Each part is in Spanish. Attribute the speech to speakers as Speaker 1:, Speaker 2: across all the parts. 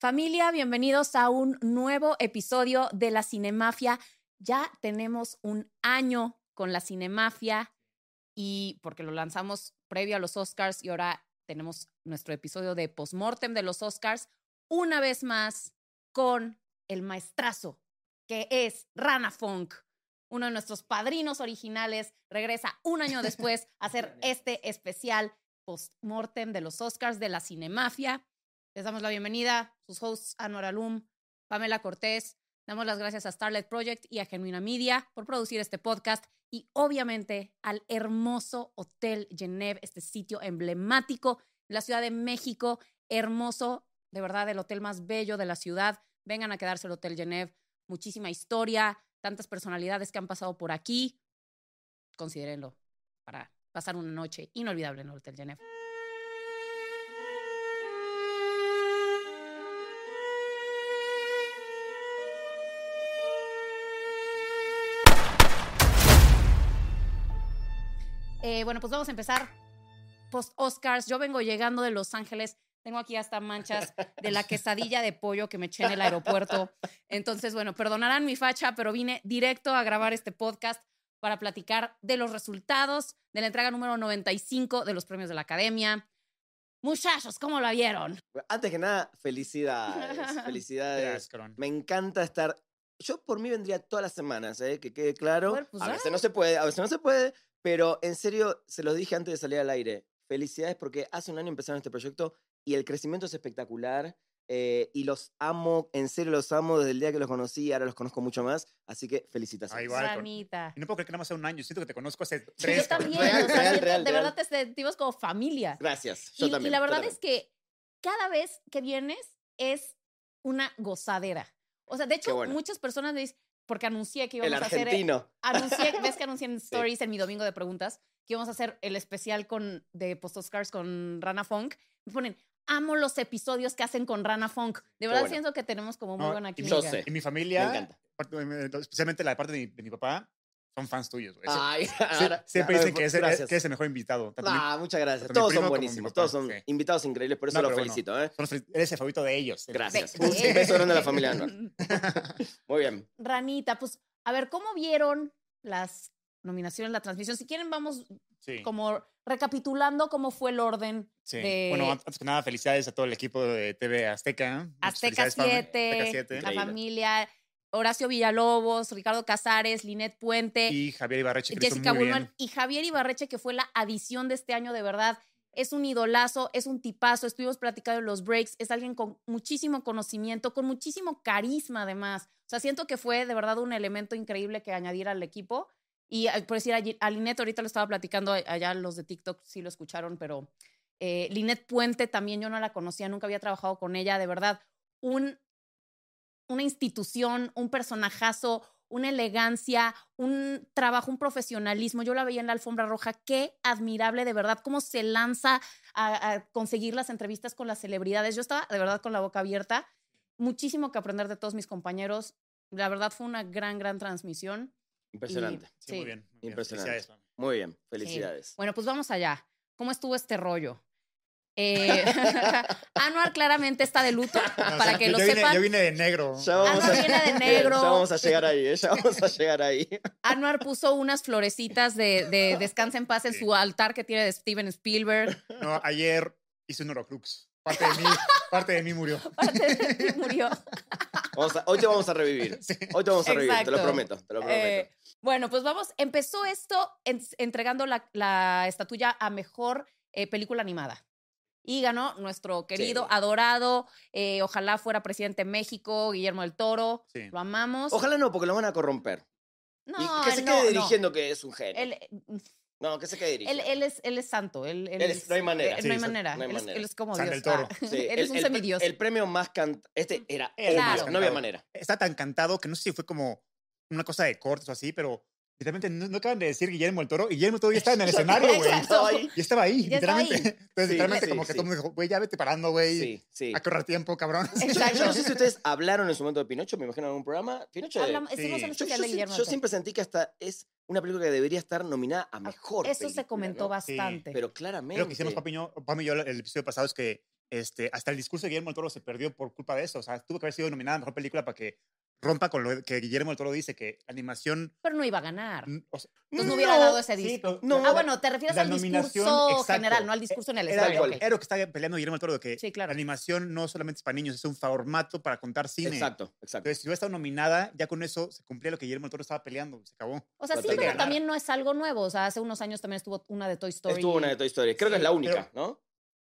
Speaker 1: Familia, bienvenidos a un nuevo episodio de la Cinemafia. Ya tenemos un año con la Cinemafia y porque lo lanzamos previo a los Oscars y ahora tenemos nuestro episodio de postmortem de los Oscars, una vez más con el maestrazo que es Rana Funk. Uno de nuestros padrinos originales regresa un año después a hacer este especial postmortem de los Oscars de la Cinemafia. Les damos la bienvenida, sus hosts Anor Alum, Pamela Cortés. Damos las gracias a Starlet Project y a Genuina Media por producir este podcast y obviamente al hermoso Hotel Geneve, este sitio emblemático en la Ciudad de México, hermoso, de verdad, el hotel más bello de la ciudad. Vengan a quedarse al Hotel Geneve, muchísima historia, tantas personalidades que han pasado por aquí. Considérenlo para pasar una noche inolvidable en el Hotel Geneve. Eh, bueno, pues vamos a empezar post Oscars. Yo vengo llegando de Los Ángeles. Tengo aquí hasta manchas de la quesadilla de pollo que me eché en el aeropuerto. Entonces, bueno, perdonarán mi facha, pero vine directo a grabar este podcast para platicar de los resultados de la entrega número 95 de los premios de la Academia. Muchachos, ¿cómo la vieron?
Speaker 2: Antes que nada, felicidades. Felicidades.
Speaker 3: Gracias, Cron.
Speaker 2: Me encanta estar. Yo por mí vendría todas las semanas, ¿eh? que quede claro.
Speaker 1: Bueno, pues,
Speaker 2: a
Speaker 1: dale.
Speaker 2: veces no se puede, a veces no se puede, pero en serio, se los dije antes de salir al aire. Felicidades porque hace un año empezaron este proyecto y el crecimiento es espectacular. eh, y los amo, en serio los amo desde el día que los conocí, ahora los conozco mucho más, así que felicitaciones.
Speaker 3: Ahí va. Igual, con-
Speaker 1: Ranita.
Speaker 3: Y no puedo creer que nada más sea un año. Siento que te conozco hace
Speaker 1: Sí,
Speaker 3: tres.
Speaker 1: yo también.
Speaker 2: Real,
Speaker 1: o sea,
Speaker 2: real,
Speaker 1: siento-
Speaker 2: real,
Speaker 1: de
Speaker 2: real.
Speaker 1: verdad te sentimos como familia.
Speaker 2: Gracias,
Speaker 1: Y,
Speaker 2: yo
Speaker 1: y
Speaker 2: también.
Speaker 1: la
Speaker 2: yo
Speaker 1: verdad
Speaker 2: también.
Speaker 1: es que cada vez que vienes es una gozadera. O sea, de hecho,
Speaker 2: Qué bueno.
Speaker 1: muchas personas me dicen, porque anuncié que
Speaker 2: El
Speaker 1: íbamos a hacer. eh,
Speaker 2: argentino.
Speaker 1: anuncié, ves que anuncié en stories en mi domingo de preguntas que íbamos a hacer el especial con, de Post Oscars con Rana Funk. Me ponen, amo los episodios que hacen con Rana Funk. De verdad
Speaker 2: bueno.
Speaker 1: siento que tenemos como muy
Speaker 3: No,
Speaker 1: buena
Speaker 3: y
Speaker 1: química.
Speaker 2: yo sé.
Speaker 3: Y mi
Speaker 2: Me
Speaker 3: familia,
Speaker 2: encanta.
Speaker 3: parte- especialmente la parte de mi, de mi papá, son fans tuyos. güey. Sie-
Speaker 2: Ay,
Speaker 3: sie-
Speaker 2: Ah, ahora-
Speaker 3: siempre
Speaker 2: ahora-
Speaker 3: dicen que es, el-
Speaker 2: gracias.
Speaker 3: que es el mejor invitado. Tanto mi-
Speaker 2: Ah, muchas gracias.
Speaker 3: tanto mi
Speaker 2: Todos
Speaker 3: primo
Speaker 2: son
Speaker 3: como mi
Speaker 2: buenísimos,
Speaker 3: papá,
Speaker 2: todos son
Speaker 3: sí.
Speaker 2: invitados increíbles, por eso
Speaker 3: No,
Speaker 2: los
Speaker 3: pero bueno.
Speaker 2: felicito. ¿eh?
Speaker 3: son- eres el favorito de ellos.
Speaker 2: Gracias.
Speaker 1: Ve-
Speaker 2: Un
Speaker 1: ve-
Speaker 2: beso grande a la familia Anwar. Muy bien.
Speaker 1: Ranita, pues, a ver, ¿cómo vieron las nominaciones, la transmisión? Si quieren, vamos
Speaker 3: Sí,
Speaker 1: como recapitulando cómo fue el orden
Speaker 3: sí.
Speaker 1: de-
Speaker 3: Bueno, an- antes que nada, felicidades a todo el equipo de TV Azteca. Muchas
Speaker 1: Azteca
Speaker 3: felicidades, Pablo.
Speaker 1: 7,
Speaker 3: Azteca 7.
Speaker 1: la
Speaker 2: Increíble.
Speaker 1: familia, Horacio Villalobos, Ricardo Casares, Linet Puente,
Speaker 3: Y Javier Ibarreche, que lo hizo
Speaker 1: Jessica
Speaker 3: muy bien.
Speaker 1: Bullman y Javier Ibarreche, que fue la adición de este año, de verdad. Es un idolazo, es un tipazo. Estuvimos platicando en los breaks. Es alguien con muchísimo conocimiento, con muchísimo carisma, además. O sea, siento que fue de verdad un elemento increíble que añadir al equipo. Y eh, por decir, a Gi- a Linet ahorita lo estaba platicando, a- allá los de TikTok sí lo escucharon, pero eh, Linet Puente también yo no la conocía, nunca había trabajado con ella, de verdad. Un, una institución, un personajazo, una elegancia, un trabajo, un profesionalismo. Yo la veía en la alfombra roja, qué admirable, de verdad, cómo se lanza a, a conseguir las entrevistas con las celebridades. Yo estaba de verdad con la boca abierta, muchísimo que aprender de todos mis compañeros. La verdad fue una gran, gran transmisión. y-
Speaker 2: Impresionante.
Speaker 3: Sí, muy bien. muy bien.
Speaker 2: Impresionante.
Speaker 3: Felicidades, Pablo.
Speaker 2: Muy bien. Felicidades.
Speaker 1: Bueno, pues vamos allá. ¿Cómo estuvo este rollo? Eh, Anuar claramente está de luto,
Speaker 3: No,
Speaker 1: Ah, para
Speaker 3: sí,
Speaker 1: que
Speaker 3: yo-
Speaker 1: lo
Speaker 3: yo vine-
Speaker 1: sepan.
Speaker 3: Yo vine de negro.
Speaker 2: Ya vamos
Speaker 1: Anuar
Speaker 2: a-
Speaker 1: viene de
Speaker 2: Bien,
Speaker 1: negro.
Speaker 2: Ya vamos a llegar ahí, ¿eh? ya vamos a llegar ahí.
Speaker 1: Anuar puso unas florecitas de, de Descansa en paz en
Speaker 3: Sí.
Speaker 1: su altar que tiene de Steven Spielberg.
Speaker 3: No, ayer hice un horocrux. Parte de mí, parte de mí murió.
Speaker 1: Parte de ti murió.
Speaker 2: Vamos a- hoy te vamos a revivir.
Speaker 3: Sí.
Speaker 2: Hoy te vamos a revivir, te lo
Speaker 1: Exacto.
Speaker 2: prometo. Te lo prometo.
Speaker 1: Eh, bueno, pues vamos. Empezó esto en- entregando la, la estatuilla a mejor eh, película animada. Y ganó nuestro querido,
Speaker 2: Sí.
Speaker 1: adorado, eh, ojalá fuera presidente de México, Guillermo del Toro.
Speaker 3: Sí.
Speaker 1: Lo amamos.
Speaker 2: Ojalá no, porque lo van a corromper.
Speaker 1: no,
Speaker 2: y que se
Speaker 1: él
Speaker 2: quede
Speaker 1: no, no.
Speaker 2: dirigiendo, que es un genio.
Speaker 1: Él,
Speaker 2: no, que se quede
Speaker 1: él-
Speaker 2: dirigiendo.
Speaker 1: él es, él es santo. Él, él
Speaker 2: Él es- no hay manera.
Speaker 1: él-
Speaker 3: Sí,
Speaker 1: no hay
Speaker 3: exacto,
Speaker 1: manera.
Speaker 2: no hay
Speaker 1: él, es,
Speaker 2: manera.
Speaker 1: él es como
Speaker 3: San
Speaker 1: Dios.
Speaker 3: del Toro.
Speaker 1: Ah,
Speaker 2: Sí,
Speaker 1: él
Speaker 2: el-
Speaker 1: es un
Speaker 2: el-
Speaker 1: semidios.
Speaker 2: El premio más cantado. Este era el
Speaker 1: Claro.
Speaker 2: más. No había manera.
Speaker 3: Está tan cantado que no sé si fue como una cosa de cortes o así, pero literalmente no, no acaban de decir Guillermo el Toro. y Guillermo el Toro ya estaba en el escenario, güey.
Speaker 1: Exacto.
Speaker 3: Y estaba ahí,
Speaker 1: Ya estaba
Speaker 3: literalmente. Entonces,
Speaker 2: Sí,
Speaker 3: literalmente,
Speaker 2: sí,
Speaker 3: como
Speaker 2: sí.
Speaker 3: que todo el mundo dijo, güey, ya vete parando, güey.
Speaker 2: Sí, sí.
Speaker 3: A correr tiempo, cabrón.
Speaker 2: Yo, yo no
Speaker 1: Exacto.
Speaker 2: sé si ustedes hablaron en su momento de Pinocho, me imagino en algún programa. Pinocho. de-
Speaker 1: Hablamos- hicimos
Speaker 3: Sí.
Speaker 1: un
Speaker 2: Yo, yo
Speaker 1: especial de
Speaker 2: sí-
Speaker 1: Guillermo del
Speaker 2: yo
Speaker 1: Toro. Ah,
Speaker 2: siempre sentí que hasta es una película que debería estar nominada a mejor.
Speaker 1: Eso se
Speaker 2: película,
Speaker 1: comentó
Speaker 2: ¿no?
Speaker 1: bastante.
Speaker 2: Pero claramente.
Speaker 3: Lo que hicimos, Papi y yo, Pam y yo, el episodio pasado es que Este, hasta el discurso de Guillermo del Toro se perdió por culpa de eso. O sea, tuvo que haber sido nominada a mejor película para que rompa con lo que Guillermo del Toro dice, que animación.
Speaker 1: Pero no iba a ganar.
Speaker 3: o sea,
Speaker 1: Entonces no, hubiera dado ese
Speaker 3: sí,
Speaker 1: disco.
Speaker 3: pero-
Speaker 2: No.
Speaker 1: ah, bueno, te refieres
Speaker 3: la
Speaker 1: al
Speaker 3: nominación,
Speaker 1: discurso
Speaker 3: exacto.
Speaker 1: general, no al discurso en el
Speaker 3: Era,
Speaker 1: estadio.
Speaker 2: cual,
Speaker 1: ok.
Speaker 3: era lo que está peleando Guillermo del Toro, de que
Speaker 1: Sí,
Speaker 3: la
Speaker 1: claro.
Speaker 3: animación no solamente es para niños, es un formato para contar cine.
Speaker 2: Exacto, exacto.
Speaker 3: Entonces, si hubiera estado nominada, ya con eso se cumplía lo que Guillermo del Toro estaba peleando. Se acabó.
Speaker 1: O sea, sí,
Speaker 2: Totalmente.
Speaker 1: pero también no es algo nuevo. O sea, hace unos años también estuvo una de Toy Story.
Speaker 2: Estuvo una de Toy Story. Creo que es la única, ¿no?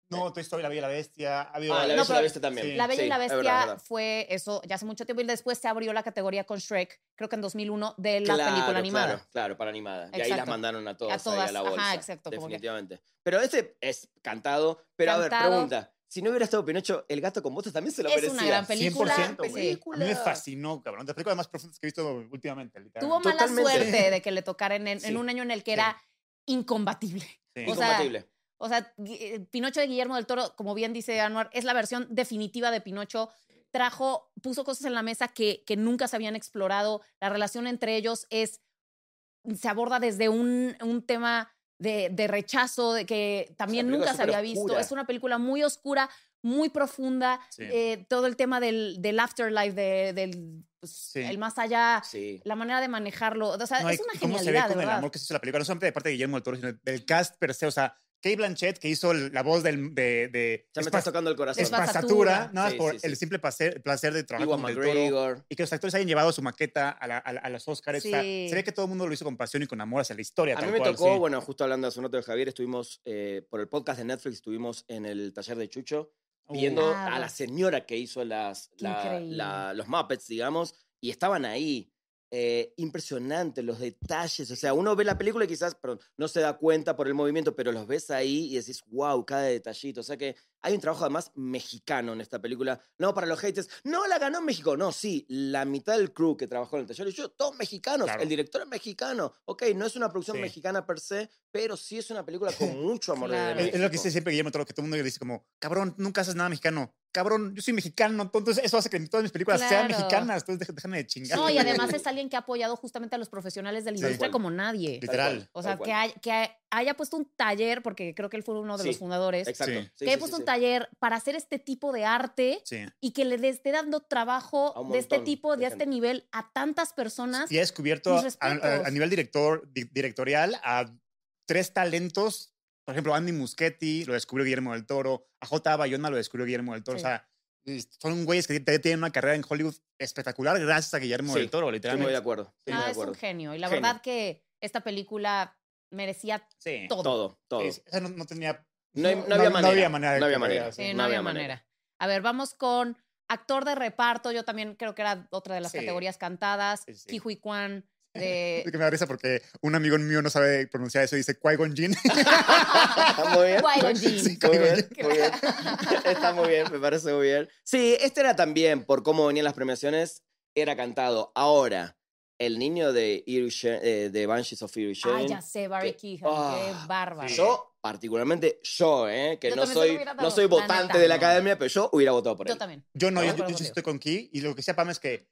Speaker 3: No, Toy Story, La Bella y la Bestia. Ha habido
Speaker 2: Ah, la
Speaker 1: No,
Speaker 2: Bella y
Speaker 1: pero-
Speaker 2: la Bestia también.
Speaker 3: Sí.
Speaker 1: La Bella y
Speaker 2: Sí,
Speaker 1: la
Speaker 2: es
Speaker 1: Bestia
Speaker 2: verdad, es verdad.
Speaker 1: fue eso ya hace mucho tiempo y después se abrió la categoría con Shrek, creo que en 2001, de la
Speaker 2: Claro,
Speaker 1: película animada.
Speaker 2: Claro, claro, para animada. Y ahí las
Speaker 1: Exacto.
Speaker 2: mandaron a todas,
Speaker 1: A
Speaker 2: ahí
Speaker 1: todas,
Speaker 2: a la
Speaker 1: ajá,
Speaker 2: bolsa.
Speaker 1: exacto, como que-
Speaker 2: Definitivamente. Pero ese es cantado. Pero a ver,
Speaker 1: Cantado.
Speaker 2: pregunta. Si no hubiera estado Pinocho, el gato con botas también se lo
Speaker 1: Es
Speaker 2: merecía.
Speaker 1: una gran película,
Speaker 3: 100%, güey.
Speaker 1: sí.
Speaker 3: A mí me fascinó, cabrón. De las películas más profundas que he visto últimamente,
Speaker 1: Tuvo
Speaker 3: literalmente.
Speaker 1: mala
Speaker 2: Totalmente.
Speaker 1: suerte de que le tocaran en, en
Speaker 2: Sí,
Speaker 1: un año en el que
Speaker 3: sí.
Speaker 1: era incombatible.
Speaker 3: Sí.
Speaker 1: o sea,
Speaker 2: Incompatible.
Speaker 1: O sea, Gui- eh, Pinocho de Guillermo del Toro, como bien dice Anuar, es la versión definitiva de Pinocho. Trajo, puso cosas en la mesa que, que nunca se habían explorado. La relación entre ellos es, se aborda desde un, un tema de, de rechazo de que también
Speaker 2: película
Speaker 1: nunca se había visto.
Speaker 2: superoscura.
Speaker 1: Es una película muy oscura, muy profunda.
Speaker 3: Sí.
Speaker 1: Eh, todo el tema del, del afterlife, de- del pues,
Speaker 3: Sí.
Speaker 1: el más allá,
Speaker 2: sí.
Speaker 1: la manera de manejarlo. O sea,
Speaker 3: No,
Speaker 1: es
Speaker 3: y-
Speaker 1: una
Speaker 3: y ¿Cómo se ve
Speaker 1: genialidad, de
Speaker 3: con el
Speaker 1: verdad.
Speaker 3: amor que se hizo la película? No solamente de parte de Guillermo del Toro, sino del cast per se. O sea, Kate Blanchett, que hizo el- la voz del, de, de
Speaker 2: Ya me
Speaker 3: Espa-
Speaker 2: estás tocando el corazón.
Speaker 1: Es Espacio.
Speaker 3: Espasatura,
Speaker 1: Espasatura.
Speaker 3: nada más
Speaker 2: Sí,
Speaker 3: por
Speaker 2: sí, sí.
Speaker 3: el simple placer, placer de trabajar
Speaker 2: Iwan
Speaker 3: con Del Toro.
Speaker 2: McGregor.
Speaker 3: y que los actores hayan llevado su maqueta a, la- a la- a los Oscars. o sea,
Speaker 1: Sí.
Speaker 3: se ve que todo el mundo lo hizo con pasión y con amor hacia la historia.
Speaker 2: A
Speaker 3: tal
Speaker 2: mí me
Speaker 3: cual,
Speaker 2: tocó,
Speaker 3: sí.
Speaker 2: bueno, justo hablando hace un rato de Javier, estuvimos eh, por el podcast de Netflix, estuvimos en el taller de Chucho, viendo
Speaker 1: Uh.
Speaker 2: a la señora que hizo las,
Speaker 1: Qué
Speaker 2: la-
Speaker 1: increíble.
Speaker 2: la- los Muppets, digamos, y estaban ahí. Eh, impresionante los detalles, o sea, uno ve la película y quizás perdón, no se da cuenta por el movimiento, pero los ves ahí y decís, wow, cada detallito, o sea que hay un trabajo además mexicano en esta película, no para los haters, no la ganó México, no, sí, la mitad del crew que trabajó en el taller, y yo, todos mexicanos,
Speaker 3: Claro.
Speaker 2: el director es mexicano, ok, no es una producción
Speaker 3: Sí.
Speaker 2: mexicana per se, pero sí es una película con mucho amor.
Speaker 1: Claro.
Speaker 2: de
Speaker 3: Es, es lo que
Speaker 2: México.
Speaker 3: dice siempre Guillermo Toro, que todo el mundo le dice como, cabrón, nunca haces nada mexicano. Cabrón, yo soy mexicano, entonces eso hace que todas mis películas sean
Speaker 1: Claro.
Speaker 3: mexicanas, entonces dej- déjame de chingar.
Speaker 1: No, y
Speaker 2: Sí.
Speaker 1: además es alguien que ha apoyado justamente a los profesionales de la
Speaker 3: Sí.
Speaker 1: industria
Speaker 2: Tal cual.
Speaker 1: como nadie.
Speaker 2: Tal
Speaker 3: literal.
Speaker 2: cual,
Speaker 1: O
Speaker 2: tal
Speaker 1: sea,
Speaker 2: cual.
Speaker 1: que, hay- que hay- haya puesto un taller, porque creo que él fue uno de
Speaker 2: Sí,
Speaker 1: los fundadores,
Speaker 2: Exacto.
Speaker 3: Sí.
Speaker 2: Sí,
Speaker 1: que
Speaker 2: sí,
Speaker 1: haya
Speaker 2: sí,
Speaker 1: puesto
Speaker 2: sí.
Speaker 1: un taller para hacer este tipo de arte
Speaker 3: Sí.
Speaker 1: y que le esté dando trabajo
Speaker 2: A un
Speaker 1: de este
Speaker 2: montón
Speaker 1: tipo,
Speaker 2: de
Speaker 1: de, este
Speaker 2: gente.
Speaker 1: nivel, a tantas personas.
Speaker 3: Y ha descubierto
Speaker 1: Mis
Speaker 3: a, a-
Speaker 1: respetos.
Speaker 3: a nivel director, di- directorial a tres talentos. Por ejemplo, Andy Muschietti lo descubrió Guillermo del Toro, a J. A. Bayona lo descubrió Guillermo del Toro.
Speaker 1: Sí.
Speaker 3: O sea, es- son güeyes que t- tienen una carrera en Hollywood espectacular gracias a Guillermo
Speaker 2: Sí,
Speaker 3: del Toro,
Speaker 2: Estoy muy de
Speaker 3: literalmente.
Speaker 2: acuerdo. estoy muy
Speaker 1: Ah,
Speaker 2: de
Speaker 1: es un
Speaker 2: acuerdo.
Speaker 1: genio. Y la
Speaker 2: Genio.
Speaker 1: verdad que esta película merecía
Speaker 3: Sí.
Speaker 1: todo.
Speaker 2: Eh, Todo, todo.
Speaker 3: Es- esa no, no tenía.
Speaker 2: No, hay- no había manera.
Speaker 3: No había manera. de
Speaker 2: No había
Speaker 3: que lo
Speaker 2: manera.
Speaker 3: veas,
Speaker 1: Sí,
Speaker 3: sí.
Speaker 1: no, había manera. A ver, vamos con actor de reparto. Yo también creo que era otra de las
Speaker 3: Sí.
Speaker 1: categorías cantadas.
Speaker 3: Sí, sí.
Speaker 1: Kihui Kwan
Speaker 3: Es
Speaker 1: de
Speaker 3: que me da risa porque un amigo mío no sabe pronunciar eso y dice Qui-Gon Jinn.
Speaker 2: Está muy bien.
Speaker 1: Qui-Gon Jinn.
Speaker 3: Sí,
Speaker 2: Muy
Speaker 3: Qui-Gon
Speaker 2: bien,
Speaker 3: Jinn.
Speaker 2: muy bien. Está muy bien, me parece muy bien. Sí, este era también, por cómo venían las premiaciones, era cantado. Ahora, el niño de, Irushen, eh, de Banshees of
Speaker 1: Ah,
Speaker 2: Irishen,
Speaker 1: ya sé, Barry
Speaker 2: que-
Speaker 1: Keoghan. qué
Speaker 2: Ah,
Speaker 1: bárbaro.
Speaker 3: sí.
Speaker 2: yo, particularmente yo, eh, que
Speaker 1: Yo
Speaker 2: no
Speaker 1: también se lo
Speaker 2: soy,
Speaker 1: hubiera dado,
Speaker 2: no soy
Speaker 1: la
Speaker 2: votante
Speaker 1: neta.
Speaker 2: de la
Speaker 3: No.
Speaker 2: academia, pero yo hubiera votado por él.
Speaker 1: Yo también.
Speaker 3: Yo
Speaker 1: Estoy
Speaker 3: no,
Speaker 1: de
Speaker 3: yo,
Speaker 1: acuerdo
Speaker 3: yo sí
Speaker 1: contigo.
Speaker 3: estoy con Key y lo que sea Pam es que.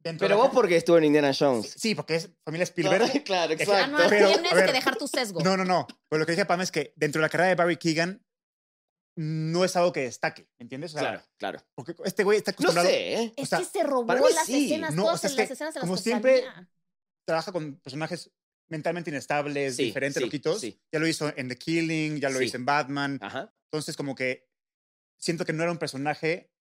Speaker 3: dentro de
Speaker 2: Pero
Speaker 3: la-
Speaker 2: vos porque estuvo en Indiana Jones.
Speaker 3: Sí, porque es familia Spielberg.
Speaker 2: claro,
Speaker 1: Ah,
Speaker 2: exacto.
Speaker 1: no,
Speaker 3: Pero,
Speaker 1: tienes
Speaker 3: a ver,
Speaker 1: que dejar tu sesgo.
Speaker 3: No, no, no. Pero lo que dije Pam es que dentro de la carrera de Barry Keegan no es algo que destaque, ¿me entiendes? O sea,
Speaker 2: Claro, claro.
Speaker 3: Porque este güey está
Speaker 2: No
Speaker 3: acostumbrado,
Speaker 2: sé, ¿eh?
Speaker 1: es
Speaker 3: o sea,
Speaker 1: que se robó
Speaker 2: para mí
Speaker 1: las
Speaker 2: sí.
Speaker 1: escenas,
Speaker 3: No, o
Speaker 1: todas
Speaker 3: sea, es
Speaker 1: en
Speaker 3: que
Speaker 1: las escenas se las
Speaker 3: como
Speaker 1: componía.
Speaker 3: trabaja con personajes mentalmente inestables,
Speaker 2: Sí,
Speaker 3: diferentes,
Speaker 2: sí,
Speaker 3: loquitos.
Speaker 2: sí.
Speaker 3: Ya lo hizo en The Killing, ya lo
Speaker 2: Sí. Ah.
Speaker 3: hizo en Batman.
Speaker 2: Ajá.
Speaker 3: Entonces, como que siento que no era un personaje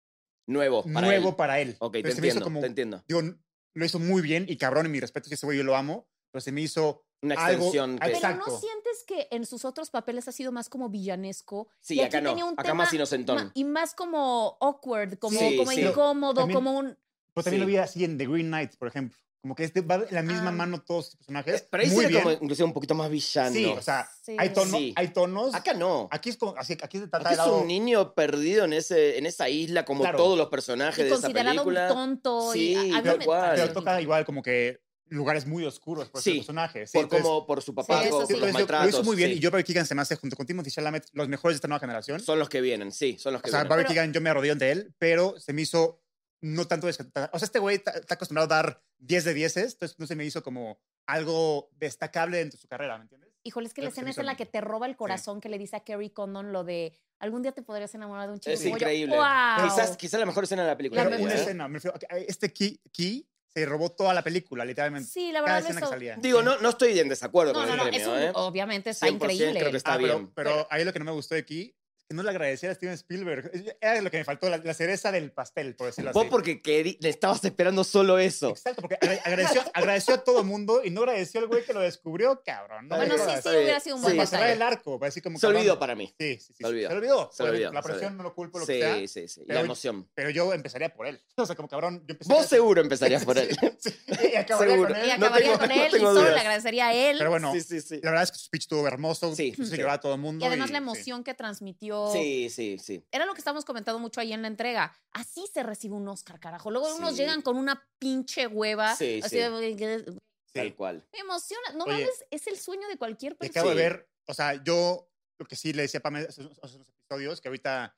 Speaker 2: Nuevo. Oh, Para
Speaker 3: nuevo
Speaker 2: él.
Speaker 3: para él.
Speaker 2: Ok, te
Speaker 3: Pero se me hizo
Speaker 2: entiendo,
Speaker 3: como-
Speaker 2: te entiendo.
Speaker 3: digo, n- lo hizo muy bien y cabrón, y mi respeto, si ese güey yo lo amo, pero se me hizo
Speaker 2: Una
Speaker 3: algo-
Speaker 2: extensión. que-
Speaker 1: Pero no
Speaker 3: Exacto.
Speaker 1: sientes que en sus otros papeles ha sido más como villanesco.
Speaker 2: Sí,
Speaker 1: Y aquí
Speaker 2: acá no.
Speaker 1: tenía un
Speaker 2: Acá
Speaker 1: tema
Speaker 2: más inocentón.
Speaker 1: ma- y más como awkward, como,
Speaker 2: Sí,
Speaker 1: como
Speaker 2: sí.
Speaker 1: incómodo,
Speaker 3: También-
Speaker 1: como un.
Speaker 3: Pero también lo
Speaker 2: Sí.
Speaker 3: vi así en The Green Knight, por ejemplo. Como que este va en la misma
Speaker 1: Ah.
Speaker 3: mano todos los personajes.
Speaker 2: Eh, Pero ahí sí
Speaker 3: muy
Speaker 2: era
Speaker 3: bien.
Speaker 2: como inclusive un poquito más villano.
Speaker 3: sí, o sea,
Speaker 1: Sí.
Speaker 3: hay tonos.
Speaker 2: Sí.
Speaker 3: Hay tonos
Speaker 2: acá no.
Speaker 3: Aquí es como, así, aquí se trata
Speaker 2: Acá
Speaker 3: de
Speaker 2: es
Speaker 3: lado-
Speaker 2: un niño perdido en, ese, en esa isla, como
Speaker 3: Claro.
Speaker 2: todos los
Speaker 1: y
Speaker 2: personajes de esa
Speaker 1: considerado un
Speaker 2: película.
Speaker 1: tonto. y
Speaker 2: Sí,
Speaker 1: a- a mí
Speaker 3: tal
Speaker 1: me
Speaker 2: cual.
Speaker 1: pareció
Speaker 3: Pero toca igual como que lugares muy oscuros por
Speaker 2: Sí,
Speaker 3: ese personaje. Sí,
Speaker 2: por,
Speaker 3: entonces-
Speaker 2: cómo, por su papá,
Speaker 1: Sí, eso
Speaker 2: por
Speaker 1: sí.
Speaker 2: los
Speaker 3: entonces lo-
Speaker 2: maltratos.
Speaker 3: Lo hizo muy bien
Speaker 2: sí.
Speaker 3: y yo Barry Keegan se me hace junto con Timothy Chalamet los mejores de esta nueva generación.
Speaker 2: Son los que vienen, sí, son los
Speaker 3: o
Speaker 2: que
Speaker 3: sea,
Speaker 2: vienen.
Speaker 3: Barry
Speaker 1: Pero-
Speaker 3: Keegan yo me arrodillé ante él, pero se me hizo no tanto... desca- O sea, este güey está está acostumbrado a dar 10 de 10, entonces no se me hizo como algo destacable dentro de su carrera, ¿me entiendes?
Speaker 1: Híjole, es que la
Speaker 3: Creo que se
Speaker 1: escena
Speaker 3: me
Speaker 1: es
Speaker 3: hizo
Speaker 1: en la
Speaker 3: el-
Speaker 1: que te roba el corazón que le dice a Kerry Condon lo de algún día te podrías enamorar de un chico.
Speaker 2: Es
Speaker 1: como yo,
Speaker 2: increíble.
Speaker 1: ¡guau!
Speaker 2: Quizás, quizás la mejor escena de la película.
Speaker 3: Pero
Speaker 1: La
Speaker 3: una
Speaker 1: verdad-
Speaker 3: escena, me refiero, a- este key, key se robó toda la película, literalmente.
Speaker 1: Sí, la
Speaker 3: Cada
Speaker 1: verdad
Speaker 3: escena que
Speaker 1: eso.
Speaker 3: salía.
Speaker 2: Digo, no, no estoy en desacuerdo
Speaker 1: No,
Speaker 2: con
Speaker 1: no,
Speaker 2: el
Speaker 1: no,
Speaker 2: premio,
Speaker 1: es un-
Speaker 2: ¿eh?
Speaker 1: obviamente está
Speaker 2: 100%
Speaker 1: increíble.
Speaker 2: creo que está
Speaker 3: Ah, pero-
Speaker 2: bien.
Speaker 3: Pero, ahí lo que no me gustó de aquí es que no le agradecí a Steven Spielberg. Era lo que me faltó, la, la cereza del pastel, por decirlo
Speaker 2: Vos
Speaker 3: así.
Speaker 2: porque queri- le estabas esperando solo eso.
Speaker 3: Exacto, porque agra- agradeció, agradeció a todo el mundo y no agradeció al güey que lo descubrió, cabrón. No
Speaker 1: Bueno,
Speaker 3: me
Speaker 1: sí,
Speaker 3: jodas.
Speaker 1: sí,
Speaker 2: Está bien.
Speaker 1: hubiera sido un
Speaker 3: Se
Speaker 1: buen
Speaker 2: Sí.
Speaker 3: pasaba
Speaker 1: detalle.
Speaker 3: el arco, pues, así como.
Speaker 2: Se olvidó
Speaker 3: cabrón.
Speaker 2: para mí.
Speaker 3: Sí, sí, sí.
Speaker 2: Se olvidó.
Speaker 3: Se lo olvidó.
Speaker 2: Se lo olvidó,
Speaker 3: La
Speaker 2: se lo
Speaker 3: presión no lo culpo, lo que sea.
Speaker 2: Sí, sí, sí. La
Speaker 3: Pero-
Speaker 2: emoción.
Speaker 3: Pero yo empezaría por él. O sea, como cabrón, yo empezaría.
Speaker 2: Vos seguro empezarías por él.
Speaker 3: Sí, sí, y acabaría
Speaker 2: Seguro.
Speaker 3: con
Speaker 1: Y
Speaker 3: él.
Speaker 2: No
Speaker 1: acabaría
Speaker 2: tengo-
Speaker 1: con
Speaker 2: no
Speaker 1: él y
Speaker 2: tengo
Speaker 1: solo
Speaker 2: dudas.
Speaker 1: le agradecería a él.
Speaker 3: Pero bueno,
Speaker 2: Sí, sí, sí.
Speaker 3: la verdad es que su speech estuvo hermoso.
Speaker 2: Sí,
Speaker 3: se
Speaker 2: sí.
Speaker 3: lloraba a todo el mundo.
Speaker 1: y además la
Speaker 3: sí.
Speaker 1: emoción que transmitió.
Speaker 2: Sí, sí, sí.
Speaker 1: Era lo que estábamos comentando mucho ahí en la entrega. Así se recibe un Oscar, carajo. Luego unos
Speaker 2: Sí.
Speaker 1: llegan con una pinche hueva.
Speaker 2: Sí,
Speaker 1: así
Speaker 2: sí.
Speaker 1: de, "Güey, ¿qué-
Speaker 3: Sí.
Speaker 2: Tal cual.
Speaker 1: Me emociona. No
Speaker 3: Oye.
Speaker 1: mames, es el sueño de cualquier
Speaker 3: Y
Speaker 1: persona.
Speaker 3: acabo de
Speaker 2: Pues Sí.
Speaker 3: ver, o sea, yo lo que sí le decía a Pamela hace unos hace unos episodios, que ahorita,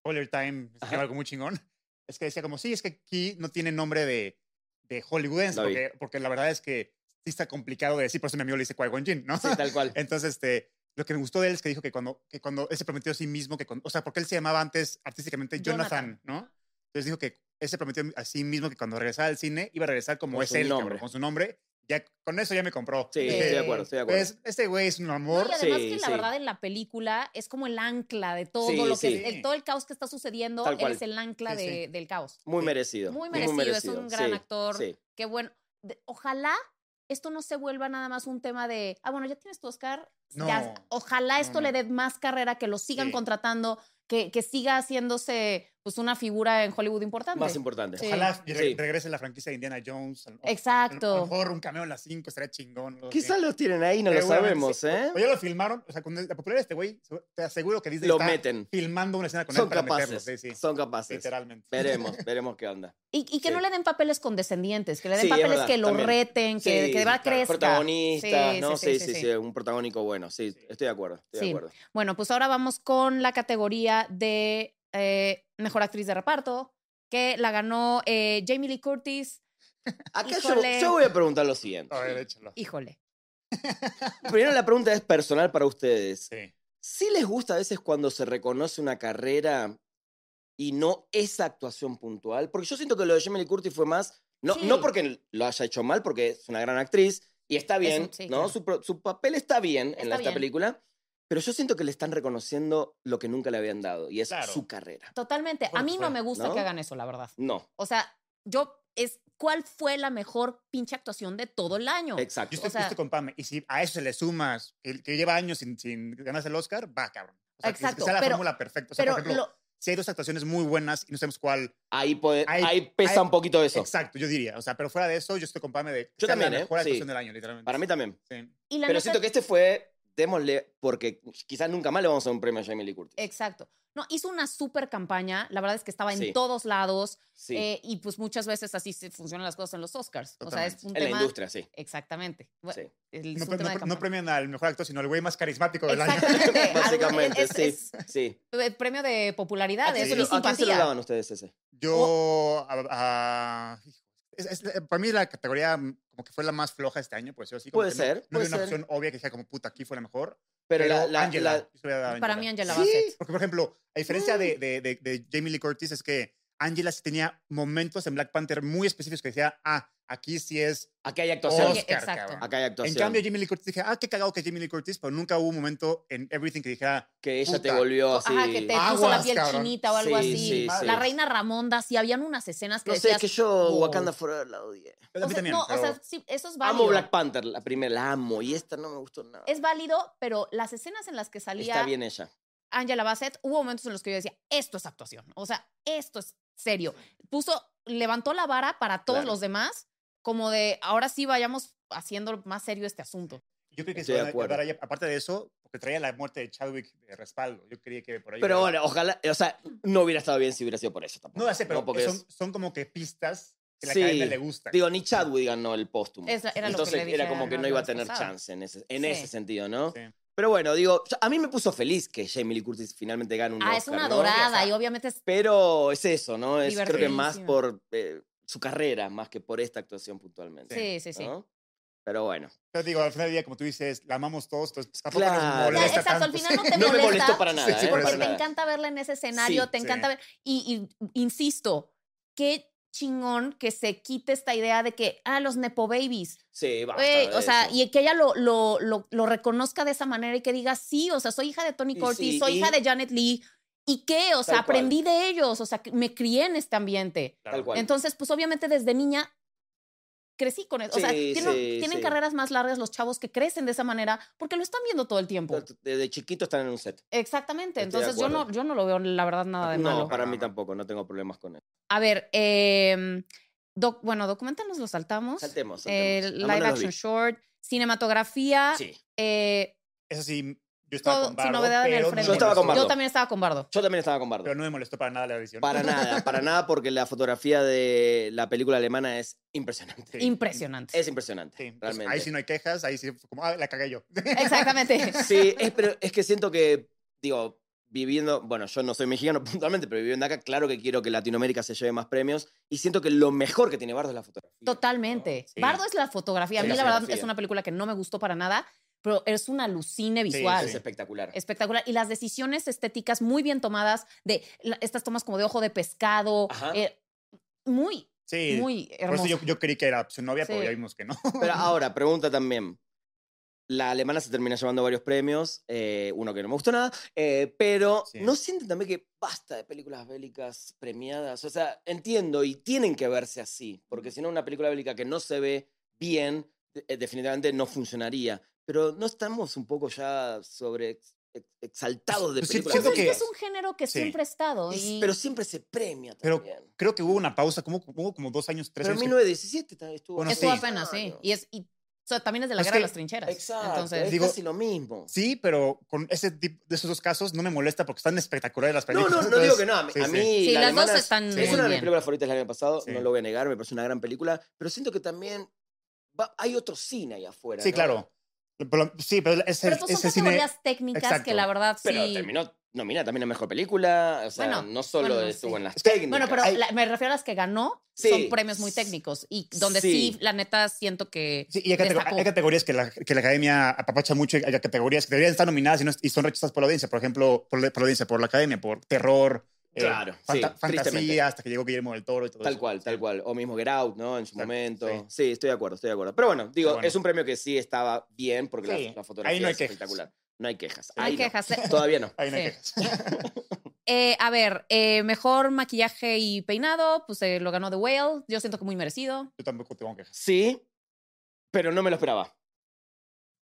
Speaker 3: spoiler time, es
Speaker 2: Ajá.
Speaker 3: algo muy chingón, es que decía como, sí, es que aquí no tiene nombre de, de hollywoodense,
Speaker 2: Lo vi.
Speaker 3: porque, porque la verdad es que sí está complicado de decir, por eso mi amigo le dice Qui-Gon Jinn, ¿no?
Speaker 2: Sí, tal cual.
Speaker 3: Entonces, este, lo que me gustó de él es que dijo que cuando, que cuando él se prometió a sí mismo, que cuando- o sea, porque él se llamaba antes artísticamente
Speaker 1: Jonathan.
Speaker 3: Jonathan, ¿no? Entonces dijo que él se prometió a sí mismo que cuando regresara al cine iba a regresar como
Speaker 2: Con
Speaker 3: es
Speaker 2: su
Speaker 3: él, cabrón,
Speaker 2: nombre.
Speaker 3: con su nombre. Ya, con eso ya me compró. Este,
Speaker 2: Sí,
Speaker 3: Dije,
Speaker 2: estoy de acuerdo, estoy de acuerdo.
Speaker 3: pues, este güey Eh, es un
Speaker 1: No,
Speaker 3: amor.
Speaker 1: y además
Speaker 2: Sí,
Speaker 1: que la
Speaker 2: sí.
Speaker 1: verdad en la película es como el ancla de todo
Speaker 2: Sí,
Speaker 1: lo que
Speaker 2: sí.
Speaker 1: el, todo el caos que está sucediendo
Speaker 2: Tal
Speaker 1: él
Speaker 2: cual.
Speaker 1: es el ancla
Speaker 3: Sí, sí.
Speaker 1: de- del caos.
Speaker 2: Muy
Speaker 3: Sí.
Speaker 2: merecido.
Speaker 1: Muy merecido, es un gran
Speaker 2: Sí,
Speaker 1: actor.
Speaker 2: Sí.
Speaker 1: Qué bueno. De- ojalá esto no se vuelva nada más un tema de, ah, bueno, ya tienes tu Oscar. ya-
Speaker 3: No.
Speaker 1: ojalá
Speaker 3: No,
Speaker 1: esto
Speaker 3: no.
Speaker 1: le dé más carrera, que lo sigan
Speaker 3: Sí.
Speaker 1: contratando, que, que siga haciéndose pues una figura en Hollywood importante.
Speaker 2: Más importante.
Speaker 1: Sí.
Speaker 3: Ojalá y re-
Speaker 2: Sí.
Speaker 3: regrese la franquicia de Indiana Jones. a lo- A lo
Speaker 1: Exacto.
Speaker 3: mejor un cameo en las 5 estaría chingón. algo así.
Speaker 2: Quizás los tienen ahí, no lo
Speaker 3: Seguramente
Speaker 2: sabemos,
Speaker 3: sí.
Speaker 2: ¿eh?
Speaker 3: O ya lo filmaron. O sea, con la popularidad de este güey, segu- te aseguro que Disney
Speaker 2: Lo
Speaker 3: está
Speaker 2: meten.
Speaker 3: filmando una escena con
Speaker 2: Son
Speaker 3: él para meterlo.
Speaker 2: capaces.
Speaker 3: Sí, sí.
Speaker 2: Son capaces.
Speaker 3: Literalmente.
Speaker 2: Veremos, veremos qué onda.
Speaker 1: Y, y que
Speaker 2: Sí.
Speaker 1: no le den papeles condescendientes, que le den
Speaker 2: Sí, es
Speaker 1: papeles
Speaker 2: verdad,
Speaker 1: que lo
Speaker 2: también.
Speaker 1: reten, que, que de verdad crezca.
Speaker 2: Protagonista,
Speaker 1: Sí,
Speaker 2: ¿no?
Speaker 1: sí, sí, sí,
Speaker 2: sí,
Speaker 1: sí.
Speaker 2: sí, un protagónico bueno. Sí, estoy de acuerdo, estoy
Speaker 1: Sí.
Speaker 2: de acuerdo.
Speaker 1: Bueno, pues ahora vamos con la categoría de eh, mejor actriz de reparto, que la ganó eh, Jamie Lee Curtis.
Speaker 2: Acá yo,
Speaker 1: Híjole.
Speaker 2: yo voy a preguntar lo siguiente.
Speaker 3: A ver, échalo.
Speaker 1: Híjole.
Speaker 2: Primero la pregunta es personal para ustedes.
Speaker 3: Sí.
Speaker 2: ¿Sí les gusta a veces cuando se reconoce una carrera y no esa actuación puntual? Porque yo siento que lo de Jamie Lee Curtis fue más, no,
Speaker 1: Sí.
Speaker 2: no porque lo haya hecho mal, porque es una gran actriz y está bien,
Speaker 1: sí,
Speaker 2: ¿no?
Speaker 1: claro.
Speaker 2: Su, pro- su papel está bien en
Speaker 1: Está
Speaker 2: esta
Speaker 1: bien.
Speaker 2: película, pero yo siento que le están reconociendo lo que nunca le habían dado y es
Speaker 3: Claro.
Speaker 2: su carrera.
Speaker 1: Totalmente. A
Speaker 3: Fuera,
Speaker 1: mí no
Speaker 3: fuera,
Speaker 1: me gusta
Speaker 2: pues ¿no?
Speaker 1: que hagan eso, la verdad.
Speaker 2: No,
Speaker 1: O sea, yo es cuál fue la mejor pinche actuación de todo el año.
Speaker 2: exacto.
Speaker 3: Yo estoy,
Speaker 1: O sea-
Speaker 3: yo estoy con Pam. Y si a eso se le sumas que, que lleva años sin, sin ganarse el Oscar, va, cabrón. O sea, que-
Speaker 1: Exacto,
Speaker 3: Que sea la
Speaker 1: pero-
Speaker 3: fórmula perfecta. O sea,
Speaker 1: Pero
Speaker 3: por ejemplo,
Speaker 1: lo-
Speaker 3: si hay dos actuaciones muy buenas y no sabemos cuál.
Speaker 2: Ahí, puede-
Speaker 3: Ahí-
Speaker 2: ahí pesa
Speaker 3: ahí-
Speaker 2: un poquito eso.
Speaker 3: Exacto, yo diría. O sea, pero fuera de eso, yo estoy con Pame de. que
Speaker 2: Yo
Speaker 3: sea
Speaker 2: también,
Speaker 3: La
Speaker 2: ¿eh?
Speaker 3: mejor
Speaker 2: Sí.
Speaker 3: actuación del año, literalmente.
Speaker 2: Para mí también.
Speaker 3: Sí.
Speaker 1: y la
Speaker 2: Pero
Speaker 1: neta-
Speaker 2: siento que este fue, démosle, porque quizás nunca más le vamos a dar un premio a Jamie Lee Curtis.
Speaker 1: Exacto. No, hizo una super campaña. La verdad es que estaba en
Speaker 2: Sí.
Speaker 1: todos lados.
Speaker 2: Sí,
Speaker 1: eh, y pues muchas veces así se funcionan las cosas en los Oscars. O sea, es
Speaker 3: Totalmente.
Speaker 1: un
Speaker 2: en la
Speaker 1: tema.
Speaker 2: industria, sí.
Speaker 1: Exactamente. Bu-
Speaker 2: Sí.
Speaker 1: el- es
Speaker 3: No,
Speaker 1: un tema de
Speaker 3: pre- no, pre- no
Speaker 1: campaña.
Speaker 3: premian al mejor actor, sino al güey más carismático del año.
Speaker 1: Exactamente. Algo-
Speaker 2: Básicamente,
Speaker 1: es-
Speaker 2: sí,
Speaker 1: es-
Speaker 2: sí.
Speaker 1: eh, premio Ah, de popularidad,
Speaker 2: ¿A quién
Speaker 1: es
Speaker 2: se
Speaker 1: mi
Speaker 2: lo- ¿A quién se lo
Speaker 1: simpatía.
Speaker 2: daban ustedes ese?
Speaker 3: Yo. a- a- es- es la- para mí la categoría mm, como que fue la más floja este año, pues yo así. como
Speaker 2: Puede
Speaker 3: que no-
Speaker 2: ser,
Speaker 3: No
Speaker 2: puede
Speaker 3: había una
Speaker 2: ser.
Speaker 3: opción obvia que dijera como puta, aquí fue la mejor.
Speaker 2: Pero, la, la-
Speaker 3: Ángela,
Speaker 2: la-
Speaker 3: yo se lo hubiera dado a
Speaker 1: Para
Speaker 3: Ángela.
Speaker 1: mí, Angela
Speaker 2: Sí.
Speaker 1: Bassett.
Speaker 3: Porque, por ejemplo, a diferencia de, de- de- de Jamie Lee Curtis, es que Angela sí tenía momentos en Black Panther muy específicos que decía, ah, aquí sí es
Speaker 2: acá hay actuación.
Speaker 3: Oscar,
Speaker 1: exacto.
Speaker 3: cabrón.
Speaker 2: Acá hay
Speaker 3: En
Speaker 2: actuación.
Speaker 3: cambio, Jamie Lee Curtis dije, ah, qué cagado que Jamie Lee Curtis, pero nunca hubo un momento en Everything que dijera,
Speaker 2: que ella te
Speaker 3: puta.
Speaker 2: volvió así.
Speaker 1: Ajá, que te puso la
Speaker 3: Aguas,
Speaker 1: piel
Speaker 3: cabrón.
Speaker 1: chinita o algo
Speaker 2: Sí,
Speaker 1: así.
Speaker 2: sí,
Speaker 1: La
Speaker 2: sí.
Speaker 1: reina Ramonda, sí, habían unas escenas que
Speaker 2: no sé, es
Speaker 1: decías,
Speaker 2: que yo
Speaker 1: "Wow".
Speaker 2: Wakanda Forever la odié.
Speaker 3: Pues a
Speaker 1: O
Speaker 3: mí
Speaker 1: sea,
Speaker 3: también,
Speaker 1: no,
Speaker 3: pero-
Speaker 1: o sea, sí, eso es válido.
Speaker 2: Amo Black Panther, la primera, la amo. Y esta no me gustó nada.
Speaker 1: Es válido, pero las escenas en las que
Speaker 2: Está
Speaker 1: salía
Speaker 2: bien ella.
Speaker 1: Angela Bassett, hubo momentos en los que yo decía, esto es actuación. O sea, esto es serio. Puso, levantó la vara para todos
Speaker 2: Claro.
Speaker 1: los demás, como de ahora sí vayamos haciendo más serio este asunto.
Speaker 3: yo creo que
Speaker 2: Estoy
Speaker 3: se
Speaker 2: de
Speaker 3: van a
Speaker 2: acuerdo.
Speaker 3: quedar ahí. aparte de eso, porque traía la muerte de Chadwick de respaldo. Yo creía que por ahí.
Speaker 2: Pero
Speaker 3: hubiera-
Speaker 2: bueno, ojalá, o sea, no hubiera estado bien si hubiera sido por eso tampoco.
Speaker 3: No, ya sé, pero
Speaker 2: porque
Speaker 3: son,
Speaker 2: es-
Speaker 3: son como que pistas que la
Speaker 2: Sí.
Speaker 3: academia le gusta.
Speaker 2: Digo, ni Chadwick ganó el póstumo.
Speaker 1: Es la- era lo que
Speaker 2: Entonces
Speaker 1: le dije
Speaker 2: era como
Speaker 1: a
Speaker 2: que no
Speaker 1: Manuel
Speaker 2: iba a
Speaker 1: la
Speaker 2: tener
Speaker 1: pasada.
Speaker 2: chance en ese, en
Speaker 1: Sí.
Speaker 2: ese sentido, ¿no?
Speaker 3: Sí.
Speaker 2: Pero bueno, digo, yo- a mí me puso feliz que Jamie Lee Curtis finalmente gane un
Speaker 1: ah, es
Speaker 2: Oscar,
Speaker 1: una
Speaker 2: ¿no?
Speaker 1: dorada
Speaker 3: O sea,
Speaker 1: y obviamente es
Speaker 2: Pero es eso, ¿no? Es, creo que más
Speaker 1: Divertidísima.
Speaker 2: por eh, su carrera, más que por esta actuación puntualmente.
Speaker 1: Sí, sí, sí.
Speaker 2: ¿no? Pero bueno.
Speaker 3: Pero digo, al final del día, como tú dices, la amamos todos, entonces pues, tampoco nos
Speaker 2: Claro.
Speaker 1: O sea,
Speaker 3: molesta
Speaker 1: exacto, al
Speaker 3: tanto.
Speaker 1: final no te
Speaker 2: No me
Speaker 1: molesta.
Speaker 2: molestó para nada.
Speaker 3: Sí, sí,
Speaker 2: ¿eh?
Speaker 3: por
Speaker 1: Pues Porque
Speaker 2: Para
Speaker 3: eso.
Speaker 1: te
Speaker 2: nada.
Speaker 1: encanta verla en ese escenario,
Speaker 3: Sí,
Speaker 1: te
Speaker 3: sí.
Speaker 1: encanta ver. Y, y insisto, qué chingón que se quite esta idea de que, ah, los Nepo Babies.
Speaker 2: Sí, basta
Speaker 1: Güey,
Speaker 2: de
Speaker 1: o sea,
Speaker 2: eso.
Speaker 1: y que ella lo, lo, lo, lo reconozca de esa manera y que diga, sí, o sea, soy hija de Tony
Speaker 2: Y
Speaker 1: Curtis,
Speaker 2: sí,
Speaker 1: soy
Speaker 2: y-
Speaker 1: hija de Janet Lee. ¿Y qué? O sea,
Speaker 2: Tal cual.
Speaker 1: aprendí de ellos, o sea, que me crié en este ambiente.
Speaker 2: Tal cual.
Speaker 1: Entonces, pues obviamente desde niña crecí con eso. o sea,
Speaker 2: Sí,
Speaker 1: tienen,
Speaker 2: sí,
Speaker 1: tienen
Speaker 2: sí.
Speaker 1: carreras más largas los chavos que crecen de esa manera porque lo están viendo todo el tiempo.
Speaker 2: Desde chiquito están en un set.
Speaker 1: Exactamente.
Speaker 2: Estoy de
Speaker 1: Entonces, yo no,
Speaker 2: acuerdo.
Speaker 1: yo no lo veo, la verdad, nada de
Speaker 2: no,
Speaker 1: malo.
Speaker 2: para
Speaker 3: No,
Speaker 2: mí
Speaker 3: no.
Speaker 2: tampoco, no tengo problemas con eso.
Speaker 1: A ver, eh, doc- bueno, documental nos lo saltamos.
Speaker 2: Saltemos.
Speaker 1: Eh, live
Speaker 2: saltemos. Vámonos a los
Speaker 1: action
Speaker 2: beats.
Speaker 1: short, cinematografía.
Speaker 2: Sí.
Speaker 1: eh,
Speaker 3: Eso sí, yo estaba
Speaker 1: Todo
Speaker 3: con
Speaker 1: sin
Speaker 3: Bardo,
Speaker 1: novedad en el
Speaker 3: pero no me
Speaker 1: frente.
Speaker 2: Yo estaba con
Speaker 3: molestó.
Speaker 1: yo
Speaker 2: Bardo.
Speaker 1: también estaba con Bardo.
Speaker 2: Yo también estaba con Bardo.
Speaker 3: Pero no me molestó para nada la edición.
Speaker 2: Para nada, para nada, porque la fotografía de la película alemana es impresionante.
Speaker 3: Sí.
Speaker 1: Impresionante.
Speaker 2: Es impresionante,
Speaker 3: Sí, pues,
Speaker 2: realmente.
Speaker 3: ahí sí no hay quejas, ahí sí fue como, ah, la cagué yo.
Speaker 1: Exactamente.
Speaker 2: Sí, es, pero es que siento que, digo, viviendo, bueno, yo no soy mexicano puntualmente, pero viviendo acá, claro que quiero que Latinoamérica se lleve más premios y siento que lo mejor que tiene Bardo es la fotografía.
Speaker 1: Totalmente.
Speaker 3: Sí.
Speaker 1: Bardo es la fotografía. A
Speaker 2: Sí,
Speaker 1: mí,
Speaker 2: la
Speaker 1: la verdad,
Speaker 2: fotografía.
Speaker 1: es una película que no me gustó para nada, pero es una alucine visual.
Speaker 2: Es
Speaker 3: sí.
Speaker 2: espectacular.
Speaker 1: Espectacular. Y las decisiones estéticas muy bien tomadas de la- estas tomas como de ojo de pescado.
Speaker 2: Ajá.
Speaker 1: eh, muy,
Speaker 3: Sí,
Speaker 1: muy
Speaker 3: por
Speaker 1: hermoso.
Speaker 3: eso yo, yo creí que era su novia, pero
Speaker 1: Sí.
Speaker 3: ya vimos que no.
Speaker 2: Pero ahora, pregunta también. La alemana se termina llevando varios premios, eh, uno que no me gustó nada, eh, pero
Speaker 3: Sí.
Speaker 2: ¿no sienten también que basta de películas bélicas premiadas? O sea, entiendo y tienen que verse así, porque si no una película bélica que no se ve bien, de- eh, definitivamente no funcionaría. Pero ¿no estamos un poco ya sobre ex- ex- exaltados de
Speaker 3: Sí,
Speaker 2: películas
Speaker 1: Pues
Speaker 3: siento
Speaker 1: es que
Speaker 2: bélicas?
Speaker 1: es un género que
Speaker 3: Sí.
Speaker 1: siempre ha estado.
Speaker 2: Y-
Speaker 1: y-
Speaker 2: Pero siempre se premia
Speaker 3: Pero-
Speaker 2: también.
Speaker 3: Creo que hubo una pausa, como, hubo como dos años, tres
Speaker 2: Pero en
Speaker 3: años. que-
Speaker 2: 1917 ta- estuvo...
Speaker 3: Bueno,
Speaker 1: estuvo
Speaker 3: sí.
Speaker 1: apenas, sí.
Speaker 2: Claro.
Speaker 1: Y, es, y o sea, también es de la
Speaker 3: Es
Speaker 1: guerra
Speaker 3: que-
Speaker 1: de las trincheras.
Speaker 2: Exacto,
Speaker 1: Entonces,
Speaker 2: es
Speaker 3: digo-
Speaker 2: casi lo mismo.
Speaker 3: Sí, pero con ese tipo de esos dos casos no me molesta porque están espectaculares las
Speaker 2: No,
Speaker 3: películas.
Speaker 2: no, no
Speaker 3: entonces-
Speaker 2: digo que no. A mí,
Speaker 3: sí,
Speaker 2: a
Speaker 3: sí.
Speaker 2: mí
Speaker 1: sí,
Speaker 2: la
Speaker 1: las dos
Speaker 2: alemana es-
Speaker 1: están
Speaker 3: sí.
Speaker 1: muy
Speaker 2: Es una de mis
Speaker 1: bien.
Speaker 2: películas favoritas del año pasado,
Speaker 3: Sí.
Speaker 2: no lo voy a negar, me parece una gran película, pero siento que también va- hay otro cine ahí afuera.
Speaker 3: Sí,
Speaker 2: ¿no?
Speaker 3: claro. Pero- sí, pero es el,
Speaker 1: Pero pues
Speaker 3: es
Speaker 1: son
Speaker 3: el cine.
Speaker 1: categorías técnicas
Speaker 3: Exacto.
Speaker 1: que la verdad sí.
Speaker 2: Pero terminó nominada también a mejor película, o sea,
Speaker 1: Bueno,
Speaker 2: no solo
Speaker 1: bueno,
Speaker 2: estuvo
Speaker 1: sí.
Speaker 2: en las
Speaker 3: que-
Speaker 2: técnicas.
Speaker 1: bueno, pero
Speaker 3: Hay-
Speaker 1: la- me refiero a las que ganó,
Speaker 2: Sí.
Speaker 1: son premios muy técnicos y donde sí,
Speaker 2: Sí.
Speaker 1: la neta, siento que
Speaker 3: Sí, y hay, catego-
Speaker 1: destacó.
Speaker 3: hay categorías que la, que la academia apapacha mucho. y Hay categorías que deberían estar nominadas y, no- y son rechazadas por la audiencia. Por ejemplo, por la, por la audiencia, por la academia, por terror, eh,
Speaker 2: Claro, sí,
Speaker 3: fanta-
Speaker 2: tristemente.
Speaker 3: fantasía, hasta que llegó Guillermo del Toro y todo
Speaker 2: Tal
Speaker 3: eso.
Speaker 2: cual, tal cual. O mismo Get Out, ¿no? En su
Speaker 3: Exacto,
Speaker 2: momento. Sí.
Speaker 3: sí.
Speaker 2: estoy de acuerdo, estoy de acuerdo. Pero bueno, digo,
Speaker 3: Pero bueno.
Speaker 2: es un premio que sí estaba bien porque la-
Speaker 3: Sí,
Speaker 2: la, fotografía
Speaker 3: ahí no hay
Speaker 2: es
Speaker 3: quejas.
Speaker 2: espectacular. No hay quejas.
Speaker 1: No hay
Speaker 2: ahí no.
Speaker 1: quejas. eh.
Speaker 2: Todavía no.
Speaker 3: Ahí no hay
Speaker 1: Sí.
Speaker 3: quejas.
Speaker 1: Eh, a ver, eh, mejor maquillaje y peinado, pues eh, lo ganó The Whale. Yo siento que muy merecido.
Speaker 3: Yo tampoco tengo quejas.
Speaker 2: Sí, pero no me lo esperaba.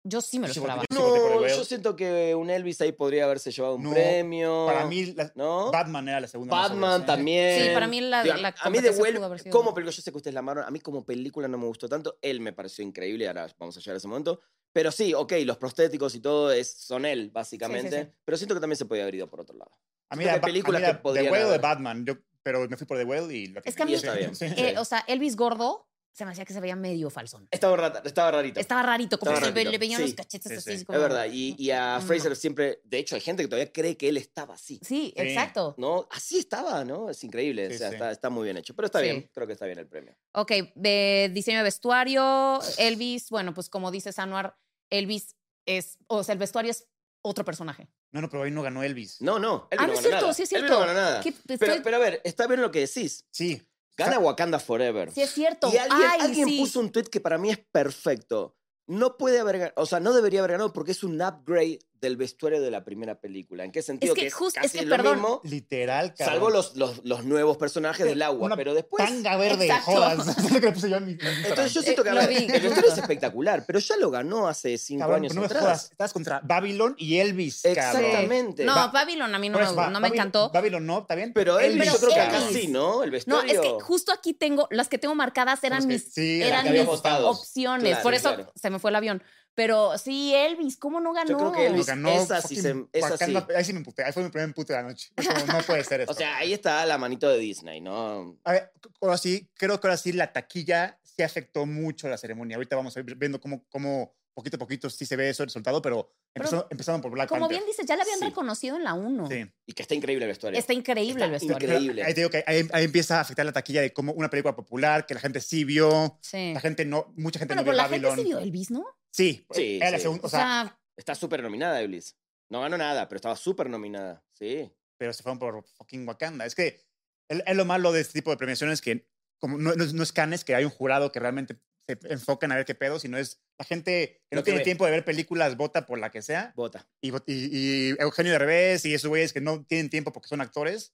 Speaker 1: Yo sí me lo
Speaker 3: Sí,
Speaker 1: esperaba.
Speaker 3: porque- Chico, te
Speaker 2: No,
Speaker 3: colgué.
Speaker 2: yo siento que un Elvis ahí podría haberse llevado un
Speaker 3: No,
Speaker 2: premio.
Speaker 3: Para mí, la-
Speaker 2: ¿no?
Speaker 3: Batman era la segunda. más
Speaker 2: Batman
Speaker 3: obviosa.
Speaker 2: también.
Speaker 1: Sí, para mí la,
Speaker 2: Digo,
Speaker 1: la
Speaker 2: a mí de
Speaker 1: competencia
Speaker 2: vuelta,
Speaker 1: pudo haber sido-
Speaker 2: como película, yo sé que ustedes la amaron, a mí como película no me gustó tanto, él me pareció increíble, ahora vamos a llegar a ese momento, pero sí, ok, los prostéticos y todo es, son él, básicamente,
Speaker 1: Sí, sí,
Speaker 2: pero siento que también se podía haber ido por otro lado.
Speaker 3: A mí
Speaker 2: Creo
Speaker 3: la
Speaker 2: que películas que podrían
Speaker 3: The Whale o de
Speaker 2: haber.
Speaker 3: Batman, yo, pero me fui por The Whale y la
Speaker 1: Es que a mí-
Speaker 2: Y está bien.
Speaker 3: Sí.
Speaker 1: Eh, o sea, Elvis gordo se me hacía que se veía medio falsón.
Speaker 2: Estaba, rata- estaba rarito.
Speaker 1: Estaba rarito, como
Speaker 2: Estaba
Speaker 1: se ve-
Speaker 2: rarito,
Speaker 1: le veían
Speaker 2: sí.
Speaker 1: los cachetes
Speaker 3: Sí,
Speaker 1: así.
Speaker 3: sí.
Speaker 1: como-
Speaker 2: es verdad, y, y a
Speaker 1: Mm,
Speaker 2: Fraser siempre, de hecho hay gente que todavía cree que él estaba así.
Speaker 1: Sí, exacto.
Speaker 2: No, así estaba, ¿no? Es increíble,
Speaker 3: Sí,
Speaker 2: o sea,
Speaker 3: sí.
Speaker 2: está, está muy bien hecho, pero está
Speaker 1: Sí.
Speaker 2: bien, creo que está bien el premio.
Speaker 1: Ok, de diseño de vestuario, Elvis, bueno, pues como dices, Anuar, Elvis es, o sea, el vestuario es otro personaje.
Speaker 3: No, no, pero ahí no ganó Elvis.
Speaker 2: No, no, él
Speaker 1: Ah, no
Speaker 2: no,
Speaker 1: es
Speaker 2: ganó
Speaker 1: cierto,
Speaker 2: nada.
Speaker 1: sí es
Speaker 2: Él
Speaker 1: cierto.
Speaker 2: no ganó nada.
Speaker 1: ¿Qué- estoy-
Speaker 2: Ah, Pero, pero a ver, está bien lo que decís.
Speaker 3: Sí.
Speaker 2: Gana
Speaker 3: Está-
Speaker 2: Wakanda Forever.
Speaker 1: Sí, es cierto.
Speaker 2: Y alguien,
Speaker 1: Ay,
Speaker 2: alguien
Speaker 1: sí.
Speaker 2: puso un tweet que para mí es perfecto. No puede haber ganado, o sea, no debería haber ganado porque es un upgrade del vestuario de la primera película. ¿En qué sentido?
Speaker 1: que
Speaker 2: que
Speaker 1: just- es
Speaker 2: casi
Speaker 1: que,
Speaker 2: lo
Speaker 1: perdón,
Speaker 2: mismo,
Speaker 3: Literal, cabrón.
Speaker 2: salvo los, los, los nuevos personajes del agua,
Speaker 3: Una
Speaker 2: pero después...
Speaker 3: Tanga verde,
Speaker 1: Exacto.
Speaker 3: jodas. Es lo que le puse yo a mi. a mi Instagram.
Speaker 2: Entonces yo siento que a
Speaker 1: Eh, lo
Speaker 2: ver,
Speaker 1: vi,
Speaker 2: el vestuario
Speaker 1: justo.
Speaker 2: es espectacular, pero ya lo ganó hace cinco
Speaker 3: Cabrón,
Speaker 2: años
Speaker 3: pero no me
Speaker 2: atrás.
Speaker 3: jodas. Estás contra Babylon y Elvis, cabrón.
Speaker 2: Exactamente.
Speaker 1: No,
Speaker 3: Va-
Speaker 1: Babylon a mí no,
Speaker 3: Por eso,
Speaker 1: me,
Speaker 3: Ba-
Speaker 1: no me
Speaker 3: Babil-
Speaker 1: encantó.
Speaker 3: Babylon no, está bien.
Speaker 2: Pero él,
Speaker 1: Elvis,
Speaker 2: yo creo que acá
Speaker 1: Elvis.
Speaker 2: sí, ¿no? El
Speaker 1: No,
Speaker 2: vestuario...
Speaker 1: es que justo aquí tengo, las que tengo marcadas eran
Speaker 3: Como es que-
Speaker 1: mis
Speaker 3: sí,
Speaker 1: eran
Speaker 3: que había
Speaker 1: mis
Speaker 3: votado.
Speaker 1: opciones.
Speaker 2: Claro,
Speaker 1: Por eso
Speaker 2: claro.
Speaker 1: se me fue el avión. Pero sí, Elvis, ¿cómo no ganó?
Speaker 2: Yo creo que
Speaker 3: Lo
Speaker 2: Elvis-
Speaker 3: ganó
Speaker 2: esa sí
Speaker 3: fucking
Speaker 2: se- esa
Speaker 3: Wakanda-
Speaker 2: sí.
Speaker 3: Ahí sí me emputé. Ahí fue mi primer empute de la noche. Fue como, no puede ser esto.
Speaker 2: O sea, ahí está la manito de Disney, ¿no?
Speaker 3: A ver, c- ahora sí, creo que ahora sí la taquilla sí afectó mucho la ceremonia. Ahorita vamos a ir viendo cómo, cómo poquito a poquito sí se ve eso el resultado, pero,
Speaker 1: Pero-
Speaker 3: empezó- empezaron por Black
Speaker 1: Como
Speaker 3: Panther.
Speaker 1: bien dices, ya la habían
Speaker 2: Sí.
Speaker 1: reconocido en la 1.
Speaker 3: Sí.
Speaker 2: Y que está increíble el vestuario.
Speaker 1: Está increíble el
Speaker 2: Está
Speaker 1: vestuario.
Speaker 2: increíble.
Speaker 3: Ahí te digo que ahí, ahí empieza a afectar la taquilla de cómo una película popular que la gente sí vio,
Speaker 1: Sí.
Speaker 3: la gente no, mucha gente
Speaker 1: Bueno,
Speaker 3: no
Speaker 1: pero
Speaker 3: vio
Speaker 1: la
Speaker 3: Babylon.
Speaker 1: gente sí vio Elvis, ¿no?
Speaker 3: Sí,
Speaker 2: Sí,
Speaker 3: era la
Speaker 2: sí.
Speaker 3: segunda,
Speaker 1: O
Speaker 3: o sea,
Speaker 1: sea,
Speaker 2: Está súper nominada, Iblis. No ganó nada, pero estaba súper nominada. Sí.
Speaker 3: pero se fueron por fucking Wakanda. Es que es es lo malo de este tipo de premiaciones que como no, no es- no es Cannes, que hay un jurado que realmente se enfoca en a ver qué pedo, sino es la gente que
Speaker 2: Lo
Speaker 3: no
Speaker 2: que
Speaker 3: tiene
Speaker 2: ve.
Speaker 3: tiempo de ver películas, vota por la que sea,
Speaker 2: Vota.
Speaker 3: y, vot- y, y Eugenio Derbez y esos güeyes que no tienen tiempo porque son actores.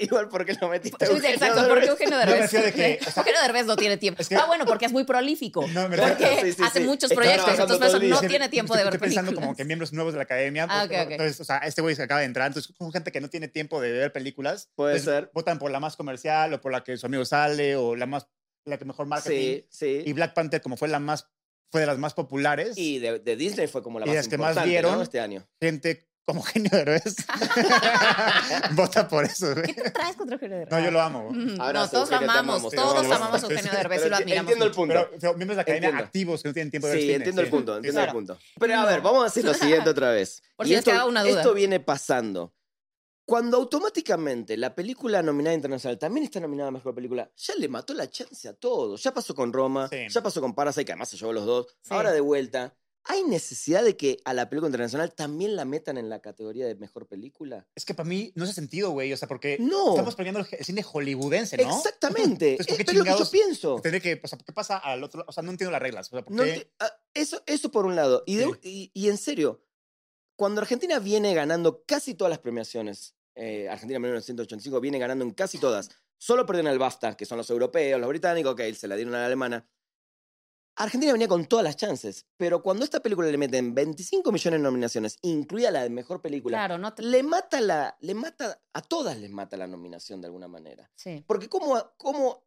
Speaker 2: Igual porque lo metiste.
Speaker 1: sí,
Speaker 2: Eugenio
Speaker 1: exacto,
Speaker 2: Derbez?
Speaker 1: porque Eugenio
Speaker 3: me
Speaker 1: Derbez.
Speaker 3: refiero de que, o sea,
Speaker 1: Eugenio Derbez no tiene tiempo.
Speaker 3: es que-
Speaker 1: ah, bueno, porque es muy prolífico.
Speaker 3: No, me refiero-
Speaker 1: Porque
Speaker 2: Sí, sí,
Speaker 1: hace
Speaker 2: sí.
Speaker 1: muchos
Speaker 2: Está
Speaker 1: proyectos,
Speaker 2: trabajando
Speaker 1: entonces por
Speaker 2: todo
Speaker 1: eso
Speaker 2: el día.
Speaker 1: no
Speaker 3: Sí,
Speaker 1: tiene
Speaker 3: estoy-
Speaker 1: tiempo de ver
Speaker 3: estoy pensando
Speaker 1: películas.
Speaker 3: como que miembros nuevos de la academia.
Speaker 1: Ah,
Speaker 3: pues,
Speaker 1: ok, ok.
Speaker 3: Entonces, o sea, este güey se acaba de entrar, entonces como gente que no tiene tiempo de ver películas.
Speaker 2: Puede
Speaker 3: entonces,
Speaker 2: ser.
Speaker 3: Votan por la más comercial o por la que su amigo sale o la más la que mejor marketing.
Speaker 2: Sí, sí.
Speaker 3: Y Black Panther como fue la más fue de las más populares,
Speaker 2: Y de, de Disney fue como la
Speaker 3: Y
Speaker 2: más
Speaker 3: las que más
Speaker 2: importante,
Speaker 3: vieron.
Speaker 2: ¿no? este año.
Speaker 3: gente como Eugenio Derbez vota por eso. güey.
Speaker 1: ¿Qué te traes contra Eugenio Derbez?
Speaker 3: No, yo lo amo.
Speaker 1: Mm, No,
Speaker 2: Abrazo,
Speaker 1: todos lo
Speaker 2: Eugenio, te
Speaker 1: amamos,
Speaker 2: amamos, te
Speaker 1: todos
Speaker 3: amamos.
Speaker 1: amamos a Eugenio Derbez y lo
Speaker 2: enti-
Speaker 1: admiramos.
Speaker 2: entiendo el
Speaker 1: mucho.
Speaker 2: punto.
Speaker 3: Pero, o sea, miembros de la academia
Speaker 2: Entiendo.
Speaker 3: activos que no tienen tiempo de ver
Speaker 2: Sí,
Speaker 3: cine,
Speaker 2: entiendo el
Speaker 3: sí.
Speaker 2: punto, entiendo el
Speaker 1: claro.
Speaker 2: punto. Pero a ver, vamos a decir lo siguiente otra vez.
Speaker 1: Por
Speaker 2: Y
Speaker 1: si les quedaba una duda.
Speaker 2: Esto viene pasando. Cuando automáticamente la película nominada internacional también está nominada a Mejor Película, ya le mató la chance a todo. Ya pasó con Roma,
Speaker 3: Sí.
Speaker 2: ya pasó con Parasite, que además se llevó los dos.
Speaker 1: Sí.
Speaker 2: Ahora de vuelta, ¿hay necesidad de que a la película internacional también la metan en la categoría de Mejor Película?
Speaker 3: Es que para mí no hace sentido, güey. O sea, porque
Speaker 2: No,
Speaker 3: Eh, estamos premiando el ge- el cine hollywoodense, ¿no?
Speaker 2: exactamente. Eh,
Speaker 3: Entonces, ¿por qué
Speaker 2: es lo que yo
Speaker 3: chingados
Speaker 2: pienso.
Speaker 3: Tendré que, o sea, ¿qué pasa al otro lado? O sea, no entiendo las reglas. O sea, ¿por
Speaker 2: No
Speaker 3: qué?
Speaker 2: enti- ah, eso, eso por un lado. Y, de- y- y en serio, cuando Argentina viene ganando casi todas las premiaciones, eh, Argentina 1985 viene ganando en casi todas, solo perdieron al BAFTA, que son los europeos, los británicos, que se la dieron a la alemana. Argentina venía con todas las chances, pero cuando a esta película le meten 25 millones de nominaciones, incluida la de mejor película,
Speaker 1: Claro, no te...
Speaker 2: le mata la, le mata, a todas les mata la nominación de alguna manera.
Speaker 1: Sí.
Speaker 2: Porque ¿cómo, cómo,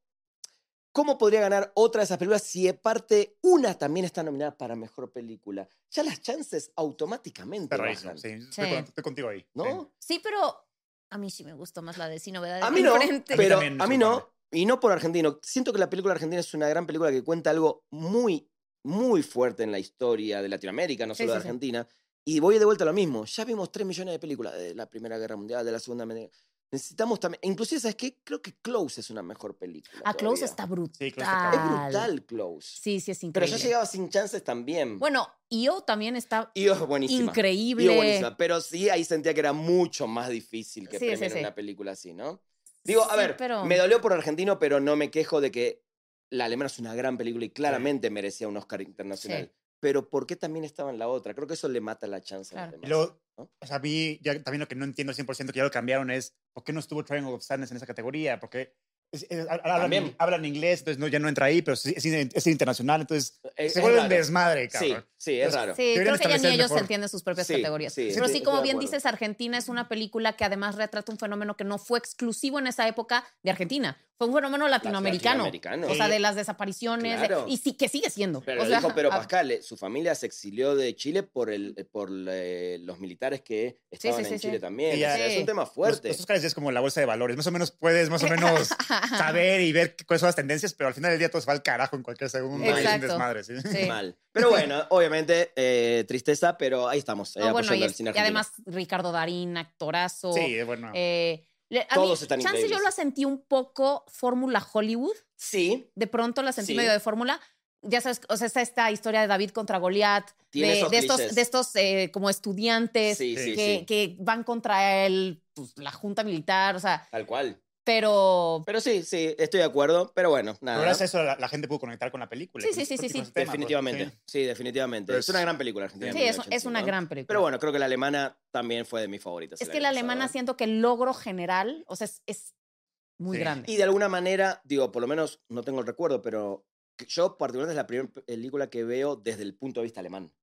Speaker 2: cómo podría ganar otra de esas películas si aparte una también está nominada para Mejor Película? Ya las chances automáticamente
Speaker 3: Está rarísimo,
Speaker 2: bajan,
Speaker 3: sí. Estoy, con- estoy contigo ahí.
Speaker 2: ¿no?
Speaker 3: sí.
Speaker 1: Sí, pero a mí sí me gustó más la de Sin Novedades.
Speaker 2: A mí no,
Speaker 1: Enfrente.
Speaker 2: pero
Speaker 3: también,
Speaker 2: a mí
Speaker 3: discúlpame.
Speaker 2: no, y no por argentino. Siento que la película argentina es una gran película que cuenta algo muy, muy fuerte en la historia de Latinoamérica, no
Speaker 1: Sí,
Speaker 2: solo
Speaker 1: sí,
Speaker 2: de
Speaker 1: sí.
Speaker 2: Argentina. Y voy de vuelta a lo mismo. Ya vimos 3 millones de películas de la Primera Guerra Mundial, de la Segunda Guerra Mundial. Necesitamos también. Inclusive, ¿sabes qué? Creo que Close es una mejor película.
Speaker 1: A Ah, Close
Speaker 2: todavía.
Speaker 1: está brutal.
Speaker 3: Sí, Close está
Speaker 2: Es brutal, Close.
Speaker 1: Sí, sí, es
Speaker 2: Pero
Speaker 1: increíble.
Speaker 2: yo llegaba sin chances también.
Speaker 1: Bueno, Io también está
Speaker 2: y es buenísima.
Speaker 1: increíble.
Speaker 2: Y es buenísima. Pero sí, ahí sentía que era mucho más difícil que
Speaker 1: Sí,
Speaker 2: premien
Speaker 1: sí, sí.
Speaker 2: una película así, ¿no? Digo, a
Speaker 1: Sí,
Speaker 2: ver,
Speaker 1: pero-
Speaker 2: me dolió por argentino, pero no me quejo de que La Alemana es una gran película y claramente merecía un Oscar internacional.
Speaker 1: Sí.
Speaker 2: Pero ¿por qué también estaba en la otra? Creo que eso le mata la chance a
Speaker 1: Claro.
Speaker 2: los
Speaker 3: Y
Speaker 2: demás.
Speaker 3: luego,
Speaker 2: ¿no?
Speaker 3: o sea, a mí ya también lo que no entiendo 100% que ya lo cambiaron es ¿por qué no estuvo Triangle of Sadness en esa categoría? Porque es- es- ha- hablan,
Speaker 2: También.
Speaker 3: hablan inglés, entonces no, ya no entra ahí, pero sí- es, cine- es internacional, entonces
Speaker 2: Eh, Es-
Speaker 3: se
Speaker 2: es
Speaker 3: vuelve un
Speaker 2: raro.
Speaker 3: desmadre,
Speaker 2: Sí,
Speaker 3: cabrón.
Speaker 2: sí, es
Speaker 3: Es-
Speaker 2: raro.
Speaker 1: Sí, creo
Speaker 3: Deberían
Speaker 1: que ya ni
Speaker 3: establecer
Speaker 1: ellos
Speaker 3: mejor.
Speaker 1: entienden sus propias
Speaker 2: Sí,
Speaker 1: categorías.
Speaker 2: sí,
Speaker 1: Pero
Speaker 2: estoy-
Speaker 1: sí, como
Speaker 2: estoy de
Speaker 1: bien
Speaker 2: acuerdo.
Speaker 1: dices, Argentina es una película que además retrata un fenómeno que no fue exclusivo en esa época de Argentina. Fue un fenómeno latinoamericano.
Speaker 2: Latinoamericano.
Speaker 1: O sea, de las desapariciones. de-
Speaker 2: Claro.
Speaker 1: y sí, que sigue siendo.
Speaker 2: Pero
Speaker 1: O
Speaker 2: lo
Speaker 1: sea, ah,
Speaker 2: dijo Pero
Speaker 1: a-
Speaker 2: Pascal, eh, su familia se exilió de Chile por, el, eh, por eh, los militares que estaban
Speaker 1: sí,
Speaker 2: en
Speaker 1: sí.
Speaker 2: Chile también.
Speaker 3: Sí,
Speaker 2: O sea,
Speaker 1: sí.
Speaker 2: es un tema
Speaker 3: Los,
Speaker 2: fuerte.
Speaker 3: los Oscars es como la bolsa de valores. Más o menos puedes, más o menos
Speaker 1: ah,
Speaker 3: saber y ver qué- cuáles son las tendencias, pero al final del día todo se va al carajo en cualquier segundo. y Es un
Speaker 1: Exacto.
Speaker 3: desmadre, ¿sí?
Speaker 1: ah, Sí.
Speaker 2: Mal. Pero bueno, obviamente, eh, tristeza, pero ahí estamos. eh,
Speaker 1: no, bueno,
Speaker 2: apoyando
Speaker 1: y,
Speaker 2: al
Speaker 1: es- y
Speaker 2: cine argentino.
Speaker 1: además Ricardo Darín, actorazo.
Speaker 3: Sí, bueno.
Speaker 1: eh, le- a
Speaker 2: Todos
Speaker 1: mí,
Speaker 2: están
Speaker 1: chance yo
Speaker 2: increíbles.
Speaker 1: la sentí un poco fórmula Hollywood.
Speaker 2: Sí,
Speaker 1: de pronto la sentí
Speaker 2: Sí.
Speaker 1: medio de fórmula. Ya sabes, o sea, está esta historia de David contra Goliat,
Speaker 2: Tiene
Speaker 1: de,
Speaker 2: esos
Speaker 1: de estos,
Speaker 2: clichés.
Speaker 1: de estos eh, como estudiantes
Speaker 2: sí, sí,
Speaker 1: que,
Speaker 2: sí.
Speaker 1: que van contra el, pues, la junta militar, o sea,
Speaker 2: Tal cual.
Speaker 1: pero
Speaker 2: Pero sí, sí, estoy de acuerdo. Pero bueno,
Speaker 3: Pero
Speaker 2: nada.
Speaker 3: gracias a eso la, la gente pudo conectar con la película. y
Speaker 1: Sí, sí,
Speaker 3: con-
Speaker 1: sí,
Speaker 3: con
Speaker 1: sí,
Speaker 3: ese
Speaker 1: sí.
Speaker 3: tema, pues,
Speaker 2: definitivamente.
Speaker 3: sí.
Speaker 2: Sí, definitivamente.
Speaker 3: Pues-
Speaker 2: es una gran película argentina.
Speaker 1: sí, es, es
Speaker 2: 1985,
Speaker 1: una
Speaker 2: ¿no?
Speaker 1: gran película.
Speaker 2: Pero bueno, creo que la alemana también fue de mis favoritas.
Speaker 1: es
Speaker 2: el
Speaker 1: que la
Speaker 2: año pasado,
Speaker 1: alemana
Speaker 2: ¿eh?
Speaker 1: siento que el logro general, o sea, es, es muy
Speaker 3: Sí.
Speaker 1: grande.
Speaker 2: Y de alguna manera, digo, por lo menos no tengo el recuerdo, pero que yo particularmente es la primera película que veo desde el punto de vista alemán.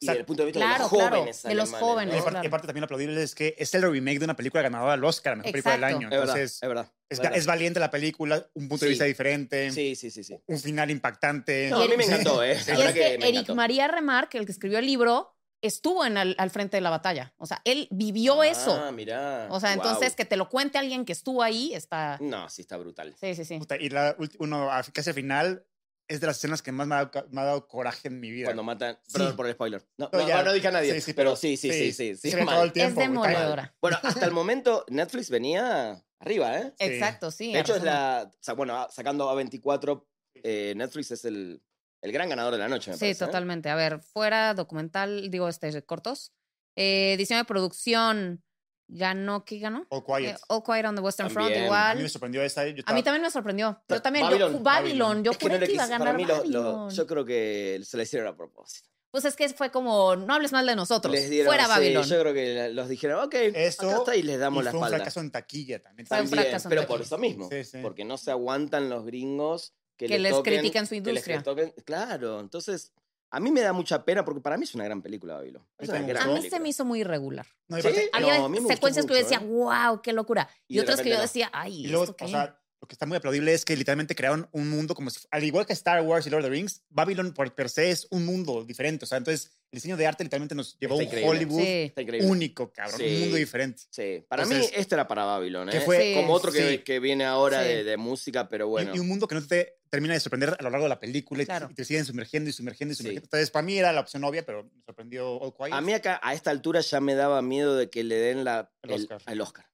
Speaker 2: Y desde el
Speaker 3: Exacto.
Speaker 2: punto de vista de los
Speaker 1: Claro, claro,
Speaker 2: jóvenes.
Speaker 1: de los
Speaker 2: alemanes, ¿no?
Speaker 1: jóvenes,
Speaker 3: Y aparte,
Speaker 1: claro.
Speaker 3: y aparte también lo aplaudible es que es el remake de una película ganadora al Oscar, mejor película del
Speaker 1: Exacto.
Speaker 3: año.
Speaker 2: Es verdad,
Speaker 3: Entonces,
Speaker 2: es verdad.
Speaker 3: es,
Speaker 2: es verdad.
Speaker 3: es valiente la película, un punto de
Speaker 2: Sí.
Speaker 3: vista diferente,
Speaker 2: Sí, sí, sí, sí.
Speaker 3: un final impactante.
Speaker 2: No, a mí me encantó, ¿eh?
Speaker 1: Y
Speaker 2: La verdad
Speaker 1: es que,
Speaker 2: que me
Speaker 1: Eric
Speaker 2: encantó.
Speaker 1: María Remarque, el que escribió el libro, estuvo en al, al frente de la batalla. O sea, él vivió
Speaker 2: Ah,
Speaker 1: eso.
Speaker 2: mirá.
Speaker 1: O sea,
Speaker 2: Guau.
Speaker 1: entonces que te lo cuente alguien que estuvo ahí está...
Speaker 2: No, sí está brutal.
Speaker 1: Sí, sí, sí.
Speaker 3: Puta, Y la ulti- uno a- casi al final es de las escenas que más me ha dado, me ha dado coraje en mi vida.
Speaker 2: Cuando matan.
Speaker 3: Sí.
Speaker 2: Perdón por el spoiler. No,
Speaker 3: No,
Speaker 2: no,
Speaker 3: ya.
Speaker 2: no dije a nadie.
Speaker 3: Sí, sí,
Speaker 2: pero,
Speaker 3: pero-
Speaker 2: sí, sí, sí, sí. sí,
Speaker 3: se ve
Speaker 2: mal.
Speaker 3: todo el
Speaker 1: Es
Speaker 3: tiempo, güey, está mal.
Speaker 1: demoledora.
Speaker 2: Bueno, hasta el momento Netflix venía arriba, ¿eh?
Speaker 3: Sí.
Speaker 1: Exacto, sí.
Speaker 2: De hecho, es
Speaker 1: arrasando.
Speaker 2: la. o sea, bueno, ah, sacando A24, eh, Netflix es el, el gran ganador de la noche, me
Speaker 1: Sí,
Speaker 2: parece, ¿eh?
Speaker 1: totalmente. A ver, fuera documental, digo, este, cortos. Eh, diseño de producción, ganó, ¿qué ganó?
Speaker 3: All
Speaker 1: Eh,
Speaker 3: Quiet.
Speaker 1: All Quiet on the Western Front,
Speaker 2: También.
Speaker 3: a mí me
Speaker 1: igual.
Speaker 3: sorprendió esta. Yo
Speaker 1: A
Speaker 3: estaba-
Speaker 1: mí también me sorprendió. Yo
Speaker 2: Ta-
Speaker 1: también.
Speaker 2: Babylon,
Speaker 1: yo, Babylon,
Speaker 3: Babylon.
Speaker 1: yo
Speaker 2: Es que no
Speaker 1: juré
Speaker 2: le
Speaker 1: que iba a
Speaker 2: quise- para
Speaker 1: ganar
Speaker 2: mí lo- lo-
Speaker 1: Babylon.
Speaker 2: yo creo que se lo hicieron a propósito.
Speaker 1: Pues es que fue como, no hables mal de nosotros.
Speaker 2: Les dieron,
Speaker 1: fuera
Speaker 2: sí,
Speaker 1: Babylon.
Speaker 2: Yo creo que la- los dijeron, ok,
Speaker 3: Eso,
Speaker 2: acá está y les damos
Speaker 3: y
Speaker 2: la
Speaker 3: fue un
Speaker 2: espalda.
Speaker 3: fracaso en taquilla también.
Speaker 1: Fue un
Speaker 2: También,
Speaker 1: fracaso en
Speaker 2: pero
Speaker 1: taquilla.
Speaker 2: por eso mismo,
Speaker 3: Sí, sí.
Speaker 2: porque no se aguantan los gringos que,
Speaker 1: que
Speaker 2: le
Speaker 1: les
Speaker 2: toquen-
Speaker 1: critican su
Speaker 2: que les
Speaker 1: industria.
Speaker 2: toquen- claro, entonces a mí me da mucha pena porque para mí es una gran película Babylon. Es
Speaker 3: A
Speaker 2: una
Speaker 3: mí
Speaker 2: gran
Speaker 1: A mí se
Speaker 2: película.
Speaker 1: me hizo muy irregular.
Speaker 3: No, y
Speaker 2: ¿Sí?
Speaker 3: aparte-
Speaker 2: No,
Speaker 1: Había
Speaker 2: a mí me gustó
Speaker 1: secuencias que yo
Speaker 2: mucho, ¿eh?
Speaker 1: decía, wow, qué locura.
Speaker 2: Y
Speaker 1: Y,
Speaker 2: de
Speaker 1: otras que
Speaker 2: repente
Speaker 1: yo
Speaker 2: no.
Speaker 1: decía, ay,
Speaker 3: Y luego,
Speaker 1: ¿esto qué?
Speaker 3: o sea, lo que está muy aplaudible es que literalmente crearon un mundo como si, al igual que Star Wars y Lord of the Rings, Babylon por per se es un mundo diferente. O sea, entonces el diseño de arte literalmente nos llevó a un
Speaker 2: Está increíble.
Speaker 3: Hollywood
Speaker 1: sí.
Speaker 2: Está increíble.
Speaker 3: único, cabrón.
Speaker 2: Sí.
Speaker 3: Un mundo diferente.
Speaker 2: Sí, para mí
Speaker 3: Entonces,
Speaker 2: esta era para Babylon, ¿eh?
Speaker 3: que fue-
Speaker 1: Sí.
Speaker 2: como otro que,
Speaker 3: sí.
Speaker 2: que viene ahora
Speaker 1: Sí.
Speaker 2: de, de música, pero
Speaker 3: Y-
Speaker 2: bueno.
Speaker 3: Y un mundo que no te termina de sorprender a lo largo de la película y te-
Speaker 1: Claro.
Speaker 3: y te siguen sumergiendo y sumergiendo y
Speaker 2: Sí.
Speaker 3: sumergiendo. Entonces, para mí era la opción obvia, pero me sorprendió All Quiet.
Speaker 2: a mí acá, a esta altura ya me daba miedo de que le den la,
Speaker 3: El Oscar.
Speaker 2: al Oscar.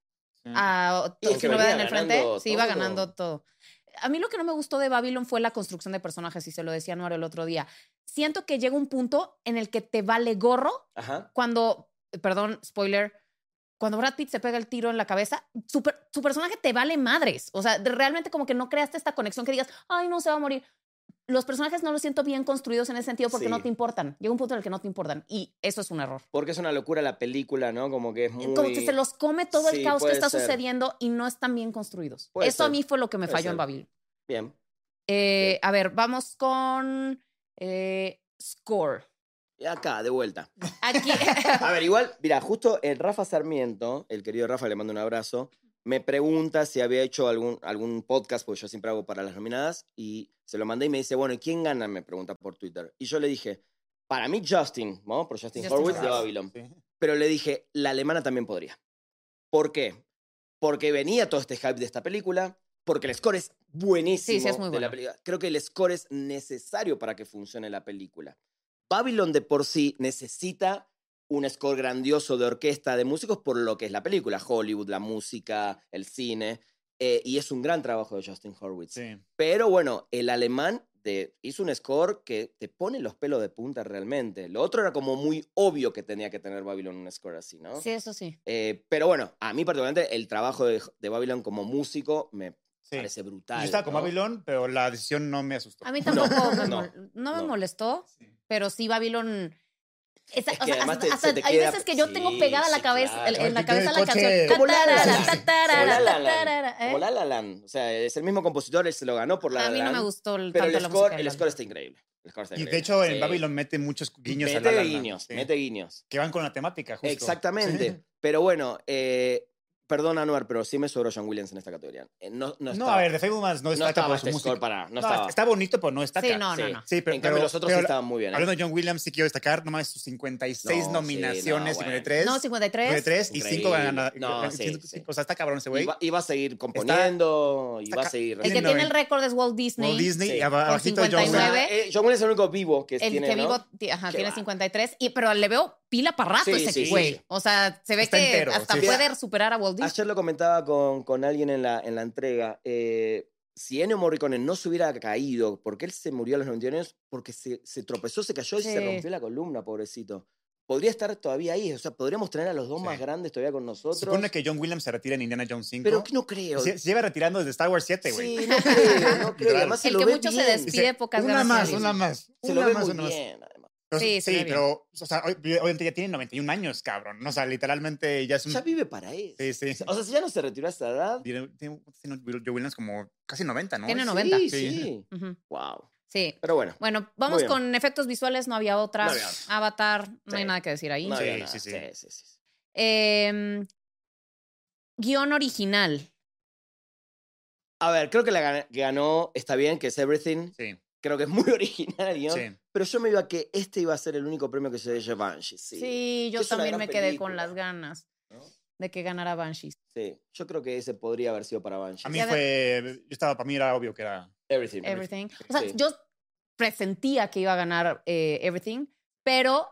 Speaker 3: Sí.
Speaker 1: Ah,
Speaker 2: Y es
Speaker 1: si
Speaker 2: que
Speaker 1: no
Speaker 2: venía
Speaker 1: en el frente,
Speaker 2: ganando
Speaker 1: sí iba
Speaker 2: todo.
Speaker 1: ganando todo. A mí lo que no me gustó de Babylon fue la construcción de personajes, y se lo decía Noaro el otro día. Siento que llega un punto en el que te vale gorro
Speaker 2: Ajá.
Speaker 1: cuando, perdón, spoiler, cuando Brad Pitt se pega el tiro en la cabeza, su, per- su personaje te vale madres. O sea, de- realmente como que no creaste esta conexión que digas, ay, no, se va a morir. Los personajes no los siento bien construidos en ese sentido porque
Speaker 2: Sí.
Speaker 1: no te importan. Llega un punto en el que no te importan y eso es un error.
Speaker 2: Porque es una locura la película, ¿no? Como que es muy...
Speaker 1: Como que se los come todo
Speaker 2: Sí,
Speaker 1: el caos que
Speaker 2: puede
Speaker 1: está
Speaker 2: ser.
Speaker 1: sucediendo y no están bien construidos.
Speaker 2: Puede
Speaker 1: Eso a
Speaker 2: ser.
Speaker 1: mí fue lo que me
Speaker 2: Puede
Speaker 1: falló
Speaker 2: ser.
Speaker 1: en Babylon.
Speaker 2: Bien.
Speaker 1: Eh, A ver, vamos con eh, Score.
Speaker 2: Y acá, de vuelta.
Speaker 1: Aquí,
Speaker 2: A ver, igual, mira, justo el Rafa Sarmiento, el querido Rafa, le mando un abrazo, me pregunta si había hecho algún, algún podcast, porque yo siempre hago para las nominadas, y se lo mandé y me dice, bueno, ¿y quién gana? Me pregunta por Twitter. Y yo le dije, para mí Justin, vamos por Justin,
Speaker 1: Justin
Speaker 2: Horwitz de
Speaker 1: Horwitz.
Speaker 2: Babylon.
Speaker 3: Sí.
Speaker 2: Pero le dije, la alemana también podría. ¿Por qué? Porque venía todo este hype de esta película, porque el score es buenísimo.
Speaker 1: Sí, sí, es muy
Speaker 2: de la
Speaker 1: bueno.
Speaker 2: película. Creo que el score es necesario para que funcione la película. Babylon de por sí necesita un score grandioso de orquesta, de músicos, por lo que es la película, Hollywood, la música, el cine, eh, y es un gran trabajo de Justin Horwitz.
Speaker 3: Sí.
Speaker 2: Pero bueno, el alemán de- hizo un score que te pone los pelos de punta realmente. Lo otro era como muy obvio que tenía que tener Babylon un score así, ¿no?
Speaker 1: sí, eso sí.
Speaker 2: Eh, pero bueno, a mí particularmente el trabajo de, de Babylon como músico me
Speaker 3: Sí.
Speaker 2: parece brutal.
Speaker 3: Yo estaba con
Speaker 2: ¿no?
Speaker 3: Babylon, pero la decisión no me asustó.
Speaker 1: A mí tampoco me,
Speaker 2: no,
Speaker 1: mol- no me
Speaker 2: no.
Speaker 1: molestó,
Speaker 3: Sí.
Speaker 1: pero sí Babylon... Esa-
Speaker 2: Es
Speaker 1: o
Speaker 2: que
Speaker 1: sea,
Speaker 2: además
Speaker 1: hasta-
Speaker 2: te-
Speaker 1: hasta
Speaker 2: se te
Speaker 1: hay
Speaker 2: queda-
Speaker 1: veces que yo
Speaker 2: sí,
Speaker 1: tengo pegada la
Speaker 2: sí,
Speaker 1: cabeza,
Speaker 2: claro.
Speaker 1: en la
Speaker 3: Ay, que tiene
Speaker 1: cabeza la
Speaker 3: el
Speaker 1: canción.
Speaker 3: coche.
Speaker 2: Como la
Speaker 1: Tatarara,
Speaker 2: La La Land.
Speaker 1: tatarara,
Speaker 2: Como La La Land.
Speaker 1: tatarara, ¿eh?
Speaker 2: Como La La Land. O sea, es el mismo compositor, él se lo ganó por La La
Speaker 1: A mí no me
Speaker 2: Land,
Speaker 1: gustó el-
Speaker 2: Pero
Speaker 1: tanto
Speaker 2: el
Speaker 1: la
Speaker 2: score,
Speaker 1: música de
Speaker 2: el
Speaker 1: La
Speaker 2: score está increíble. El score está
Speaker 3: Y de
Speaker 2: increíble.
Speaker 3: hecho, en
Speaker 2: Sí.
Speaker 3: Babylon mete muchos guiños a
Speaker 2: mete
Speaker 3: la La Land,
Speaker 2: guiños,
Speaker 3: sí,
Speaker 2: mete guiños.
Speaker 3: Que van con la temática, justo.
Speaker 2: Exactamente.
Speaker 3: Sí.
Speaker 2: Pero bueno, eh, perdón, Anuar, pero sí me sobró John Williams en esta categoría. Eh, no, no,
Speaker 3: No,
Speaker 2: estaba-
Speaker 3: a ver, de Facebook Mans no
Speaker 2: no
Speaker 3: destaca
Speaker 2: estaba
Speaker 3: por su
Speaker 2: este
Speaker 3: música.
Speaker 2: score para. No,
Speaker 3: No,
Speaker 2: estaba.
Speaker 3: está bonito, pero no destaca.
Speaker 1: Sí, no, no,
Speaker 2: Sí.
Speaker 1: no.
Speaker 3: Sí, pero,
Speaker 2: en cambio,
Speaker 3: pero-
Speaker 2: los otros
Speaker 3: pero
Speaker 2: sí estaban muy bien. ¿eh?
Speaker 3: Hablando de John Williams, sí quiero destacar nomás sus 56
Speaker 2: No, sí,
Speaker 3: nominaciones,
Speaker 2: no, bueno.
Speaker 3: 53,
Speaker 1: No, 53.
Speaker 3: 53 y 5
Speaker 2: Increíble.
Speaker 3: ganadas.
Speaker 2: No, sí, sí.
Speaker 3: O sea, está cabrón ese este güey.
Speaker 2: Y va, y va a seguir componiendo, y
Speaker 3: está
Speaker 2: va a
Speaker 3: ca-
Speaker 2: seguir.
Speaker 1: El que
Speaker 2: recibiendo-
Speaker 1: tiene el récord es Walt Disney.
Speaker 3: Walt Disney
Speaker 2: Sí.
Speaker 3: y aba-
Speaker 1: Con
Speaker 3: abajito de John
Speaker 2: O sea,
Speaker 1: 59.
Speaker 3: Williams.
Speaker 2: eh, John Williams es el único vivo que
Speaker 1: El
Speaker 2: pues, tiene.
Speaker 1: que
Speaker 2: ¿no?
Speaker 1: vivo ti- ajá,
Speaker 2: Qué
Speaker 1: tiene
Speaker 2: va.
Speaker 1: 53, y, pero le veo pila parrato
Speaker 2: Sí,
Speaker 1: ese
Speaker 2: sí, sí,
Speaker 1: güey.
Speaker 2: sí.
Speaker 1: O sea, se ve
Speaker 3: Está
Speaker 1: que
Speaker 3: entero,
Speaker 1: hasta
Speaker 3: sí.
Speaker 1: puede superar a Walt Disney.
Speaker 2: Ayer lo comentaba con, con alguien en la, en la entrega. eh, si Ennio Morricone no se hubiera caído, porque él se murió a los 91 años, porque se, se tropezó, se cayó y se
Speaker 1: Sí.
Speaker 2: rompió la columna, pobrecito. Podría estar todavía ahí, o sea, podríamos tener a los dos
Speaker 3: Sí.
Speaker 2: más grandes todavía con nosotros.
Speaker 3: Supone que John Williams se retira en Indiana Jones 5.
Speaker 2: Pero que no creo.
Speaker 3: se, se lleva retirando desde Star Wars 7, güey.
Speaker 2: sí, no creo, no creo.
Speaker 3: Literal.
Speaker 2: Además, se
Speaker 1: El
Speaker 2: lo
Speaker 1: que
Speaker 2: ve
Speaker 1: mucho se
Speaker 2: bien.
Speaker 1: despide. Pide pocas
Speaker 3: una
Speaker 1: ganas
Speaker 3: más,
Speaker 2: y-
Speaker 3: una más.
Speaker 2: Se
Speaker 3: una
Speaker 2: lo ve
Speaker 3: más,
Speaker 2: muy
Speaker 3: una más.
Speaker 2: bien, además.
Speaker 3: Pero
Speaker 1: Sí,
Speaker 3: sí,
Speaker 1: se ve bien.
Speaker 3: pero, o sea, hoy- obviamente ya tiene 91 años, cabrón. O sea, literalmente ya es un.
Speaker 2: Ya vive para eso.
Speaker 3: Mm. Sí, sí.
Speaker 2: O sea, si ya no se retiró a esa edad.
Speaker 3: Este, Tiene, tiene- tiene John Williams como casi 90, ¿no?
Speaker 1: Tiene
Speaker 3: Sí.
Speaker 1: 90.
Speaker 2: Sí,
Speaker 3: Sí.
Speaker 2: sí.
Speaker 1: Ujú,
Speaker 2: Wow.
Speaker 1: Sí.
Speaker 2: Pero bueno.
Speaker 1: Bueno, vamos
Speaker 2: bien.
Speaker 1: con efectos visuales. No había otra.
Speaker 2: No había
Speaker 1: Avatar, no
Speaker 2: Sí.
Speaker 1: hay nada que decir ahí.
Speaker 2: No
Speaker 3: Sí,
Speaker 2: había nada.
Speaker 3: sí, sí.
Speaker 2: sí, sí.
Speaker 1: Eh, guión original.
Speaker 2: A ver, creo que la gan- ganó, está bien, que es Everything.
Speaker 3: Sí,
Speaker 2: Creo que es muy original el guión.
Speaker 3: sí.
Speaker 2: Pero yo me iba a que este iba a ser el único premio que se dé a Banshee. Sí.
Speaker 1: Sí,
Speaker 2: sí.
Speaker 1: yo
Speaker 2: Es una
Speaker 1: también
Speaker 2: gran
Speaker 1: me quedé con
Speaker 2: película.
Speaker 1: las ganas
Speaker 2: ¿No?
Speaker 1: de que ganara Banshee.
Speaker 2: Yo creo que ese podría haber sido para Banshee.
Speaker 3: A mí
Speaker 1: Ya ve-
Speaker 3: fue. Yo estaba, para mí era obvio que era.
Speaker 2: Everything.
Speaker 1: Everything. O sea,
Speaker 2: Sí.
Speaker 1: yo presentía que iba a ganar eh, Everything, pero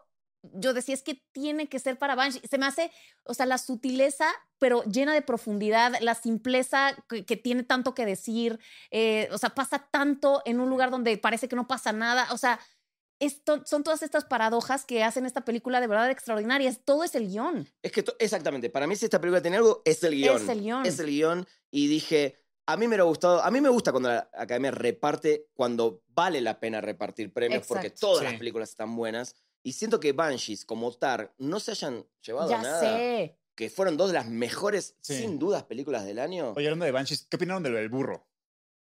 Speaker 1: yo decía, es que tiene que ser para Banshee. Se me hace, o sea, la sutileza, pero llena de profundidad, la simpleza que, que tiene tanto que decir, eh, o sea, pasa tanto en un lugar donde parece que no pasa nada, o sea, esto, son todas estas paradojas que hacen esta película de verdad extraordinaria. Es- Todo es el guión.
Speaker 2: Es que, to- exactamente, para mí si esta película tiene algo, es el guión.
Speaker 1: Es el guión.
Speaker 2: Es el guión. Y dije, a mí me hubiera gustado, a mí me gusta cuando la Academia reparte, cuando vale la pena repartir premios, porque
Speaker 1: Exacto.
Speaker 2: todas
Speaker 3: Sí.
Speaker 2: las películas están buenas. Y siento que Banshees, como Tar, no se hayan llevado
Speaker 1: ya
Speaker 2: nada.
Speaker 1: sé.
Speaker 2: Que fueron dos de las mejores,
Speaker 3: Sí.
Speaker 2: sin dudas, películas del año.
Speaker 3: Oye, hablando de Banshees, ¿qué opinaron de lo del burro?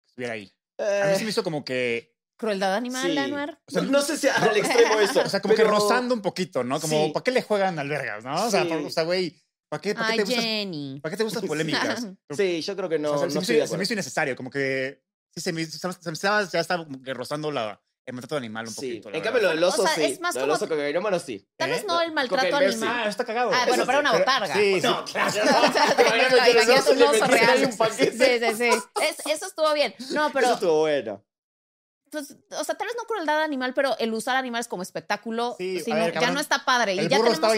Speaker 3: Que estuviera ahí. A mí
Speaker 2: Eh,
Speaker 3: se me hizo como que.
Speaker 1: Crueldad animal,
Speaker 2: sí.
Speaker 1: Anuar.
Speaker 3: o sea,
Speaker 2: no, no sé si al extremo eso.
Speaker 3: O sea, como que
Speaker 2: pero-
Speaker 3: rozando un poquito, ¿no? Como,
Speaker 2: Sí.
Speaker 3: ¿para qué le juegan albergas, no? O sea,
Speaker 2: Sí.
Speaker 3: por- o sea, güey, ¿para qué, para qué
Speaker 1: Ay,
Speaker 3: te gustas,
Speaker 1: Jenny.
Speaker 3: ¿para qué te gustas polémicas?
Speaker 2: Sí, yo creo que no.
Speaker 3: O sea,
Speaker 2: no
Speaker 3: se,
Speaker 2: estoy
Speaker 3: me hizo-
Speaker 2: de
Speaker 3: se me
Speaker 2: acuerdo.
Speaker 3: hizo innecesario, como que. Sí, se me, hizo- se me- se me estaba, ya estaba como que rozando la, el maltrato animal un
Speaker 2: Sí.
Speaker 3: poquito. la
Speaker 2: En cambio, lo del oso
Speaker 1: O sea,
Speaker 2: sí.
Speaker 1: es más
Speaker 2: lo del
Speaker 1: como-
Speaker 2: oso cocainómano sí.
Speaker 1: Tal vez
Speaker 3: ¿Eh?
Speaker 1: no el maltrato
Speaker 2: Cocaine Bear, sí.
Speaker 3: verdad.
Speaker 1: animal.
Speaker 3: Ah, está cagado.
Speaker 1: Ah, bueno,
Speaker 3: Eso
Speaker 1: para
Speaker 3: sí,
Speaker 1: una botarga.
Speaker 3: Sí, sí.
Speaker 2: No, claro.
Speaker 1: O sea, te
Speaker 2: Cocaine
Speaker 1: imagino-
Speaker 2: Bear,
Speaker 1: imagínate
Speaker 2: oso,
Speaker 1: un
Speaker 2: le
Speaker 1: oso
Speaker 2: metieron
Speaker 1: real.
Speaker 2: un paquete.
Speaker 1: Sí, sí, sí. Es- eso estuvo bien. No, pero,
Speaker 2: Eso estuvo bueno.
Speaker 1: pues, o sea, tal vez no crueldad animal, pero el usar animales como espectáculo,
Speaker 3: Sí, a
Speaker 1: sino
Speaker 3: ver,
Speaker 1: ya
Speaker 3: cabrón,
Speaker 1: no está padre. Y
Speaker 3: El burro
Speaker 1: ya tenemos-
Speaker 3: estaba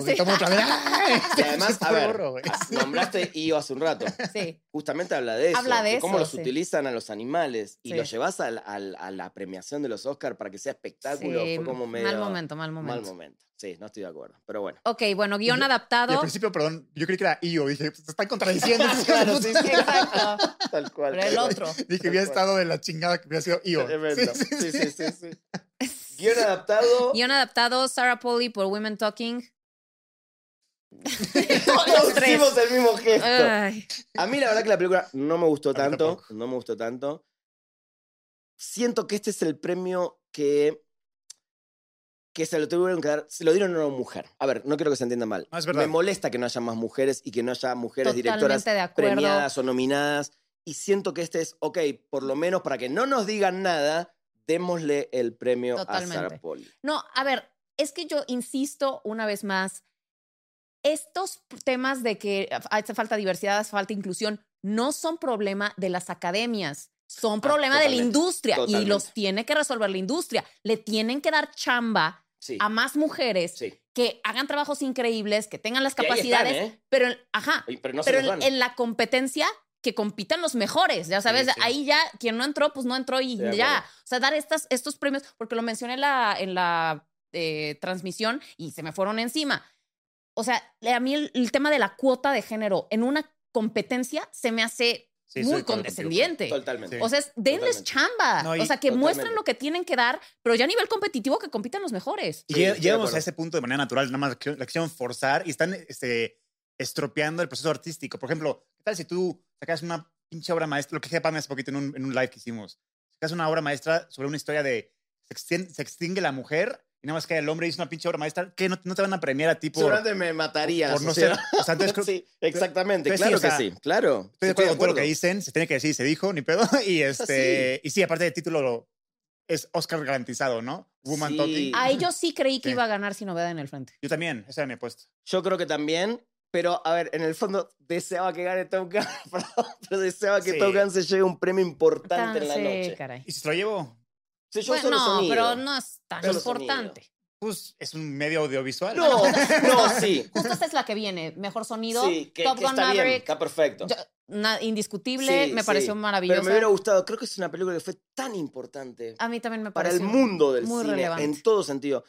Speaker 1: Sí.
Speaker 3: Sí. Tomó otra vez. ¡Ay!
Speaker 2: Y además, a
Speaker 3: Pobre
Speaker 2: ver,
Speaker 3: eh,
Speaker 2: ah,
Speaker 3: burro, güey.
Speaker 2: nombraste IO hace un rato.
Speaker 1: Sí,
Speaker 2: Justamente habla de eso.
Speaker 1: Habla de
Speaker 2: Cómo
Speaker 1: eso,
Speaker 2: los
Speaker 1: sí.
Speaker 2: utilizan a los animales y
Speaker 1: Sí.
Speaker 2: los llevas al- al- a la premiación de los Oscars para que sea espectáculo.
Speaker 1: sí,
Speaker 2: Fue como medio.
Speaker 1: mal momento, mal momento.
Speaker 2: Mal momento. Sí, no estoy de acuerdo. Pero bueno.
Speaker 1: Ok, bueno, guión
Speaker 3: Y- Y al
Speaker 1: adaptado.
Speaker 3: principio, perdón, yo creí que era Io. Dije, se están contradiciendo. estos hijos de
Speaker 2: Claro, sí, sí,
Speaker 3: puta.
Speaker 1: Exacto.
Speaker 2: tal cual.
Speaker 1: Pero el otro.
Speaker 3: Dije, hubiera estado de la chingada que hubiera sido Io.
Speaker 2: Tremendo.
Speaker 3: Sí, sí,
Speaker 2: Sí,
Speaker 3: sí.
Speaker 2: sí, sí, sí. Guión adaptado.
Speaker 1: Guión adaptado, Sarah Polley por Women Talking. Todos los
Speaker 2: Todos
Speaker 1: tres. Ah.
Speaker 2: hicimos el mismo gesto.
Speaker 1: Ay,
Speaker 2: A mí la verdad que la película no me gustó
Speaker 3: mí
Speaker 2: tanto,
Speaker 3: tampoco.
Speaker 2: no me gustó tanto. Siento que este es el premio que que se lo tuvieron que dar, se lo dieron a una mujer. A ver, no quiero que se entienda mal.
Speaker 3: No, Ah, es verdad.
Speaker 2: Me molesta que no haya más mujeres y que no haya mujeres directoras
Speaker 1: totalmente de acuerdo.
Speaker 2: premiadas o nominadas y siento que este es, ok, por lo menos para que no nos digan nada, démosle el premio
Speaker 1: Totalmente.
Speaker 2: a Sarah Paul.
Speaker 1: No, a ver, es que yo insisto una vez más, estos p- temas de que af- hace falta diversidad, hace falta inclusión, no son problema de las academias, son problema de la
Speaker 2: Ah, totalmente,
Speaker 1: industria y
Speaker 2: totalmente.
Speaker 1: los tiene que resolver la industria. Le tienen que dar chamba
Speaker 2: Sí.
Speaker 1: a más mujeres
Speaker 2: sí.
Speaker 1: que hagan trabajos increíbles, que tengan las
Speaker 2: Y ahí están,
Speaker 1: capacidades,
Speaker 2: ¿eh?
Speaker 1: pero, en- ajá,
Speaker 2: Y- Pero no
Speaker 1: pero
Speaker 2: se los
Speaker 1: en,
Speaker 2: dan.
Speaker 1: en la competencia que compitan los mejores, ya sabes,
Speaker 3: Sí, sí.
Speaker 1: ahí ya quien no entró, pues no entró y
Speaker 2: Estoy de
Speaker 1: ya,
Speaker 2: acuerdo.
Speaker 1: o sea, dar estas, estos premios, porque lo mencioné en la, en la eh, transmisión y se me fueron encima. O sea, le- a mí el, el tema de la cuota de género en una competencia se me hace
Speaker 3: Sí,
Speaker 1: muy
Speaker 3: estoy de acuerdo contigo.
Speaker 1: condescendiente.
Speaker 2: Totalmente.
Speaker 3: Sí.
Speaker 1: O sea, es- denles
Speaker 2: Totalmente.
Speaker 1: chamba,
Speaker 3: No, y-
Speaker 1: o sea, que
Speaker 2: Totalmente.
Speaker 1: muestren lo que tienen que dar, pero ya a nivel competitivo que compitan los mejores.
Speaker 3: Y
Speaker 2: Sí,
Speaker 3: lle-
Speaker 2: estoy de
Speaker 3: llegamos
Speaker 2: acuerdo.
Speaker 3: a ese punto de manera natural, nada más que- la quisieron forzar y están este, estropeando el proceso artístico. Por ejemplo, ¿qué tal si tú sacas una pinche obra maestra? Lo que dije Pame hace poquito en un, en un live que hicimos. Sacas una obra maestra sobre una historia de se extien- se extingue, la mujer y nada más queda el hombre y es una pinche obra maestra que no, no te van a premiar a ti por,
Speaker 2: Seguramente me matarías.
Speaker 3: por
Speaker 2: o
Speaker 3: no
Speaker 2: sea.
Speaker 3: ser. O sea, entonces creo-
Speaker 2: sí, exactamente,
Speaker 3: entonces
Speaker 2: claro
Speaker 3: sí, o sea,
Speaker 2: que sí, claro.
Speaker 3: Estoy de acuerdo con todo lo que dicen, se tiene que decir, se dijo, ni pedo. Y, este, y sí, aparte del título, lo- es Oscar garantizado, ¿no? Woman
Speaker 2: Sí.
Speaker 3: Talking.
Speaker 1: A ellos sí creí que
Speaker 3: Sí.
Speaker 1: iba a ganar sin novedad en el frente.
Speaker 3: Yo también, esa era mi apuesta.
Speaker 2: Yo creo que también, pero a ver, en el fondo deseaba que gane Top Gun, pero- pero deseaba que
Speaker 3: Sí.
Speaker 2: Top Gun se lleve un premio importante en la
Speaker 1: Ah, Sí,
Speaker 2: noche.
Speaker 1: caray.
Speaker 3: Y si se lo llevo,
Speaker 2: Sí, yo
Speaker 1: Bueno,
Speaker 2: solo
Speaker 1: no,
Speaker 2: sonido.
Speaker 1: pero no es tan
Speaker 2: Solo
Speaker 1: importante.
Speaker 3: pues es un medio audiovisual.
Speaker 2: No, no, sí.
Speaker 1: Justo esta es la que viene. Mejor sonido,
Speaker 2: Sí, que,
Speaker 1: Top
Speaker 2: que
Speaker 1: Gun
Speaker 2: está bien,
Speaker 1: Maverick,
Speaker 2: está perfecto.
Speaker 1: yo- na- indiscutible,
Speaker 2: Sí,
Speaker 1: me
Speaker 2: sí,
Speaker 1: pareció
Speaker 2: pero
Speaker 1: maravillosa.
Speaker 2: me hubiera gustado, creo que es una película que fue tan importante
Speaker 1: A mí también me
Speaker 2: para
Speaker 1: pareció.
Speaker 2: el mundo del
Speaker 1: muy
Speaker 2: cine,
Speaker 1: relevante.
Speaker 2: en todo sentido.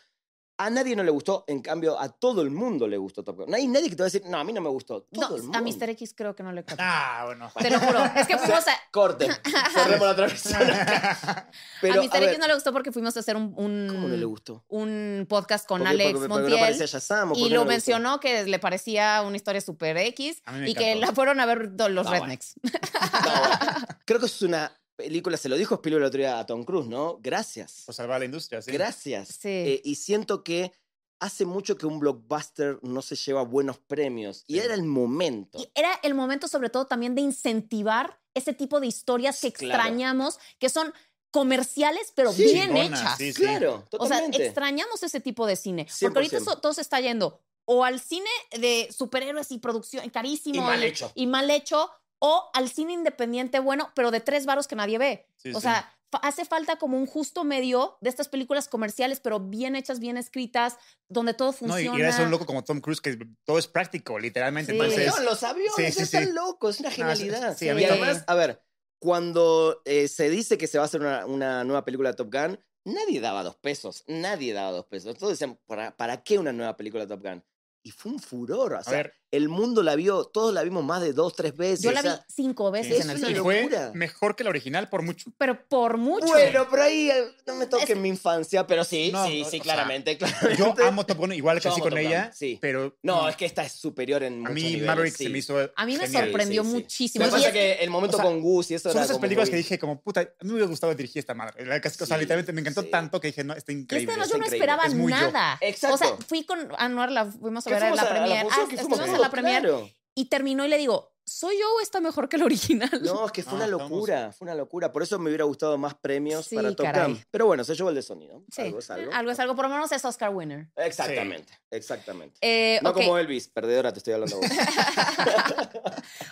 Speaker 2: A nadie no le gustó, en cambio, a todo el mundo le gustó Top Gun. No hay nadie que te va a decir, no, a mí no me gustó.
Speaker 1: No,
Speaker 2: Todo el mundo.
Speaker 1: a Mr. X creo que no le capté.
Speaker 3: Ah, bueno. Pues,
Speaker 1: Te lo juro. Es que fuimos a.
Speaker 2: Corte. Cerremos la transmisión acá. Pero,
Speaker 1: a Mr.
Speaker 2: ver,
Speaker 1: X no le gustó porque fuimos a hacer un, un,
Speaker 2: ¿Cómo no le gustó?
Speaker 1: un podcast con
Speaker 2: Porque-
Speaker 1: Alex
Speaker 2: porque- porque no
Speaker 1: Montiel.
Speaker 2: parecía Shazam, ¿o por
Speaker 1: y
Speaker 2: qué
Speaker 1: lo
Speaker 2: no le gustó?
Speaker 1: mencionó que le parecía una historia super X
Speaker 3: A mí me
Speaker 1: y que
Speaker 3: encantó.
Speaker 1: la fueron a ver do- los
Speaker 2: Ah, bueno.
Speaker 1: rednecks.
Speaker 2: No, bueno. creo que es una película, se lo dijo Spielberg el otro día a Tom Cruise, ¿no? Gracias.
Speaker 3: Por Pues, salvar la industria, sí.
Speaker 2: Gracias.
Speaker 1: Sí.
Speaker 2: Eh, y siento que hace mucho que un blockbuster no se lleva buenos premios. Y
Speaker 3: Sí.
Speaker 2: era el momento.
Speaker 1: Y era el momento, sobre todo, también de incentivar ese tipo de historias que
Speaker 2: Claro.
Speaker 1: extrañamos, que son comerciales, pero
Speaker 2: Sí.
Speaker 1: bien
Speaker 3: Chingona,
Speaker 1: hechas.
Speaker 3: sí, sí.
Speaker 2: Claro,
Speaker 1: O sea,
Speaker 2: totalmente.
Speaker 1: extrañamos ese tipo de cine. Porque ahorita
Speaker 2: 100%.
Speaker 1: so- todo se está yendo o al cine de superhéroes y producción carísimo
Speaker 2: Y mal hecho.
Speaker 1: y mal hecho, o al cine independiente bueno, pero de tres varos que nadie ve.
Speaker 3: Sí,
Speaker 1: o
Speaker 3: sí.
Speaker 1: sea, fa- hace falta como un justo medio de estas películas comerciales, pero bien hechas, bien escritas, donde todo
Speaker 3: No, y,
Speaker 1: funciona.
Speaker 3: y gracias a un loco como Tom Cruise, que todo es práctico, literalmente.
Speaker 1: Sí.
Speaker 3: Entonces,
Speaker 2: Avión, los aviones
Speaker 3: Pues Sí, sí,
Speaker 2: están
Speaker 3: sí.
Speaker 2: locos, es una
Speaker 3: No, sí,
Speaker 2: genialidad.
Speaker 3: sí, a
Speaker 1: mí
Speaker 2: y
Speaker 1: también.
Speaker 2: además, a ver, cuando eh, se dice que se va a hacer una, una nueva película de Top Gun, nadie daba dos pesos, nadie daba dos pesos. Todos decían, ¿para, para qué una nueva película de Top Gun? Y fue un furor, o
Speaker 3: a
Speaker 2: sea,
Speaker 3: ver,
Speaker 2: el mundo la vio, todos la vimos más de dos, tres veces.
Speaker 1: Yo
Speaker 2: o
Speaker 1: la vi
Speaker 2: sea,
Speaker 1: cinco
Speaker 3: sí,
Speaker 1: veces,
Speaker 2: pues, es
Speaker 3: y
Speaker 2: una
Speaker 3: fue
Speaker 2: locura.
Speaker 3: mejor que la original por mucho.
Speaker 1: pero por mucho.
Speaker 2: Bueno, por ahí eh, no me toquen
Speaker 1: Es-
Speaker 2: mi infancia, pero sí,
Speaker 3: No,
Speaker 2: sí,
Speaker 3: o
Speaker 2: sí,
Speaker 3: sea,
Speaker 2: claramente,
Speaker 3: Yo
Speaker 2: claramente.
Speaker 3: amo Top Gun, igual
Speaker 2: Yo
Speaker 3: crecí
Speaker 2: amo
Speaker 3: con
Speaker 2: Top Gun,
Speaker 3: ella,
Speaker 2: sí.
Speaker 3: pero mm,
Speaker 2: No, es que esta es superior en
Speaker 3: a
Speaker 2: muchos
Speaker 3: mí
Speaker 2: niveles,
Speaker 3: Maverick
Speaker 2: sí.
Speaker 3: se me hizo
Speaker 1: a mí me
Speaker 3: genial.
Speaker 1: sorprendió
Speaker 2: Sí, sí, pues, sí.
Speaker 1: muchísimo.
Speaker 2: Lo que
Speaker 1: Y
Speaker 2: pasa
Speaker 1: es-
Speaker 2: que el momento
Speaker 3: o sea,
Speaker 2: con Goose y eso
Speaker 3: Son
Speaker 2: era
Speaker 3: esas
Speaker 2: como
Speaker 3: películas que
Speaker 2: muy-
Speaker 3: dije, como, puta, a mí me hubiera gustado dirigir esta madre. La casi- o sea,
Speaker 2: Sí,
Speaker 3: literalmente me encantó
Speaker 2: sí. Este
Speaker 3: tanto que dije, no, está
Speaker 1: Y es que
Speaker 3: increíble.
Speaker 1: además
Speaker 2: es
Speaker 1: yo no
Speaker 2: increíble,
Speaker 1: esperaba
Speaker 3: es muy yo.
Speaker 1: nada. O sea,
Speaker 2: Exacto.
Speaker 1: fui con Anuar, la fuimos a
Speaker 2: Que
Speaker 1: ver en
Speaker 2: fuimos
Speaker 1: la
Speaker 2: a a
Speaker 1: premier. Ah,
Speaker 2: función, que fuimos
Speaker 1: estuvimos en
Speaker 2: todos,
Speaker 1: la premier
Speaker 2: claro.
Speaker 1: y terminó y le digo, ¿soy yo o está mejor que la original?
Speaker 2: No, es que fue
Speaker 3: No,
Speaker 2: una
Speaker 3: estamos-
Speaker 2: locura, fue una locura. Por eso me hubiera gustado más premios
Speaker 1: Ah, Sí,
Speaker 2: para Top
Speaker 1: caray.
Speaker 2: Gun. Pero bueno, se llevó el de sonido.
Speaker 1: Sí,
Speaker 2: Algo es algo.
Speaker 1: es algo, por lo menos es Oscar winner.
Speaker 2: Exactamente, exactamente.
Speaker 1: Eh,
Speaker 2: no
Speaker 1: ok.
Speaker 2: como Elvis, perdedora, te estoy hablando a vos.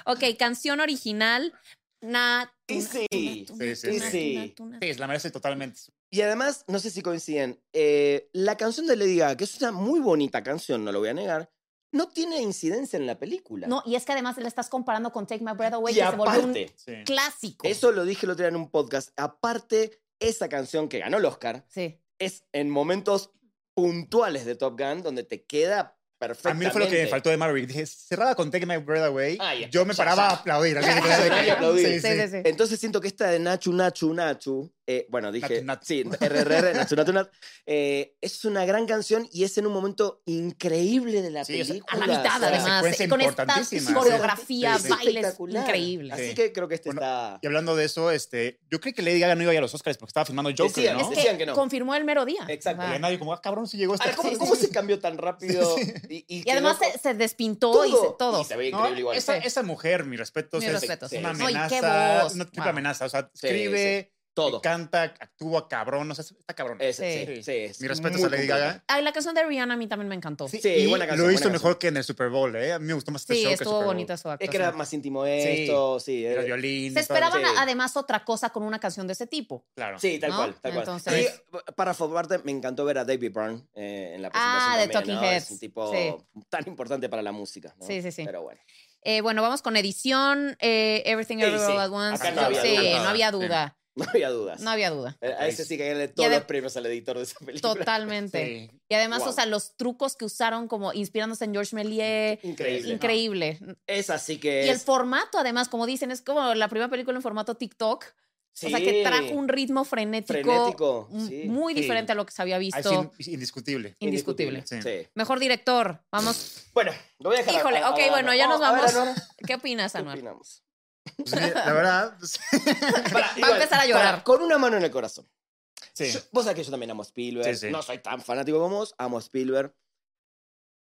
Speaker 1: Ok, canción original. Na.
Speaker 2: Y
Speaker 1: tuna,
Speaker 2: sí,
Speaker 1: tuna,
Speaker 3: sí, sí,
Speaker 1: tuna,
Speaker 2: sí.
Speaker 1: tuna, tuna.
Speaker 3: Sí, la merece totalmente.
Speaker 2: Y además, no sé si coinciden, eh, la canción de Lady Gaga, que es una muy bonita canción, no lo voy a negar, no tiene incidencia en la película.
Speaker 1: No, y es que además la estás comparando con Take My Breath Away,
Speaker 2: y
Speaker 1: que se volvió un
Speaker 2: aparte,
Speaker 3: Sí.
Speaker 1: clásico.
Speaker 2: eso lo dije el otro día en un podcast, aparte, esa canción que ganó el Oscar
Speaker 1: Sí.
Speaker 2: es en momentos puntuales de Top Gun donde te queda
Speaker 3: A
Speaker 2: perfectamente.
Speaker 3: mí no fue lo que me faltó de Maverick. Dije, cerraba con Take My Breath Away.
Speaker 2: Ah, ya.
Speaker 3: Yo me
Speaker 2: Ya,
Speaker 3: paraba
Speaker 2: ya.
Speaker 3: a aplaudir. así de que-
Speaker 2: Y aplaudir.
Speaker 3: Sí, sí.
Speaker 2: Entonces siento que esta de Nachu, Nachu, Nachu, eh, bueno, dije,
Speaker 3: Nachu, Nachu.
Speaker 2: sí, RRR, Nachu, Nachu, Nachu, eh, es una gran canción y es en un momento increíble de la
Speaker 3: Sí, o sea,
Speaker 2: película.
Speaker 1: A la
Speaker 2: o
Speaker 1: mitad,
Speaker 2: sea,
Speaker 1: además. eh,
Speaker 3: secuencia
Speaker 1: Con esta
Speaker 3: importantísima, sí.
Speaker 1: coreografía,
Speaker 3: Sí, sí.
Speaker 1: bailes
Speaker 2: Espectacular.
Speaker 1: increíbles.
Speaker 2: Así
Speaker 3: Sí.
Speaker 2: que creo que este
Speaker 3: Bueno,
Speaker 2: está...
Speaker 3: Y hablando de eso, este, yo creí que Lady Gaga no iba a ir a los Oscars porque estaba filmando Joker,
Speaker 2: Decían,
Speaker 3: ¿no?
Speaker 1: Es
Speaker 2: Decían
Speaker 1: que,
Speaker 2: que no.
Speaker 1: confirmó el mero día.
Speaker 2: Exacto.
Speaker 1: O sea,
Speaker 3: Y nadie como, ah, cabrón, si llegó
Speaker 2: Ahora,
Speaker 3: esta.
Speaker 2: ¿cómo,
Speaker 1: Sí,
Speaker 2: cómo
Speaker 1: sí.
Speaker 2: se cambió tan rápido?
Speaker 3: Sí,
Speaker 2: Y,
Speaker 1: Y además se, se despintó y se- todo.
Speaker 2: Y se ve
Speaker 3: No,
Speaker 2: increíble igual.
Speaker 3: esa, esa mujer, mi respeto, o
Speaker 1: Mis
Speaker 3: sea, es-
Speaker 1: respetos.
Speaker 3: es una
Speaker 1: No, y qué
Speaker 3: amenaza,
Speaker 1: voz,
Speaker 3: una triple
Speaker 1: wow.
Speaker 3: amenaza, o sea,
Speaker 2: Sí,
Speaker 3: escribe,
Speaker 2: Todo.
Speaker 3: canta, actúa, cabrón, o sea, está cabrón.
Speaker 2: Es-
Speaker 1: Sí.
Speaker 2: sí, sí, es
Speaker 3: mi respeto
Speaker 2: muy
Speaker 3: a Lady Gaga.
Speaker 1: Ay, Ah, la canción de Rihanna a mí también me encantó. Sí,
Speaker 2: Sí,
Speaker 3: y
Speaker 2: buena canción,
Speaker 3: lo
Speaker 2: buena
Speaker 3: hizo
Speaker 2: canción.
Speaker 3: mejor que en el Super Bowl, ¿eh? A mí me gustó más este show que el
Speaker 1: estuvo
Speaker 3: Super Bowl.
Speaker 1: bonito su
Speaker 2: Es que era
Speaker 1: actuación.
Speaker 2: más íntimo esto, sí.
Speaker 3: Y
Speaker 2: era-
Speaker 3: Los violines.
Speaker 1: Se
Speaker 3: todo lo-
Speaker 1: esperaban
Speaker 2: Sí.
Speaker 1: además otra cosa con una canción de ese tipo.
Speaker 3: Claro.
Speaker 2: Sí, tal
Speaker 1: ¿no?
Speaker 2: cual, tal cual.
Speaker 1: Entonces-
Speaker 2: Y, para formarte, me encantó ver a David Byrne eh, en la presentación
Speaker 1: Ah, de
Speaker 2: también,
Speaker 1: Talking
Speaker 2: ¿no? Es
Speaker 1: Heads,
Speaker 2: un tipo
Speaker 1: sí.
Speaker 2: tan importante para la música, ¿no?
Speaker 1: Sí, sí, sí.
Speaker 2: Pero bueno.
Speaker 1: Eh, bueno, vamos con edición. eh, Everything
Speaker 2: Sí,
Speaker 1: Everywhere
Speaker 2: sí.
Speaker 1: All At Once.
Speaker 2: Acá no había
Speaker 1: sí,
Speaker 2: duda.
Speaker 1: no había duda.
Speaker 2: No había dudas.
Speaker 1: No había duda.
Speaker 2: Eh, A ese sí que gané
Speaker 1: Y
Speaker 2: todos
Speaker 1: ade-
Speaker 2: los premios al editor de esa película.
Speaker 1: Totalmente.
Speaker 3: Sí.
Speaker 1: Y además,
Speaker 2: Wow.
Speaker 1: o sea, los trucos que usaron como inspirándose en Georges Méliès.
Speaker 2: Increíble.
Speaker 1: Increíble.
Speaker 2: Es así que
Speaker 1: Y el
Speaker 2: es...
Speaker 1: formato, además, como dicen, es como la primera película en formato TikTok. O sea, que
Speaker 2: Sí.
Speaker 1: trajo un ritmo frenético.
Speaker 2: Frenético,
Speaker 1: m-
Speaker 2: sí.
Speaker 1: Muy
Speaker 3: Sí.
Speaker 1: diferente a lo que se había
Speaker 3: Ah, es
Speaker 1: visto.
Speaker 3: in- indiscutible.
Speaker 1: Indiscutible.
Speaker 3: Sí.
Speaker 2: Sí.
Speaker 1: Mejor director. Vamos.
Speaker 2: Bueno, lo voy a dejar. a-
Speaker 1: Híjole,
Speaker 2: a- a-
Speaker 1: ok,
Speaker 2: a-
Speaker 1: bueno, ya
Speaker 2: a-
Speaker 1: nos
Speaker 2: a ver,
Speaker 1: vamos.
Speaker 2: Anuar,
Speaker 1: ¿Qué opinas,
Speaker 2: ¿Qué
Speaker 1: Anuar?
Speaker 2: opinamos?
Speaker 3: Pues, mira, la verdad, pues,
Speaker 2: Para,
Speaker 1: a empezar a llorar.
Speaker 2: para, con una mano en el corazón.
Speaker 3: sí.
Speaker 2: Yo- vos sabés que yo también amo a Spielberg.
Speaker 3: Sí, sí.
Speaker 2: No soy tan fanático como vos, amo a Spielberg.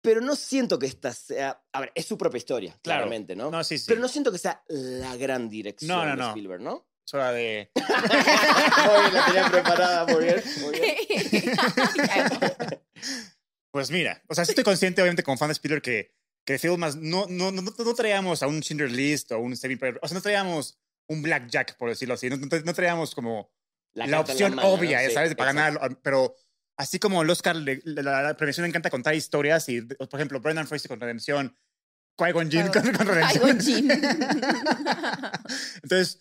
Speaker 2: Pero no siento que esta sea. A ver, es su propia historia,
Speaker 3: Claro.
Speaker 2: claramente, ¿no?
Speaker 3: No, sí, sí.
Speaker 2: Pero no siento que sea la gran dirección
Speaker 3: No, no,
Speaker 2: de
Speaker 3: no.
Speaker 2: Spielberg, ¿no?
Speaker 3: Es hora de...
Speaker 2: Muy bien, la tenía preparada, muy bien, muy bien.
Speaker 3: Pues mira, o sea, sí estoy consciente, obviamente, como fan de Spielberg, que, que de más no, no, no, no traíamos a un Schindler List o un Saving Private- O sea, no traíamos un Blackjack, por decirlo así. No, no tra- no traíamos como
Speaker 2: carta
Speaker 3: la,
Speaker 2: en la
Speaker 3: opción
Speaker 2: mano,
Speaker 3: obvia,
Speaker 2: ¿no?
Speaker 3: ya
Speaker 2: Sí,
Speaker 3: ¿sabes? Para
Speaker 2: exacto.
Speaker 3: ganar. Pero así como el Oscar, le- la, la- la premiación le encanta contar historias. Y, por ejemplo, Brendan Fraser con Redención, Qui-Gon Jinn con, con Redención. Entonces,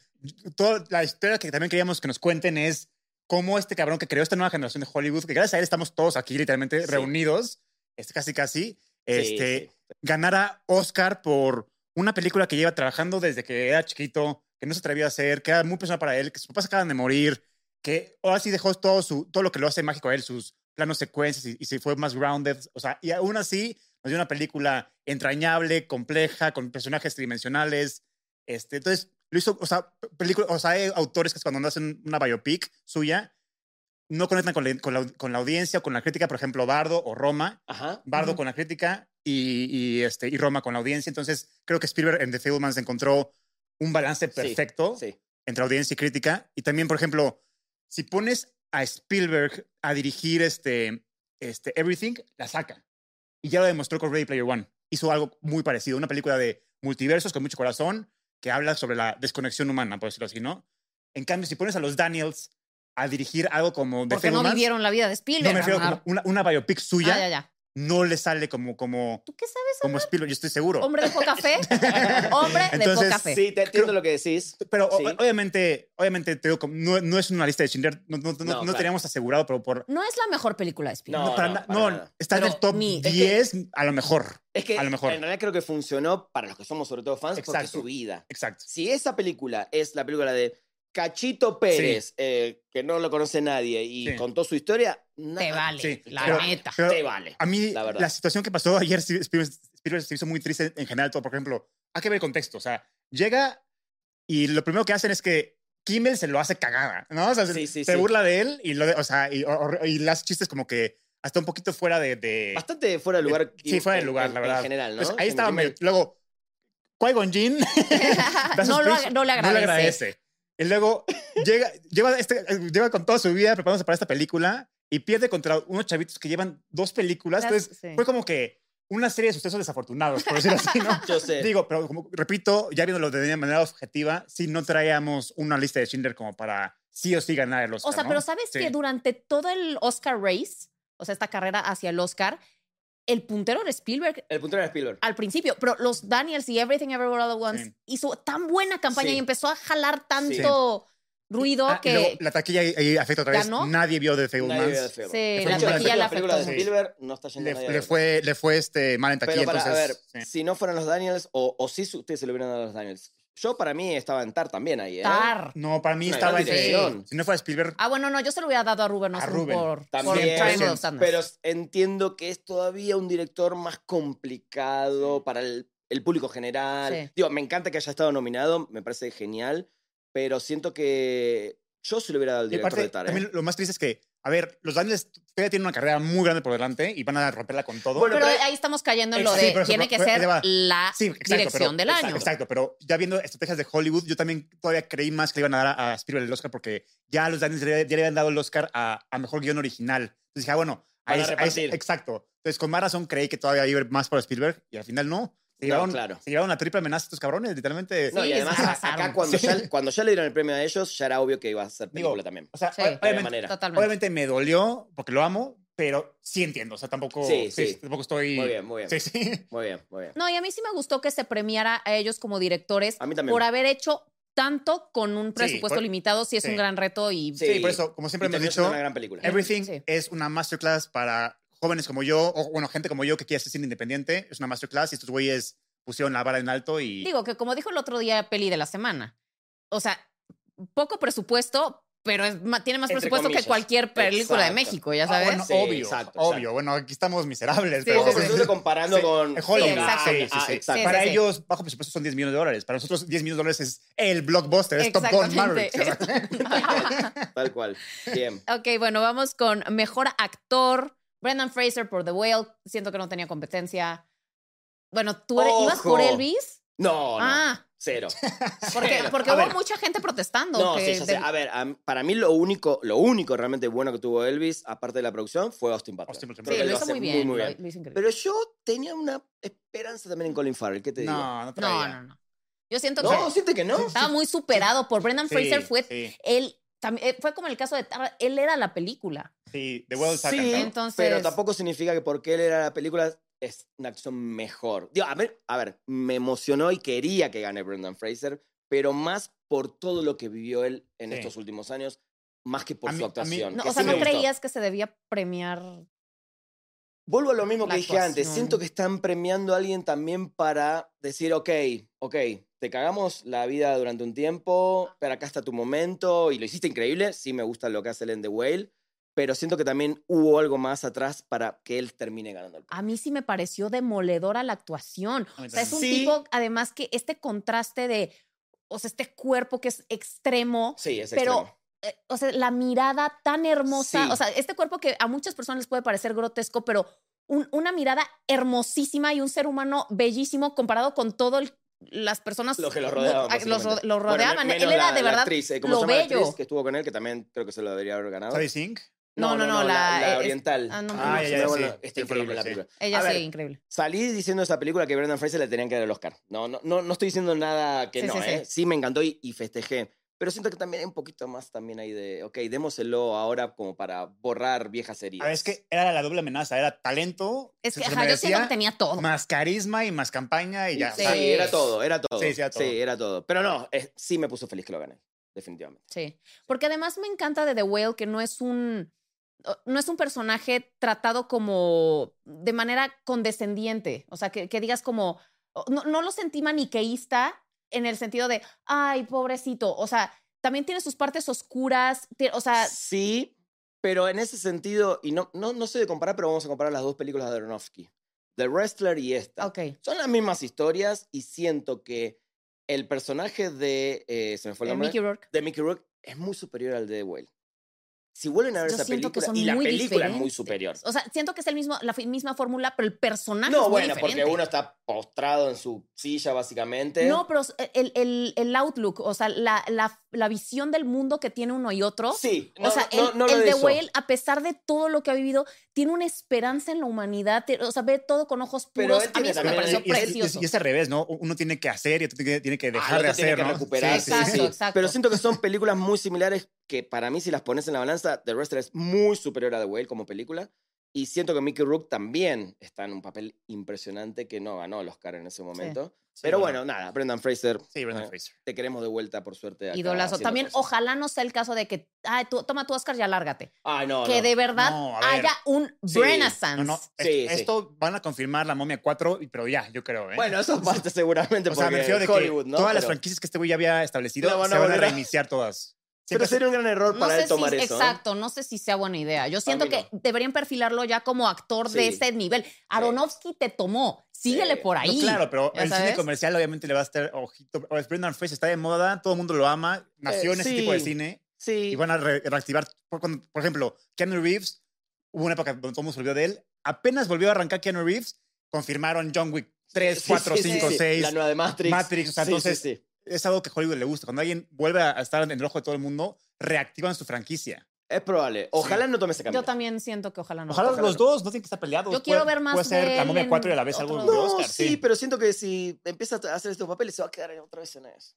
Speaker 3: toda la historia que también queríamos que nos cuenten es cómo este cabrón que creó esta nueva generación de Hollywood, que gracias a él estamos todos aquí literalmente
Speaker 2: Sí.
Speaker 3: reunidos, es casi casi,
Speaker 2: Sí,
Speaker 3: este,
Speaker 2: sí.
Speaker 3: ganara Oscar por una película que lleva trabajando desde que era chiquito, que no se atrevió a hacer, que era muy personal para él, que sus papás acaban de morir, que ahora sí dejó todo, su, todo lo que lo hace mágico a él, sus planos secuencias y, y se fue más grounded. O sea, y aún así nos dio una película entrañable, compleja, con personajes tridimensionales. Este, entonces, lo hizo, o sea, p- película, o sea, hay autores que cuando hacen una biopic suya, no conectan con la, con la- con la audiencia o con la crítica, por ejemplo, Bardo o Roma,
Speaker 2: Ajá.
Speaker 3: Bardo
Speaker 1: Ujú.
Speaker 3: con la crítica y, y, este, y Roma con la audiencia. Entonces, creo que Spielberg en The Fablemans encontró un balance perfecto
Speaker 2: Sí.
Speaker 3: entre audiencia y crítica. Y también, por ejemplo, si pones a Spielberg a dirigir este, este Everything, la saca. Y ya lo demostró con Ready Player One. Hizo algo muy parecido, una película de multiversos con mucho corazón que habla sobre la desconexión humana, por decirlo así, ¿no? En cambio, si pones a los Daniels a dirigir algo como de
Speaker 1: Porque no
Speaker 3: Fablemans.
Speaker 1: vivieron la vida de Spielberg.
Speaker 3: No, me refiero
Speaker 1: Amar.
Speaker 3: como una, una biopic suya.
Speaker 1: Ah, ya, ya.
Speaker 3: No le sale como, como,
Speaker 1: ¿Tú qué sabes?
Speaker 3: como Spielberg, yo estoy seguro.
Speaker 1: Hombre de poca fe. Hombre de
Speaker 3: Entonces,
Speaker 1: poca fe.
Speaker 2: Sí, te entiendo lo que decís.
Speaker 3: Pero o-
Speaker 2: Sí.
Speaker 3: obviamente, obviamente te digo, como, no, no es una lista de Schindler, no, no, no- no
Speaker 2: claro.
Speaker 3: teníamos asegurado, pero por...
Speaker 1: No es la mejor película de Spielberg.
Speaker 2: No,
Speaker 3: No, para
Speaker 2: no,
Speaker 3: na-
Speaker 2: para
Speaker 3: no,
Speaker 2: nada.
Speaker 3: está en
Speaker 1: Pero
Speaker 3: el top
Speaker 1: mi- es que-
Speaker 3: 10, a lo mejor.
Speaker 2: Es que
Speaker 3: A lo mejor.
Speaker 2: en realidad creo que funcionó para los que somos sobre todo fans porque es
Speaker 3: Exacto.
Speaker 2: su vida.
Speaker 3: Exacto.
Speaker 2: Si esa película es la película de Cachito Pérez, eh, que no lo conoce nadie, y
Speaker 3: Sí.
Speaker 2: contó su historia, na-
Speaker 1: Te vale,
Speaker 3: Sí,
Speaker 1: la
Speaker 3: pero-
Speaker 1: neta.
Speaker 3: pero-
Speaker 2: te vale.
Speaker 3: A mí,
Speaker 2: La
Speaker 3: la,
Speaker 2: verdad.
Speaker 3: situación que pasó ayer, sí, Spielberg, Spielberg se hizo muy triste en general todo. Por ejemplo, hay que ver el contexto. O sea, llega y lo primero que hacen es que Kimmel se lo hace cagada, ¿no? O sea,
Speaker 2: Sí, sí,
Speaker 3: se
Speaker 2: sí.
Speaker 3: burla de él y, lo de- o sea, y, o- y las chistes como que hasta un poquito fuera de... de-
Speaker 2: Bastante fuera de lugar.
Speaker 3: sí, fuera de
Speaker 2: en-
Speaker 3: lugar,
Speaker 2: en-
Speaker 3: la verdad.
Speaker 2: En general, ¿no?
Speaker 3: Entonces, Pues ahí
Speaker 2: Henry
Speaker 3: estaba medio...
Speaker 2: Cavill.
Speaker 3: Luego, Qui-Gon Jinn da sus
Speaker 1: no, lo,
Speaker 3: speech,
Speaker 1: ag- no le agradece.
Speaker 3: Y luego llega, lleva, este, lleva con toda su vida preparándose para esta película y pierde contra unos chavitos que llevan dos películas.
Speaker 1: Las-
Speaker 3: Entonces,
Speaker 1: sí.
Speaker 3: fue como que una serie de sucesos desafortunados, por decirlo así, ¿no?
Speaker 2: Yo sé.
Speaker 3: Digo, pero como, repito, ya viéndolo de manera objetiva, sí no traíamos una lista de Schindler como para sí o sí ganar el Oscar,
Speaker 1: O sea,
Speaker 3: ¿no?
Speaker 1: pero ¿sabes
Speaker 3: Sí.
Speaker 1: que durante todo el Oscar race, o sea, esta carrera hacia el Oscar, el puntero era Spielberg
Speaker 2: el puntero de Spielberg.
Speaker 1: al principio, pero los Daniels y Everything Everywhere All at Once
Speaker 3: Sí.
Speaker 1: hizo tan buena campaña
Speaker 2: Sí.
Speaker 1: y empezó a jalar tanto ruido
Speaker 3: Ah, y luego,
Speaker 1: que
Speaker 3: la taquilla ahí, ahí afecta otra vez.
Speaker 1: ¿Ganó?
Speaker 3: Nadie vio The
Speaker 2: Nadie vio de
Speaker 3: Fablemans.
Speaker 2: Spielberg.
Speaker 1: Sí,
Speaker 2: De
Speaker 3: la
Speaker 2: hecho,
Speaker 3: taquilla
Speaker 2: película-
Speaker 1: le
Speaker 2: la película de
Speaker 3: afectó.
Speaker 2: Spielberg no está yendo
Speaker 3: Le,
Speaker 2: a nadie a
Speaker 3: le
Speaker 2: verla.
Speaker 3: fue, le fue este, mal en taquilla.
Speaker 2: Pero para,
Speaker 3: entonces,
Speaker 2: a ver,
Speaker 3: sí.
Speaker 2: si no fueran los Daniels, o, o si su- ustedes se lo hubieran dado a los Daniels. Yo para mí estaba en Tar también ahí, ¿eh?
Speaker 1: tar.
Speaker 3: No, para mí
Speaker 2: Una
Speaker 3: estaba
Speaker 2: gran
Speaker 3: entre-
Speaker 2: dirección.
Speaker 3: Si no fuera Spielberg,
Speaker 1: Ah, bueno, no, yo se lo hubiera dado a Ruben
Speaker 3: A
Speaker 1: Osborn
Speaker 3: Ruben.
Speaker 1: por, por
Speaker 2: También,
Speaker 1: Triangle
Speaker 3: sí,
Speaker 1: of Sadness.
Speaker 2: Pero entiendo que es todavía un director más complicado para el, el público general.
Speaker 1: Sí.
Speaker 2: Digo, me encanta que haya estado nominado, me parece genial, pero siento que yo se lo hubiera dado al
Speaker 3: Y
Speaker 2: director
Speaker 3: aparte,
Speaker 2: de Tar. ¿eh?
Speaker 3: también lo más triste es que, a ver, los Daniels todavía tienen una carrera muy grande por delante y van a romperla con todo.
Speaker 2: Bueno,
Speaker 1: Pero
Speaker 2: pero-
Speaker 1: ahí estamos cayendo en lo
Speaker 3: Sí,
Speaker 1: de
Speaker 3: pero eso,
Speaker 1: tiene que
Speaker 3: pero-
Speaker 1: ser
Speaker 3: ahí va.
Speaker 1: la
Speaker 3: sí, exacto,
Speaker 1: dirección
Speaker 3: pero-
Speaker 1: del año.
Speaker 3: Exacto, pero ya viendo estrategias de Hollywood, yo también todavía creí más que le iban a dar a, a Spielberg el Oscar porque ya los Daniels ya, ya le habían dado el Oscar a, a mejor guión original. Entonces dije, ah, bueno,
Speaker 2: Van
Speaker 3: ahí
Speaker 2: a
Speaker 3: es- ahí es-
Speaker 2: repartir.
Speaker 3: exacto. Entonces con más razón creí que todavía iba a ir más por Spielberg y al final no. Se
Speaker 2: No,
Speaker 3: llevaron,
Speaker 2: claro.
Speaker 3: se llevaron la triple amenaza estos cabrones, literalmente.
Speaker 2: No,
Speaker 1: Sí,
Speaker 2: y
Speaker 1: les
Speaker 2: además,
Speaker 1: arrasaron.
Speaker 2: acá cuando,
Speaker 3: Sí.
Speaker 2: ya, cuando ya le dieron el premio a ellos, ya era obvio que iba a ser
Speaker 3: Digo,
Speaker 2: película también.
Speaker 3: O sea,
Speaker 1: Sí.
Speaker 3: o-
Speaker 1: De
Speaker 2: De alguna
Speaker 3: obviamente,
Speaker 2: manera.
Speaker 1: Totalmente.
Speaker 3: Obviamente me dolió porque lo amo, pero sí entiendo. O sea, tampoco,
Speaker 2: Sí,
Speaker 3: sí,
Speaker 2: sí.
Speaker 3: tampoco estoy.
Speaker 2: Muy bien, muy bien.
Speaker 3: Sí, sí.
Speaker 2: Muy bien, muy bien.
Speaker 1: No, y a mí sí me gustó que se premiara a ellos como directores
Speaker 2: A mí también.
Speaker 1: por haber hecho tanto con un presupuesto
Speaker 3: por-
Speaker 1: limitado, sí es
Speaker 3: sí.
Speaker 1: un gran reto y
Speaker 2: Sí,
Speaker 3: Sí, por eso, como siempre
Speaker 2: Y
Speaker 3: hemos
Speaker 2: terminó
Speaker 3: dicho,
Speaker 2: siendo una gran película.
Speaker 3: Everything
Speaker 1: Sí.
Speaker 3: es una masterclass para jóvenes como yo, o bueno, gente como yo que quiere ser cine independiente. Es una masterclass y estos güeyes pusieron la vara en alto y.
Speaker 1: digo que como dijo el otro día peli de la semana, o sea, poco presupuesto, pero es ma- tiene más
Speaker 2: Entre
Speaker 1: presupuesto
Speaker 2: comillas.
Speaker 1: que cualquier película
Speaker 2: Exacto.
Speaker 1: de México, ya
Speaker 3: Ah,
Speaker 1: sabes.
Speaker 3: bueno,
Speaker 2: Sí,
Speaker 3: obvio,
Speaker 2: exacto,
Speaker 3: obvio.
Speaker 2: exacto.
Speaker 3: Bueno, aquí estamos miserables,
Speaker 1: Sí,
Speaker 3: pero.
Speaker 1: sí,
Speaker 2: Pero sobre todo comparando
Speaker 3: Sí,
Speaker 2: con.
Speaker 3: en Hollywood,
Speaker 2: con-
Speaker 1: exacto.
Speaker 3: sí, sí,
Speaker 2: Ah,
Speaker 3: sí.
Speaker 2: exacto.
Speaker 1: Sí,
Speaker 3: Para
Speaker 1: sí.
Speaker 3: ellos, bajo presupuesto son 10 millones de dólares. Para nosotros, 10 millones de dólares es el blockbuster, es Top Gun Maverick. o sea.
Speaker 2: Tal cual. Bien.
Speaker 1: ok, bueno, vamos con mejor actor, Brendan Fraser por The Whale, siento que no tenía competencia. Bueno, tú eres- ibas
Speaker 2: Ojo.
Speaker 1: por Elvis?
Speaker 2: No, no.
Speaker 1: Ah,
Speaker 2: Cero.
Speaker 1: porque,
Speaker 2: Cero.
Speaker 1: porque
Speaker 2: A
Speaker 1: hubo
Speaker 2: ver,
Speaker 1: mucha gente protestando.
Speaker 2: No,
Speaker 1: que
Speaker 2: sí, ah, ya sé.
Speaker 1: del-
Speaker 2: A ver, am- para mí lo único, lo único realmente bueno que tuvo Elvis, aparte de la producción, fue Austin Butler.
Speaker 3: Austin Butler.
Speaker 2: Creo
Speaker 1: Sí,
Speaker 2: que
Speaker 1: lo
Speaker 2: hace
Speaker 1: hizo muy bien.
Speaker 2: muy
Speaker 1: lo-
Speaker 2: bien.
Speaker 1: lo hizo increíble.
Speaker 2: Pero yo tenía una esperanza también en Colin Farrell, ¿qué te digo?
Speaker 3: No, no traía.
Speaker 1: No, no, no. Yo siento
Speaker 2: No,
Speaker 1: que
Speaker 2: siente que no.
Speaker 1: estaba muy superado por Brendan
Speaker 3: Sí,
Speaker 1: Fraser. Fue
Speaker 3: Sí,
Speaker 1: él. tam- eh, Fue como el caso de Tara, él era la película.
Speaker 3: sí. The World Sacan,
Speaker 2: Sí,
Speaker 3: ¿no?
Speaker 1: Entonces-
Speaker 2: pero tampoco significa que porque él era la película es una acción mejor. Digo, a ver, a ver, me emocionó y quería que gane Brendan Fraser, pero más por todo lo que vivió él en
Speaker 3: Sí.
Speaker 2: estos últimos años, más que por
Speaker 3: A
Speaker 2: su
Speaker 3: mí- a mí-
Speaker 2: actuación.
Speaker 1: No,
Speaker 2: que
Speaker 1: o sea,
Speaker 2: sí
Speaker 1: no
Speaker 2: me gustó.
Speaker 1: creías que se debía premiar.
Speaker 2: Vuelvo a lo mismo
Speaker 1: La
Speaker 2: que dije antes.
Speaker 1: actuación.
Speaker 2: Siento que están premiando a alguien también para decir, ok, ok, te cagamos la vida durante un tiempo, pero acá está tu momento y lo hiciste increíble. Sí, me gusta lo que hace él en The Whale, pero siento que también hubo algo más atrás para que él termine ganando el premio.
Speaker 1: A mí sí me pareció demoledora la actuación.
Speaker 3: A mí
Speaker 1: O sea, es un
Speaker 2: Sí.
Speaker 1: tipo, además, que este contraste de. O sea, este cuerpo que es extremo.
Speaker 2: Sí, es
Speaker 1: Pero-
Speaker 2: extremo.
Speaker 1: eh, o sea, la mirada tan hermosa,
Speaker 2: Sí.
Speaker 1: o sea, este cuerpo que a muchas personas les puede parecer grotesco, pero un- una mirada hermosísima y un ser humano bellísimo comparado con todo el- las personas
Speaker 2: Los que lo rodeaban.
Speaker 1: Ah, los, ro-
Speaker 2: básicamente.
Speaker 1: lo
Speaker 2: Bueno,
Speaker 1: rodeaban.
Speaker 2: menos
Speaker 1: Él era
Speaker 2: la-
Speaker 1: de
Speaker 2: la
Speaker 1: verdad.
Speaker 2: actriz, eh, ¿cómo
Speaker 1: lo
Speaker 2: se llama la
Speaker 1: bello.
Speaker 2: actriz que estuvo con él, que también creo que se lo debería haber ganado.
Speaker 3: ¿Sadie Sink?
Speaker 1: No, no, no,
Speaker 2: la,
Speaker 1: la-
Speaker 2: la
Speaker 1: es-
Speaker 2: oriental.
Speaker 1: ah, no,
Speaker 3: Ah, no, ya, ya,
Speaker 2: bueno,
Speaker 3: sí.
Speaker 2: está
Speaker 3: Sí, fue lo
Speaker 2: increíble la
Speaker 3: que sí.
Speaker 2: película.
Speaker 1: Ella
Speaker 2: A
Speaker 1: sí,
Speaker 2: ver,
Speaker 1: increíble.
Speaker 2: Salí diciendo esa película que Brendan Fraser le tenían que dar el Oscar. No, no, no, no estoy diciendo nada que
Speaker 1: Sí,
Speaker 2: no,
Speaker 1: sí,
Speaker 2: ¿eh? Sí. me encantó y, y festejé. Pero siento que también hay un poquito más también ahí de, ok, démoselo ahora como para borrar viejas heridas.
Speaker 3: A ver, Ah, es que era la doble amenaza, era talento.
Speaker 1: Es que
Speaker 3: se- se
Speaker 1: ajá, yo siento que
Speaker 3: merecía,
Speaker 1: tenía todo.
Speaker 3: Más carisma y más campaña y ya.
Speaker 2: Sí,
Speaker 1: o sea,
Speaker 2: era todo, era todo.
Speaker 3: Sí, sí, era todo.
Speaker 2: era todo. Pero no, eh, sí me puso feliz que lo gané, definitivamente.
Speaker 1: Sí. Porque además me encanta de The Whale que no es un no es un personaje tratado como de manera condescendiente. O sea, que, que digas como. No, no lo sentí maniqueísta en el sentido de ay, pobrecito. O sea, también tiene sus partes oscuras. ti- O sea,
Speaker 2: Sí, pero en ese sentido, y no, no, no sé de comparar, pero vamos a comparar las dos películas de Aronofsky. The Wrestler y esta.
Speaker 1: ok. eh,
Speaker 2: Son las mismas historias y siento que el personaje de... eh, se me fue el
Speaker 1: eh,
Speaker 2: nombre.
Speaker 1: Mickey Rourke.
Speaker 2: de Mickey Rourke es muy superior al de Well. Si vuelven a ver
Speaker 1: Yo
Speaker 2: esa
Speaker 1: siento que
Speaker 2: película,
Speaker 1: son
Speaker 2: y la
Speaker 1: muy
Speaker 2: película es muy
Speaker 1: diferentes.
Speaker 2: superior.
Speaker 1: O sea, siento que es el mismo, la fi- misma fórmula, pero el personaje es
Speaker 2: No,
Speaker 1: muy
Speaker 2: bueno, porque
Speaker 1: diferente.
Speaker 2: uno está postrado en su silla, básicamente.
Speaker 1: No, pero eh, el, el- el outlook, o sea, la, la- la visión del mundo que tiene uno y otro.
Speaker 2: Sí,
Speaker 1: o sea,
Speaker 2: no,
Speaker 1: el,
Speaker 2: no lo
Speaker 1: el
Speaker 2: de
Speaker 1: The
Speaker 2: eso.
Speaker 1: Whale, a pesar de todo lo que ha vivido, tiene una esperanza en la humanidad. te- O sea, ve todo con ojos
Speaker 2: Pero
Speaker 1: puros.
Speaker 2: él
Speaker 1: A mí
Speaker 2: tiene
Speaker 1: eso me
Speaker 2: también-
Speaker 1: pareció
Speaker 3: y, es, y es-
Speaker 1: precioso.
Speaker 3: y es al revés, ¿no? Uno tiene que hacer y otro tiene que, tiene que
Speaker 2: Ah,
Speaker 3: dejar
Speaker 2: el
Speaker 3: de
Speaker 2: otro tiene
Speaker 3: hacer,
Speaker 2: que
Speaker 3: ¿no?
Speaker 2: recuperarse,
Speaker 3: Sí,
Speaker 2: sí,
Speaker 3: sí,
Speaker 1: Exacto,
Speaker 2: sí.
Speaker 1: exacto.
Speaker 2: Pero siento que son películas muy similares que para mí, si las pones en la balanza, The Wrestler es muy superior a The Whale como película. Y siento que Mickey Rook también está en un papel impresionante que no ganó el Oscar en ese momento.
Speaker 3: sí,
Speaker 2: Pero bueno, nada, Brendan Fraser,
Speaker 3: Sí, Brendan
Speaker 2: eh,
Speaker 3: Fraser.
Speaker 2: te queremos de vuelta, por suerte. acá
Speaker 1: Idolazo.
Speaker 2: haciendo
Speaker 1: También,
Speaker 2: cosas.
Speaker 1: ojalá no sea el caso de que, ah, tú, toma tu Oscar y alárgate.
Speaker 2: Ah, no,
Speaker 1: que
Speaker 2: no.
Speaker 1: de verdad
Speaker 3: No, a ver.
Speaker 1: haya un
Speaker 2: Sí.
Speaker 1: renaissance.
Speaker 3: No, no, es-
Speaker 2: Sí, sí.
Speaker 3: esto van a confirmar la momia 4, y- pero ya, yo creo, ¿eh?
Speaker 2: Bueno, eso parte seguramente
Speaker 3: o
Speaker 2: porque
Speaker 3: sea, me refiero de que
Speaker 2: Hollywood, ¿no?
Speaker 3: todas las
Speaker 2: Pero-
Speaker 3: franquicias que este güey ya había establecido
Speaker 2: La van a
Speaker 3: se van a
Speaker 2: volver a-
Speaker 3: reiniciar todas.
Speaker 2: Pero
Speaker 3: Siempre
Speaker 2: sería un gran error
Speaker 1: No
Speaker 2: para
Speaker 1: sé
Speaker 2: él tomar
Speaker 1: si,
Speaker 2: eso. ¿eh?
Speaker 1: Exacto, no sé si sea buena idea. Yo siento
Speaker 2: mí
Speaker 1: que deberían perfilarlo ya como actor de
Speaker 2: Sí.
Speaker 1: ese nivel. Aronofsky te tomó, síguele
Speaker 2: Sí.
Speaker 1: por
Speaker 3: No,
Speaker 1: ahí.
Speaker 3: claro, pero
Speaker 1: ¿Ya
Speaker 3: el
Speaker 1: sabes?
Speaker 3: cine comercial obviamente le va a estar ojito. O es Brendan Fraser está de moda, todo el mundo lo ama, nació
Speaker 2: Eh,
Speaker 3: en
Speaker 2: sí.
Speaker 3: ese tipo de cine
Speaker 2: Sí.
Speaker 3: y van a re- reactivar. Por, cuando- por ejemplo, Keanu Reeves, hubo una época donde todo el mundo se olvidó de él. Apenas volvió a arrancar Keanu Reeves, confirmaron John Wick 3,
Speaker 2: Sí,
Speaker 3: 4,
Speaker 2: sí, sí,
Speaker 3: 5,
Speaker 2: sí.
Speaker 3: 6.
Speaker 2: La nueva de Matrix.
Speaker 3: Matrix, o sea,
Speaker 2: Sí, sí,
Speaker 3: entonces-
Speaker 2: sí.
Speaker 3: Es algo que Hollywood le gusta. Cuando alguien vuelve a estar en el ojo de todo el mundo, reactivan su franquicia.
Speaker 2: Es probable. Ojalá no tome ese cambio.
Speaker 1: Yo también siento que ojalá no.
Speaker 3: Ojalá,
Speaker 2: ojalá
Speaker 3: los
Speaker 2: no.
Speaker 3: dos no tienen que estar peleados.
Speaker 1: Yo quiero ver más
Speaker 3: Puede ser
Speaker 1: de
Speaker 3: la
Speaker 1: él
Speaker 3: momia
Speaker 1: en
Speaker 3: 4 y a la vez algo
Speaker 1: otro-
Speaker 3: de
Speaker 2: No,
Speaker 3: Oscar.
Speaker 2: sí, pero siento que si empieza a hacer estos papeles se va a quedar otra vez en eso.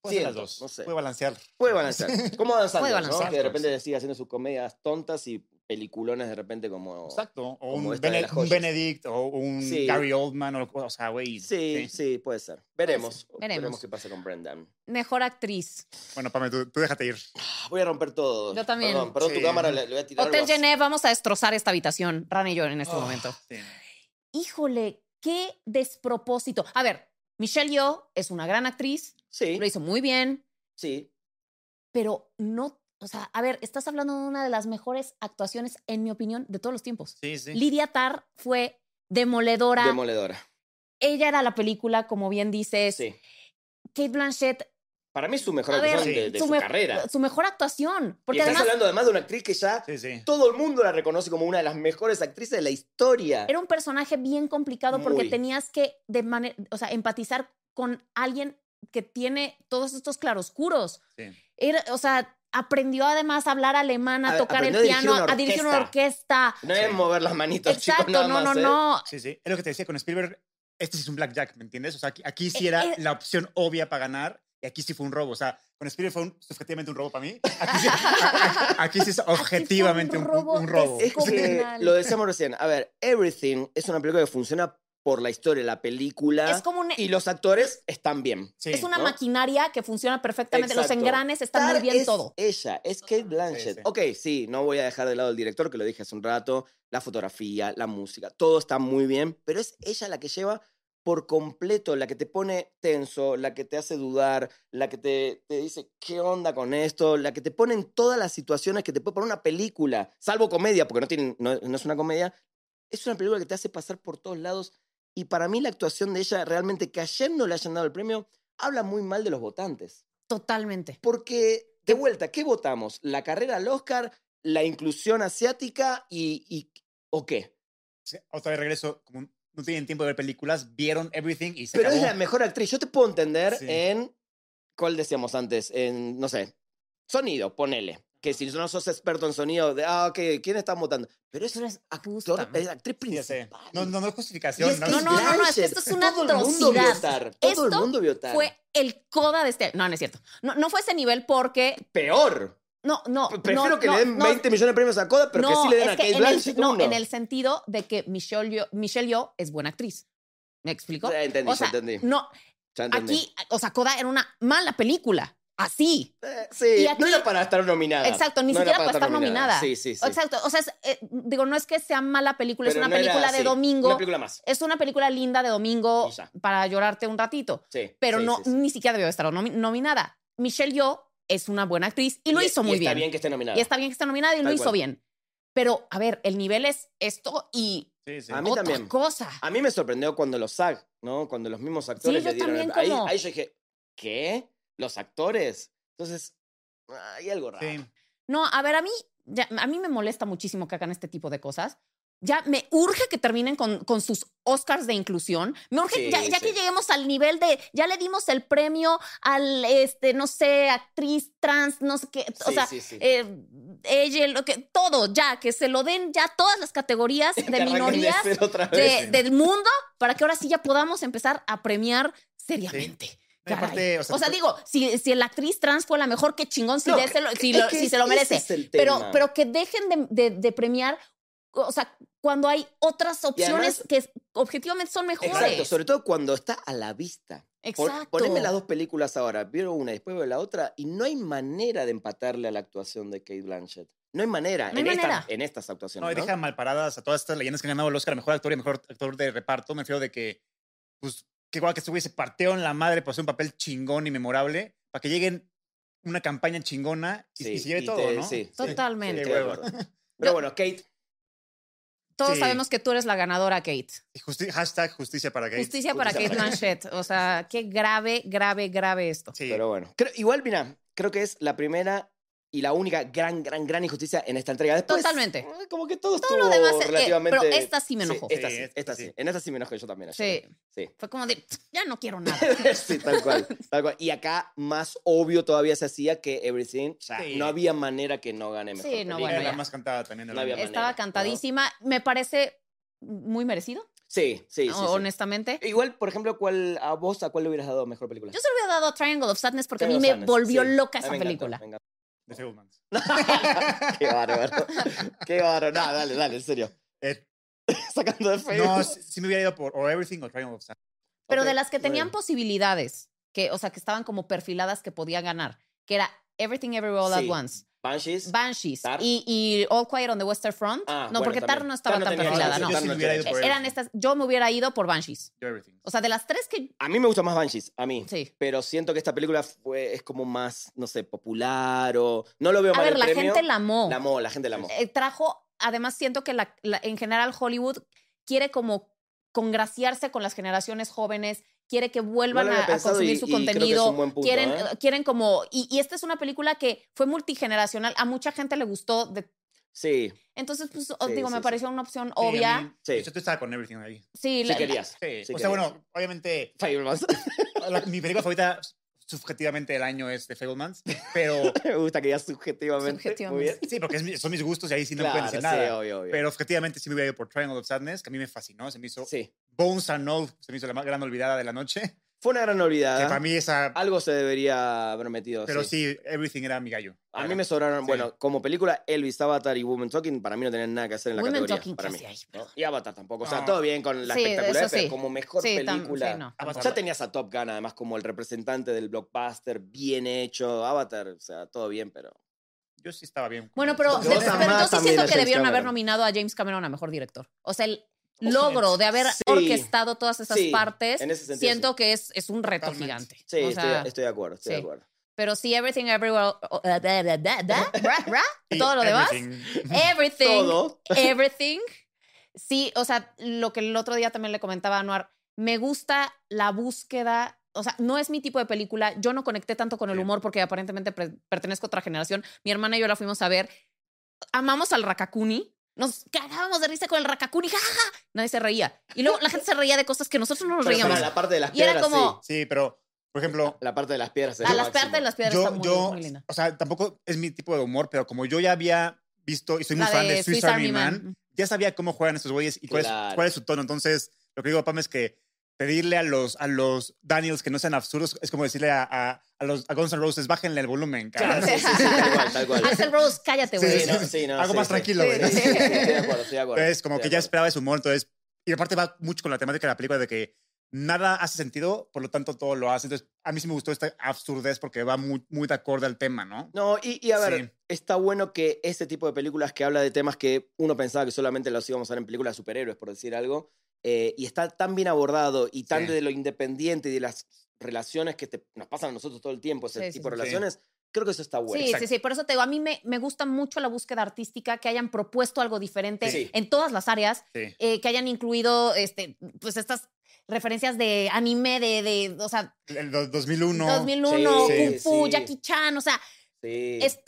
Speaker 3: Puede ser las
Speaker 2: siento,
Speaker 3: dos.
Speaker 2: no sé.
Speaker 3: Puede balancear.
Speaker 2: Puede balancear. Como Dan Sandler,
Speaker 1: Puede
Speaker 2: ¿no?
Speaker 1: balancear,
Speaker 2: Que de
Speaker 3: claro,
Speaker 2: repente sigue haciendo sus comedias tontas y peliculones de repente como...
Speaker 3: Exacto. O
Speaker 2: Como
Speaker 3: un,
Speaker 2: esta de
Speaker 3: Bene-
Speaker 2: las
Speaker 3: un
Speaker 2: joyas.
Speaker 3: Benedict o un
Speaker 2: Sí.
Speaker 3: Gary Oldman. O, o sea, güey.
Speaker 2: Sí, sí, puede ser. Veremos.
Speaker 1: Puede ser.
Speaker 2: Veremos.
Speaker 1: Veremos.
Speaker 2: qué pasa con Brendan.
Speaker 1: Mejor actriz.
Speaker 3: Bueno, Pame, tú, tú déjate ir.
Speaker 2: Ah, Voy a romper todo.
Speaker 1: Yo también.
Speaker 2: Perdón, perdón tu
Speaker 3: Sí.
Speaker 2: cámara, le, le voy a tirar
Speaker 1: Hotel
Speaker 2: algo así.
Speaker 1: Genev, vamos a destrozar esta habitación, Ran y yo, en
Speaker 2: Ah.
Speaker 1: este momento.
Speaker 3: Ah, Sí.
Speaker 1: Híjole, qué despropósito. A ver, Michelle Yeoh es una gran actriz,
Speaker 2: Sí,
Speaker 1: lo hizo muy bien,
Speaker 2: sí.
Speaker 1: pero no, o sea, a ver, estás hablando de una de las mejores actuaciones, en mi opinión, de todos los tiempos.
Speaker 3: Sí, sí.
Speaker 1: Lidia Tarr fue demoledora.
Speaker 2: Demoledora.
Speaker 1: Ella era la película, como bien dices.
Speaker 2: Sí.
Speaker 1: Kate Blanchett,
Speaker 2: Para mí es su mejor
Speaker 1: A ver,
Speaker 2: actuación de, de
Speaker 1: su
Speaker 2: su,
Speaker 1: me-
Speaker 2: carrera.
Speaker 1: su mejor actuación.
Speaker 2: y
Speaker 1: Porque
Speaker 2: estás
Speaker 1: además
Speaker 2: hablando además de una actriz que ya
Speaker 3: Sí, sí.
Speaker 2: todo el mundo la reconoce como una de las mejores actrices de la historia.
Speaker 1: era un personaje bien complicado porque
Speaker 2: Muy.
Speaker 1: tenías que de mane- o sea, empatizar con alguien que tiene todos estos claroscuros.
Speaker 3: Sí.
Speaker 1: Era, o sea, aprendió además a hablar alemán, a,
Speaker 2: A-
Speaker 1: tocar el
Speaker 2: aprendió a dirigir
Speaker 1: piano,
Speaker 2: una
Speaker 1: a dirigir una orquesta.
Speaker 2: No es
Speaker 3: Sí.
Speaker 2: mover las manitos,
Speaker 1: Exacto,
Speaker 2: chicos, nada
Speaker 1: no,
Speaker 2: más,
Speaker 1: no,
Speaker 2: ¿eh?
Speaker 1: no.
Speaker 3: Sí, sí. Es lo que te decía con Spielberg. Este sí es un blackjack, ¿me entiendes? O sea, aquí, aquí sí era
Speaker 1: eh.
Speaker 3: la opción obvia para ganar. Y aquí sí fue un robo. O sea, con Spielberg fue un- subjetivamente un robo para mí. Aquí sí, aquí sí es objetivamente un,
Speaker 1: robo
Speaker 3: un robo.
Speaker 2: Es que
Speaker 1: Comunal.
Speaker 2: lo decíamos recién. A ver, Everything es una película que funciona por la historia, la película.
Speaker 1: Es como un-
Speaker 2: Y los actores están bien.
Speaker 3: Sí.
Speaker 1: es una
Speaker 2: ¿no?
Speaker 1: maquinaria que funciona perfectamente. Los
Speaker 2: Exacto.
Speaker 1: engranes están muy
Speaker 2: Tar
Speaker 1: bien
Speaker 2: es
Speaker 1: todo.
Speaker 2: Ella, es Kate Blanchett.
Speaker 3: sí.
Speaker 2: Ok, sí, no voy a dejar de lado el director, que lo dije hace un rato, la fotografía, la música, todo está muy bien, pero es ella la que lleva por completo, la que te pone tenso, la que te hace dudar, la que te, te dice qué onda con esto, la que te pone en todas las situaciones que te puede poner una película, salvo comedia, porque no, tiene, no, no es una comedia, es una película que te hace pasar por todos lados y para mí la actuación de ella realmente que ayer no le hayan dado el premio habla muy mal de los votantes.
Speaker 1: Totalmente.
Speaker 2: Porque, de vuelta, ¿qué votamos? ¿La carrera al Oscar? ¿La inclusión asiática? ¿Y, y- o qué?
Speaker 3: Sí, Otra vez regreso. Como no tienen tiempo de ver películas, vieron everything y se
Speaker 2: Pero es
Speaker 3: acabó.
Speaker 2: la mejor actriz. Yo te puedo entender
Speaker 3: Sí.
Speaker 2: en. ¿Cuál decíamos antes? En, no sé. Sonido, ponele. que si no sos experto en sonido, de, ah, ok, ¿quién está votando? Pero es,
Speaker 1: Pero es
Speaker 2: actor,
Speaker 1: justamente-
Speaker 2: es actriz
Speaker 3: Ya sé.
Speaker 2: principal.
Speaker 3: No, no, no es
Speaker 2: Y es
Speaker 3: justificación.
Speaker 2: que
Speaker 1: No,
Speaker 2: es
Speaker 1: no, no, no, es que
Speaker 2: Blanchett.
Speaker 1: esto es una
Speaker 2: Todo el mundo vio
Speaker 1: atrocidad.
Speaker 2: Tar, Todo el
Speaker 1: Esto
Speaker 2: mundo vio Tar.
Speaker 1: Fue el coda de este. No, no es cierto. No, no fue ese nivel porque.
Speaker 2: peor.
Speaker 1: No, no.
Speaker 2: Prefiero
Speaker 1: no,
Speaker 2: que
Speaker 1: no,
Speaker 2: le den
Speaker 1: no,
Speaker 2: 20 millones de premios a Coda, pero que
Speaker 1: no,
Speaker 2: sí le den
Speaker 1: es que
Speaker 2: a Kate
Speaker 1: en el-
Speaker 2: Blanchett
Speaker 1: No,
Speaker 2: uno.
Speaker 1: en el sentido de que Michelle Yeoh, Michelle Yeoh es buena actriz. ¿Me explico?
Speaker 2: Ya entendí,
Speaker 1: o sea,
Speaker 2: ya entendí.
Speaker 1: no,
Speaker 2: ya entendí.
Speaker 1: aquí, o sea, Coda era una mala película. Así.
Speaker 2: Eh, sí,
Speaker 1: y
Speaker 2: no
Speaker 1: aquí-
Speaker 2: era para estar nominada.
Speaker 1: Exacto, ni
Speaker 2: No era
Speaker 1: siquiera para estar nominada.
Speaker 2: Sí, sí, sí.
Speaker 1: Exacto, o sea, es, eh, digo, no es que sea mala película,
Speaker 2: Pero
Speaker 1: es una
Speaker 2: no era
Speaker 1: película de
Speaker 2: así.
Speaker 1: domingo.
Speaker 2: Una película más.
Speaker 1: Es una película linda de domingo
Speaker 2: Y ya.
Speaker 1: para llorarte un ratito,
Speaker 2: Sí.
Speaker 1: pero
Speaker 2: sí,
Speaker 1: no
Speaker 2: sí, sí.
Speaker 1: ni siquiera debió estar nomi- nominada. Michelle Yeoh es una buena actriz y lo hizo muy
Speaker 2: Está
Speaker 1: bien.
Speaker 2: bien que esté nominada.
Speaker 1: Y está bien que esté nominada y lo
Speaker 2: Tal
Speaker 1: hizo
Speaker 2: cual.
Speaker 1: bien. Pero, a ver, el nivel es esto y
Speaker 3: Sí, sí.
Speaker 2: A mí
Speaker 1: otra
Speaker 2: también.
Speaker 1: cosa.
Speaker 2: A mí me sorprendió cuando los SAG, ¿no? Cuando los mismos actores
Speaker 1: yo
Speaker 2: le dieron.
Speaker 1: también
Speaker 2: ahí,
Speaker 1: como-
Speaker 2: ahí yo dije, ¿qué? ¿Los actores? Entonces, hay algo raro.
Speaker 3: Sí.
Speaker 1: No, a ver, a mí, ya- a mí me molesta muchísimo que hagan este tipo de cosas. Ya me urge que terminen con, con sus Oscars de inclusión. Me urge,
Speaker 2: Sí,
Speaker 1: ya, ya
Speaker 2: sí.
Speaker 1: que lleguemos al nivel de, ya le dimos el premio al, este, no sé, actriz trans, no sé qué, o
Speaker 2: Sí,
Speaker 1: sea,
Speaker 2: sí, sí.
Speaker 1: eh, ella, lo que, todo, ya, que se lo den ya todas las categorías
Speaker 2: Que
Speaker 1: de
Speaker 2: arranquen
Speaker 1: minorías
Speaker 2: cero otra vez.
Speaker 1: de- del mundo para que ahora sí ya podamos empezar a premiar seriamente.
Speaker 3: No, y
Speaker 1: Caray.
Speaker 3: aparte, o
Speaker 1: o,
Speaker 3: sea,
Speaker 1: sea,
Speaker 3: tú-
Speaker 1: digo, si, si la actriz trans fue la mejor, qué chingón si,
Speaker 2: pues No,
Speaker 1: déselo- si
Speaker 2: Es
Speaker 1: lo-
Speaker 2: que
Speaker 1: si se lo
Speaker 2: ese
Speaker 1: merece.
Speaker 2: es el
Speaker 1: Pero,
Speaker 2: tema.
Speaker 1: pero que dejen de, de- de premiar, o sea, cuando hay otras opciones
Speaker 2: además-
Speaker 1: que objetivamente son mejores.
Speaker 2: Exacto, sobre todo cuando está a la vista. Pon-
Speaker 1: Exacto.
Speaker 2: Poneme las dos películas ahora, vieron una y después veo la otra, y no hay manera de empatarle a la actuación de Kate Blanchett. No hay manera,
Speaker 1: No hay
Speaker 2: en, esta-
Speaker 1: manera.
Speaker 2: en estas actuaciones.
Speaker 3: No, y
Speaker 2: ¿no?
Speaker 3: deja malparadas a todas estas leyendas que han ganado el Oscar, a mejor actor y mejor actor de reparto. Me refiero de que, pues, que igual que este güey se partió en la madre por hacer un papel chingón y memorable, para que lleguen una campaña chingona y,
Speaker 2: Sí,
Speaker 3: y se lleve
Speaker 2: y
Speaker 3: todo,
Speaker 2: te-
Speaker 3: ¿no?
Speaker 2: sí, sí,
Speaker 1: Totalmente.
Speaker 2: estoy de
Speaker 3: hueva.
Speaker 2: acuerdo.
Speaker 1: Yo-
Speaker 2: Pero bueno, Kate,
Speaker 1: Todos
Speaker 3: Sí.
Speaker 1: sabemos que tú eres la ganadora, Kate.
Speaker 3: Y justi- hashtag justicia para Gates.
Speaker 1: Justicia para
Speaker 2: Justicia
Speaker 1: Kate
Speaker 2: para
Speaker 1: Blanchett. O sea, qué grave, grave, grave esto.
Speaker 3: Sí.
Speaker 2: pero bueno. Creo- igual, mira, creo que es la primera y la única gran, gran, gran injusticia en esta entrega. Después,
Speaker 1: Totalmente.
Speaker 2: eh, Como que todo,
Speaker 1: Todo lo
Speaker 2: estuvo
Speaker 1: demás, eh,
Speaker 2: relativamente...
Speaker 1: pero esta sí me enojó.
Speaker 2: Sí, esta
Speaker 3: Sí,
Speaker 2: sí,
Speaker 3: esta
Speaker 2: esta sí.
Speaker 3: sí.
Speaker 2: En esta sí me enojé yo también.
Speaker 1: Sí.
Speaker 2: ayer. Sí.
Speaker 1: Fue como de, ya no quiero nada.
Speaker 2: sí, tal cual, tal cual. Y acá más obvio todavía se hacía que Everything. O sea,
Speaker 3: Sí.
Speaker 2: no había manera que no gane mejor.
Speaker 1: Sí, no,
Speaker 2: película.
Speaker 1: bueno,
Speaker 3: Era la
Speaker 1: ya.
Speaker 3: más cantada también. de la
Speaker 2: No había
Speaker 3: vida.
Speaker 2: manera,
Speaker 1: Estaba
Speaker 2: ¿no?
Speaker 1: cantadísima. Me parece muy merecido,
Speaker 2: Sí, sí, sí, sí.
Speaker 1: honestamente.
Speaker 2: Igual, por ejemplo, ¿cuál, a vos a cuál le hubieras dado mejor película?
Speaker 1: Yo se lo hubiera dado a Triangle of Sadness porque a mí
Speaker 2: Tengo
Speaker 1: me
Speaker 2: ganas,
Speaker 1: volvió
Speaker 2: sí.
Speaker 1: loca
Speaker 2: A mí
Speaker 1: esa
Speaker 2: me encantó,
Speaker 1: película.
Speaker 2: me encantó.
Speaker 3: De Fablemans.
Speaker 2: Qué bárbaro. Qué bárbaro. No, dale, dale, en serio.
Speaker 3: Eh,
Speaker 2: Sacando de Facebook.
Speaker 3: no, sí, sí me hubiera ido por o Everything o Triumph of Sound.
Speaker 1: Pero
Speaker 2: Ok,
Speaker 1: de las que
Speaker 2: muy
Speaker 1: tenían
Speaker 2: bien.
Speaker 1: posibilidades, que, o sea, que estaban como perfiladas que podía ganar, que era Everything Everywhere All
Speaker 2: Sí.
Speaker 1: at Once,
Speaker 2: Banshees.
Speaker 1: Banshees
Speaker 2: Tar.
Speaker 1: y, y All Quiet on the Western Front.
Speaker 2: Ah,
Speaker 1: no,
Speaker 2: bueno,
Speaker 1: porque Tar
Speaker 2: también.
Speaker 1: no estaba tan
Speaker 2: tenía
Speaker 1: perfilada,
Speaker 2: chance,
Speaker 1: no.
Speaker 3: Yo sí
Speaker 2: Tar
Speaker 3: me hubiera ido
Speaker 2: tenía
Speaker 3: por
Speaker 2: chance.
Speaker 1: Eran estas, yo me hubiera ido por Banshees.
Speaker 3: Yo Everything.
Speaker 1: O sea, de las tres que.
Speaker 2: A mí me gusta más Banshees, a mí.
Speaker 1: Sí.
Speaker 2: Pero siento que esta película fue, es como más, no sé, popular o... No lo veo
Speaker 1: A
Speaker 2: mal
Speaker 1: ver,
Speaker 2: el
Speaker 1: la
Speaker 2: premio.
Speaker 1: gente la amó.
Speaker 2: La amó, la gente la amó.
Speaker 1: Eh, trajo, además siento que la- la- en general Hollywood quiere como congraciarse con las generaciones jóvenes, quiere que vuelvan
Speaker 2: No lo
Speaker 1: a-
Speaker 2: había
Speaker 1: a,
Speaker 2: pensado
Speaker 1: consumir
Speaker 2: y-
Speaker 1: su
Speaker 2: y creo que es
Speaker 1: contenido.
Speaker 2: un buen punto,
Speaker 1: quieren,
Speaker 2: ¿eh?
Speaker 1: quieren como, y, y esta es una película que fue multigeneracional, a mucha gente le gustó. de-
Speaker 2: Sí,
Speaker 1: entonces, pues,
Speaker 2: Sí,
Speaker 1: digo,
Speaker 2: sí,
Speaker 1: me
Speaker 2: sí.
Speaker 1: pareció una opción
Speaker 3: Sí, a
Speaker 1: obvia.
Speaker 3: mí-
Speaker 2: Sí.
Speaker 3: De hecho, tú estabas con Everything ahí.
Speaker 1: Sí,
Speaker 2: sí
Speaker 1: la-
Speaker 2: querías.
Speaker 3: Sí.
Speaker 2: Sí
Speaker 3: o
Speaker 2: querías.
Speaker 3: sea, bueno, obviamente
Speaker 2: Fablemans.
Speaker 3: la- mi película favorita subjetivamente del año es The Fablemans, pero
Speaker 2: Me gusta que ya subjetivamente. Muy bien.
Speaker 1: Subjetivamente.
Speaker 3: sí, porque es mi- son mis gustos y ahí sí no me pueden
Speaker 2: Claro,
Speaker 3: decir
Speaker 2: sí,
Speaker 3: nada.
Speaker 2: obvio, obvio.
Speaker 3: Pero objetivamente sí me hubiera ido por Triangle of Sadness, que a mí me fascinó, se me hizo
Speaker 2: Sí.
Speaker 3: Bones and Love, se me hizo la más gran olvidada de la noche, que
Speaker 2: Fue una gran olvidada.
Speaker 3: para mí esa,
Speaker 2: Algo se debería haber metido.
Speaker 3: pero sí. Everything era mi gallo.
Speaker 2: A mí me sobraron,
Speaker 3: Sí.
Speaker 2: bueno, como película, Elvis, Avatar y Woman Talking, para mí no tenían nada que hacer en la
Speaker 1: Women
Speaker 2: categoría.
Speaker 1: Talking,
Speaker 2: para
Speaker 1: ¿qué
Speaker 2: mí.
Speaker 1: hacía ahí?
Speaker 2: ¿no? Y Avatar tampoco. O sea,
Speaker 3: No.
Speaker 2: todo bien con la
Speaker 1: Sí,
Speaker 2: espectacular,
Speaker 1: eso
Speaker 2: pero
Speaker 1: sí.
Speaker 2: como mejor
Speaker 1: Sí, tam-
Speaker 2: película.
Speaker 1: sí, no,
Speaker 3: Avatar.
Speaker 2: Ya tenías a Top Gun, además, como el representante del blockbuster, bien hecho. Avatar, o sea, todo bien, pero.
Speaker 3: Yo sí estaba bien.
Speaker 1: Bueno, pero,
Speaker 2: Yo
Speaker 1: de-
Speaker 2: amaba
Speaker 1: pero yo sí
Speaker 2: también
Speaker 1: siento
Speaker 2: a
Speaker 1: que
Speaker 2: James
Speaker 1: debieron haber
Speaker 2: Cameron.
Speaker 1: nominado a James Cameron a mejor director. O sea, el logro de haber
Speaker 2: Sí.
Speaker 1: orquestado todas esas
Speaker 2: Sí,
Speaker 1: partes,
Speaker 2: en ese sentido,
Speaker 1: siento que es, es un reto
Speaker 3: Totalmente.
Speaker 1: gigante.
Speaker 2: Sí,
Speaker 1: O sea,
Speaker 2: estoy, estoy de acuerdo, estoy de
Speaker 1: sí.
Speaker 2: acuerdo.
Speaker 1: Pero sí, everything, everywhere, oh, da, da, da, da, da, ra, ra, todo lo demás.
Speaker 3: demás.
Speaker 1: Everything,
Speaker 2: Todo.
Speaker 1: everything. Sí, o sea, lo que el otro día también le comentaba a Anuar, me gusta la búsqueda, o sea, no es mi tipo de película, yo no conecté tanto con el
Speaker 3: Sí.
Speaker 1: humor porque aparentemente pre- pertenezco a otra generación, mi hermana y yo la fuimos a ver, amamos al Rakakuni, nos cagábamos de risa con el Rakakuni, jajaja, nadie se reía. Y luego la gente se reía de cosas que nosotros no nos
Speaker 2: Pero
Speaker 1: reíamos.
Speaker 2: para la parte de las
Speaker 1: Y era
Speaker 2: piedras,
Speaker 1: como-
Speaker 2: sí.
Speaker 3: Sí, pero Por ejemplo,
Speaker 2: La parte de las piedras. es
Speaker 1: A
Speaker 2: lo
Speaker 1: las
Speaker 2: máximo.
Speaker 1: partes de las piedras está
Speaker 3: yo,
Speaker 1: muy,
Speaker 3: yo
Speaker 1: muy linda.
Speaker 3: o sea, tampoco es mi tipo de humor, pero como yo ya había visto y soy muy
Speaker 1: La
Speaker 3: fan de,
Speaker 1: de
Speaker 3: Swiss Army Man, ya sabía cómo juegan estos güeyes y cuál, es,
Speaker 2: Claro.
Speaker 3: cuál es su tono. Entonces, lo que digo, Pam, es que pedirle a los, a los Daniels que no sean absurdos es como decirle a, a, a los a Guns N' Roses, bájenle el volumen, cabrón.
Speaker 2: Claro, sí, sí, sí, tal cual, tal cual.
Speaker 1: Axel Rose, cállate,
Speaker 3: Sí,
Speaker 1: güey.
Speaker 2: Sí, no, sí, no,
Speaker 3: Algo
Speaker 2: sí,
Speaker 3: más
Speaker 2: sí.
Speaker 3: tranquilo,
Speaker 1: güey, ¿no?
Speaker 2: Sí, sí, sí, sí, estoy de acuerdo, estoy de acuerdo.
Speaker 3: Entonces, como
Speaker 2: estoy de
Speaker 3: que
Speaker 2: acuerdo.
Speaker 3: ya esperaba ese humor, entonces... Y aparte va mucho con la temática de la película de que nada hace sentido, por lo tanto todo lo hace. Entonces, a mí sí me gustó esta absurdez porque va muy, muy de acorde al tema, ¿no?
Speaker 2: No, y, y a ver,
Speaker 3: Sí.
Speaker 2: está bueno que este tipo de películas que habla de temas que uno pensaba que solamente los íbamos a ver en películas de superhéroes, por decir algo, eh, y está tan bien abordado y tan
Speaker 3: Sí.
Speaker 2: de lo independiente y de las relaciones que te- nos pasan a nosotros todo el tiempo, ese
Speaker 1: Sí, sí,
Speaker 2: tipo de
Speaker 3: sí.
Speaker 2: relaciones, creo que eso está bueno.
Speaker 1: Sí, sí, sí. Por eso te digo, a mí me, me gusta mucho la búsqueda artística, que hayan propuesto algo diferente
Speaker 2: Sí.
Speaker 1: en todas las áreas,
Speaker 3: Sí.
Speaker 1: eh, que hayan incluido este, pues estas referencias de anime, de, de o sea,
Speaker 3: El do- 2001.
Speaker 1: 2001,
Speaker 3: Sí,
Speaker 1: Kung Fu,
Speaker 2: sí.
Speaker 1: Jackie Chan, o sea,
Speaker 2: Sí.
Speaker 1: es,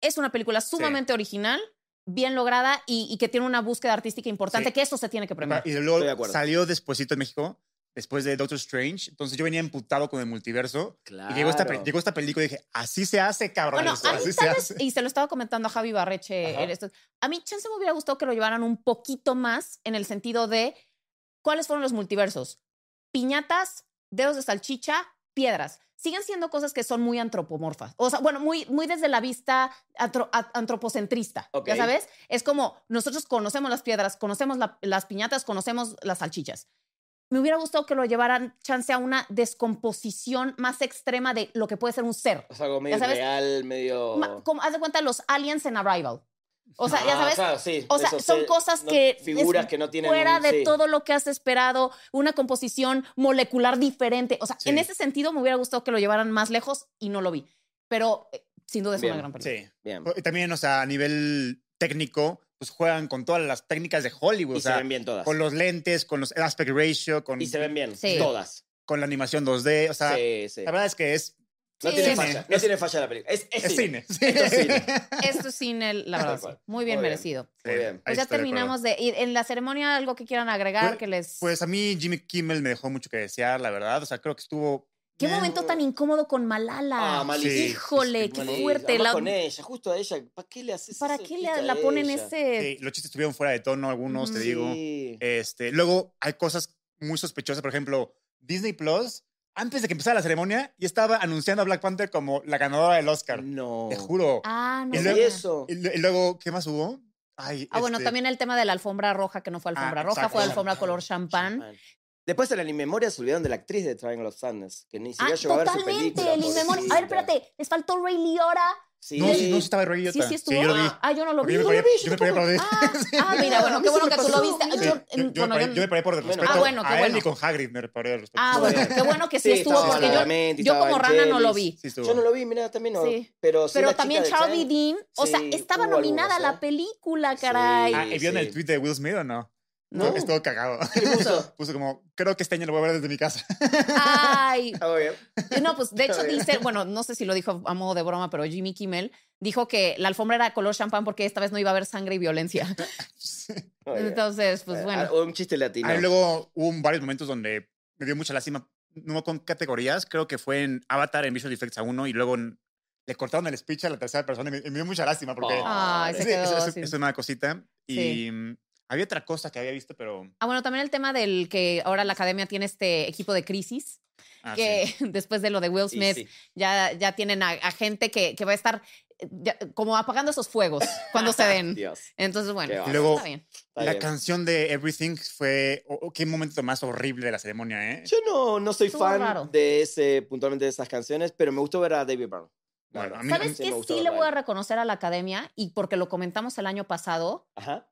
Speaker 1: es una película sumamente original, bien lograda y, y que tiene una búsqueda artística importante,
Speaker 3: Sí.
Speaker 1: que eso se tiene que premiar.
Speaker 3: Y
Speaker 2: Estoy de
Speaker 3: luego
Speaker 2: acuerdo.
Speaker 3: salió despuesito en México, después de Doctor Strange. Entonces yo venía emputado con el multiverso. Y llegó esta, pe-
Speaker 2: Claro.
Speaker 3: llegó esta película y dije, así se hace, cabrón.
Speaker 1: Bueno,
Speaker 3: esto,
Speaker 1: a mí
Speaker 3: así se
Speaker 1: tal vez-
Speaker 3: hace.
Speaker 1: Pues, y se lo estaba comentando a Javi Barreche,
Speaker 2: Ajá.
Speaker 1: en esto, a mí chance me hubiera gustado que lo llevaran un poquito más en el sentido de cuáles fueron los multiversos. Piñatas, dedos de salchicha, piedras. Siguen siendo cosas que son muy antropomorfas. O sea, bueno, muy, muy desde la vista atro- a- antropocentrista.
Speaker 2: Ok.
Speaker 1: Ya sabes, es como nosotros conocemos las piedras, conocemos la- las piñatas, conocemos las salchichas. Me hubiera gustado que lo llevaran chance a una descomposición más extrema de lo que puede ser un ser.
Speaker 2: Es algo medio
Speaker 1: Ya sabes,
Speaker 2: real, medio...
Speaker 1: Ma- como, haz de cuenta los aliens en Arrival. O sea, ya
Speaker 2: Ah,
Speaker 1: sabes,
Speaker 2: claro, sí,
Speaker 1: o sea,
Speaker 2: eso,
Speaker 1: son
Speaker 2: sí,
Speaker 1: cosas
Speaker 2: no-
Speaker 1: que
Speaker 2: Figuras
Speaker 1: es
Speaker 2: que no tienen...
Speaker 1: fuera
Speaker 2: un-
Speaker 1: de
Speaker 2: sí.
Speaker 1: todo lo que has esperado, una composición molecular diferente. O sea,
Speaker 3: Sí.
Speaker 1: en ese sentido me hubiera gustado que lo llevaran más lejos y no lo vi. Pero eh, sin duda es
Speaker 2: Bien.
Speaker 1: una gran película.
Speaker 3: Sí.
Speaker 2: Bien.
Speaker 3: Y también, o sea, a nivel técnico, pues juegan con todas las técnicas de Hollywood.
Speaker 2: Y
Speaker 3: o sea,
Speaker 2: se ven bien todas.
Speaker 3: con los lentes, con los el aspect ratio, con,
Speaker 2: Y se ven bien,
Speaker 1: Sí.
Speaker 2: todas.
Speaker 3: con la animación 2D. O sea,
Speaker 2: sí, sí.
Speaker 3: la verdad es que es,
Speaker 2: No
Speaker 1: Sí,
Speaker 2: tiene
Speaker 1: sí,
Speaker 2: falla,
Speaker 3: sí.
Speaker 2: no tiene falla la película. Es, es
Speaker 3: es
Speaker 2: cine. Esto
Speaker 3: cine.
Speaker 2: es cine.
Speaker 1: Esto es sin el, la verdad,
Speaker 2: Tal cual.
Speaker 1: sí. muy bien
Speaker 2: Muy bien.
Speaker 1: merecido.
Speaker 2: Muy bien.
Speaker 1: Pues ya
Speaker 3: estoy de acuerdo.
Speaker 1: terminamos de, ir en la ceremonia algo que quieran agregar
Speaker 3: Pues-
Speaker 1: que les
Speaker 3: Pues a mí Jimmy Kimmel me dejó mucho que desear, la verdad. O sea, creo que estuvo...
Speaker 1: qué
Speaker 3: Eh,
Speaker 1: momento tan incómodo con Malala.
Speaker 2: Ah, malísimo.
Speaker 3: Sí.
Speaker 1: Híjole, qué
Speaker 2: Malísimo.
Speaker 1: fuerte.
Speaker 2: Además
Speaker 1: La-
Speaker 2: con ella, justo a ella. ¿Para qué le haces
Speaker 1: ¿Para
Speaker 2: eso
Speaker 1: qué
Speaker 2: justo
Speaker 1: le-
Speaker 2: a
Speaker 1: la ponen
Speaker 2: ella?
Speaker 1: ese?
Speaker 3: Sí, eh, los chistes estuvieron fuera de tono, algunos, te
Speaker 1: Ujú.
Speaker 3: digo.
Speaker 2: Sí.
Speaker 3: Este, luego hay cosas muy sospechosas, por ejemplo, Disney Plus, antes de que empezara la ceremonia, ya estaba anunciando a Black Panther como la ganadora del Oscar.
Speaker 2: No.
Speaker 3: Te juro.
Speaker 1: Ah, no.
Speaker 3: Y
Speaker 2: ¿Y
Speaker 3: luego-
Speaker 1: sabía.
Speaker 2: eso?
Speaker 3: Y, lu- y luego, ¿qué más hubo? Ay,
Speaker 1: Ah, bueno,
Speaker 3: este,
Speaker 1: también el tema de la alfombra roja, que no fue alfombra
Speaker 3: Ah,
Speaker 1: roja,
Speaker 3: exacto.
Speaker 1: fue alfombra color
Speaker 2: Champán.
Speaker 1: champán.
Speaker 2: Después en la inmemoria se olvidaron de la actriz de Triangle of Sadness, que ni
Speaker 1: Ah,
Speaker 2: siquiera llegó a ver su película.
Speaker 1: totalmente, el inmemoria. A ver,
Speaker 2: pobrecita.
Speaker 1: espérate, les faltó Ray Liora.
Speaker 2: Sí.
Speaker 3: No, sí, no, sí estaba Ray
Speaker 1: Sí,
Speaker 3: Liotta.
Speaker 1: sí estuvo.
Speaker 3: yo lo vi.
Speaker 1: Ah, yo no lo
Speaker 3: Porque
Speaker 1: vi.
Speaker 3: yo
Speaker 1: No
Speaker 3: me paré-
Speaker 1: lo vi,
Speaker 3: yo me paré por
Speaker 1: tampoco. Ah, ah, mira, bueno,
Speaker 3: A
Speaker 1: qué
Speaker 3: mí
Speaker 1: bueno
Speaker 3: se
Speaker 1: que
Speaker 3: me
Speaker 1: tú lo
Speaker 3: pasó.
Speaker 1: viste.
Speaker 3: Sí,
Speaker 1: Yo,
Speaker 3: yo- yo me
Speaker 1: bueno,
Speaker 3: paré-
Speaker 1: yo-
Speaker 3: yo me paré por el
Speaker 2: Bueno,
Speaker 3: respeto
Speaker 1: ah, bueno, qué
Speaker 3: a él
Speaker 1: bueno.
Speaker 3: y con Hagrid me paré por el respeto.
Speaker 1: Ah,
Speaker 2: Muy
Speaker 1: bueno,
Speaker 2: bien.
Speaker 1: qué bueno que sí,
Speaker 2: Sí,
Speaker 1: estuvo,
Speaker 2: estaba
Speaker 1: porque yo,
Speaker 2: Badalamenti,
Speaker 1: yo
Speaker 2: estaba
Speaker 1: como rana no lo
Speaker 2: Angelis.
Speaker 1: vi.
Speaker 3: Sí, estuvo.
Speaker 2: Yo no lo vi, mira, también no.
Speaker 1: Sí.
Speaker 2: Pero, sí la
Speaker 1: Pero
Speaker 2: chica
Speaker 1: también
Speaker 2: de
Speaker 1: Charlie
Speaker 2: Triangle-
Speaker 1: Dean, o sea,
Speaker 2: Sí,
Speaker 1: estaba
Speaker 2: hubo
Speaker 1: nominada a
Speaker 2: algunos,
Speaker 1: la
Speaker 2: ¿eh?
Speaker 1: película,
Speaker 2: Sí.
Speaker 1: caray.
Speaker 3: Ah, ¿y vieron
Speaker 2: Sí.
Speaker 3: el tweet de Will Smith o no?
Speaker 1: No.
Speaker 3: Estuvo- Estuvo cagado. Puso como, creo que este año lo voy a ver desde mi casa.
Speaker 1: Ay,
Speaker 2: Ah, muy bien.
Speaker 1: No, pues de hecho
Speaker 2: Está bien.
Speaker 1: dice, bueno, no sé si lo dijo a modo de broma, pero Jimmy Kimmel dijo que la alfombra era color champán porque esta vez no iba a haber sangre y violencia.
Speaker 2: Muy bien.
Speaker 1: Entonces, pues
Speaker 2: Eh,
Speaker 1: bueno.
Speaker 2: ah, Un chiste latino.
Speaker 3: Ah, y luego hubo un- varios momentos donde me dio mucha lástima, no con categorías, creo que fue en Avatar, en Visual Effects a uno, y luego en- le cortaron el speech a la tercera persona y me, y me dio mucha lástima porque
Speaker 2: Ah,
Speaker 1: Ay, Oh, se
Speaker 3: sí,
Speaker 1: quedó
Speaker 3: es, es-
Speaker 1: así.
Speaker 3: es una cosita. Y
Speaker 1: Sí.
Speaker 3: mm, había otra cosa que había visto, pero...
Speaker 1: Ah, bueno, también el tema del que ahora la academia tiene este equipo de crisis,
Speaker 3: ah,
Speaker 1: que
Speaker 3: sí.
Speaker 1: después de lo de Will
Speaker 2: Y
Speaker 1: Smith,
Speaker 2: sí.
Speaker 1: ya, ya tienen a, a gente que, que va a estar eh, ya- como apagando esos fuegos cuando se den.
Speaker 2: Dios.
Speaker 1: Entonces, bueno,
Speaker 2: Qué
Speaker 1: pues,
Speaker 2: bárbaro.
Speaker 3: Luego-
Speaker 1: está bien.
Speaker 2: Está
Speaker 3: la
Speaker 2: bien.
Speaker 3: canción de Everything fue... oh, oh, qué momento más horrible de la ceremonia, ¿eh?
Speaker 2: Yo no, no soy
Speaker 1: Estuvo
Speaker 2: fan
Speaker 1: raro.
Speaker 2: de ese, puntualmente de esas canciones, pero me gustó ver a David Brown. la
Speaker 3: Bueno,
Speaker 2: verdad.
Speaker 3: a mí-
Speaker 1: ¿Sabes
Speaker 2: sí
Speaker 1: qué?
Speaker 2: me gustó
Speaker 1: Sí le
Speaker 2: verlo
Speaker 1: voy a
Speaker 2: él.
Speaker 1: reconocer a la academia y porque lo comentamos el año pasado,
Speaker 2: Ajá.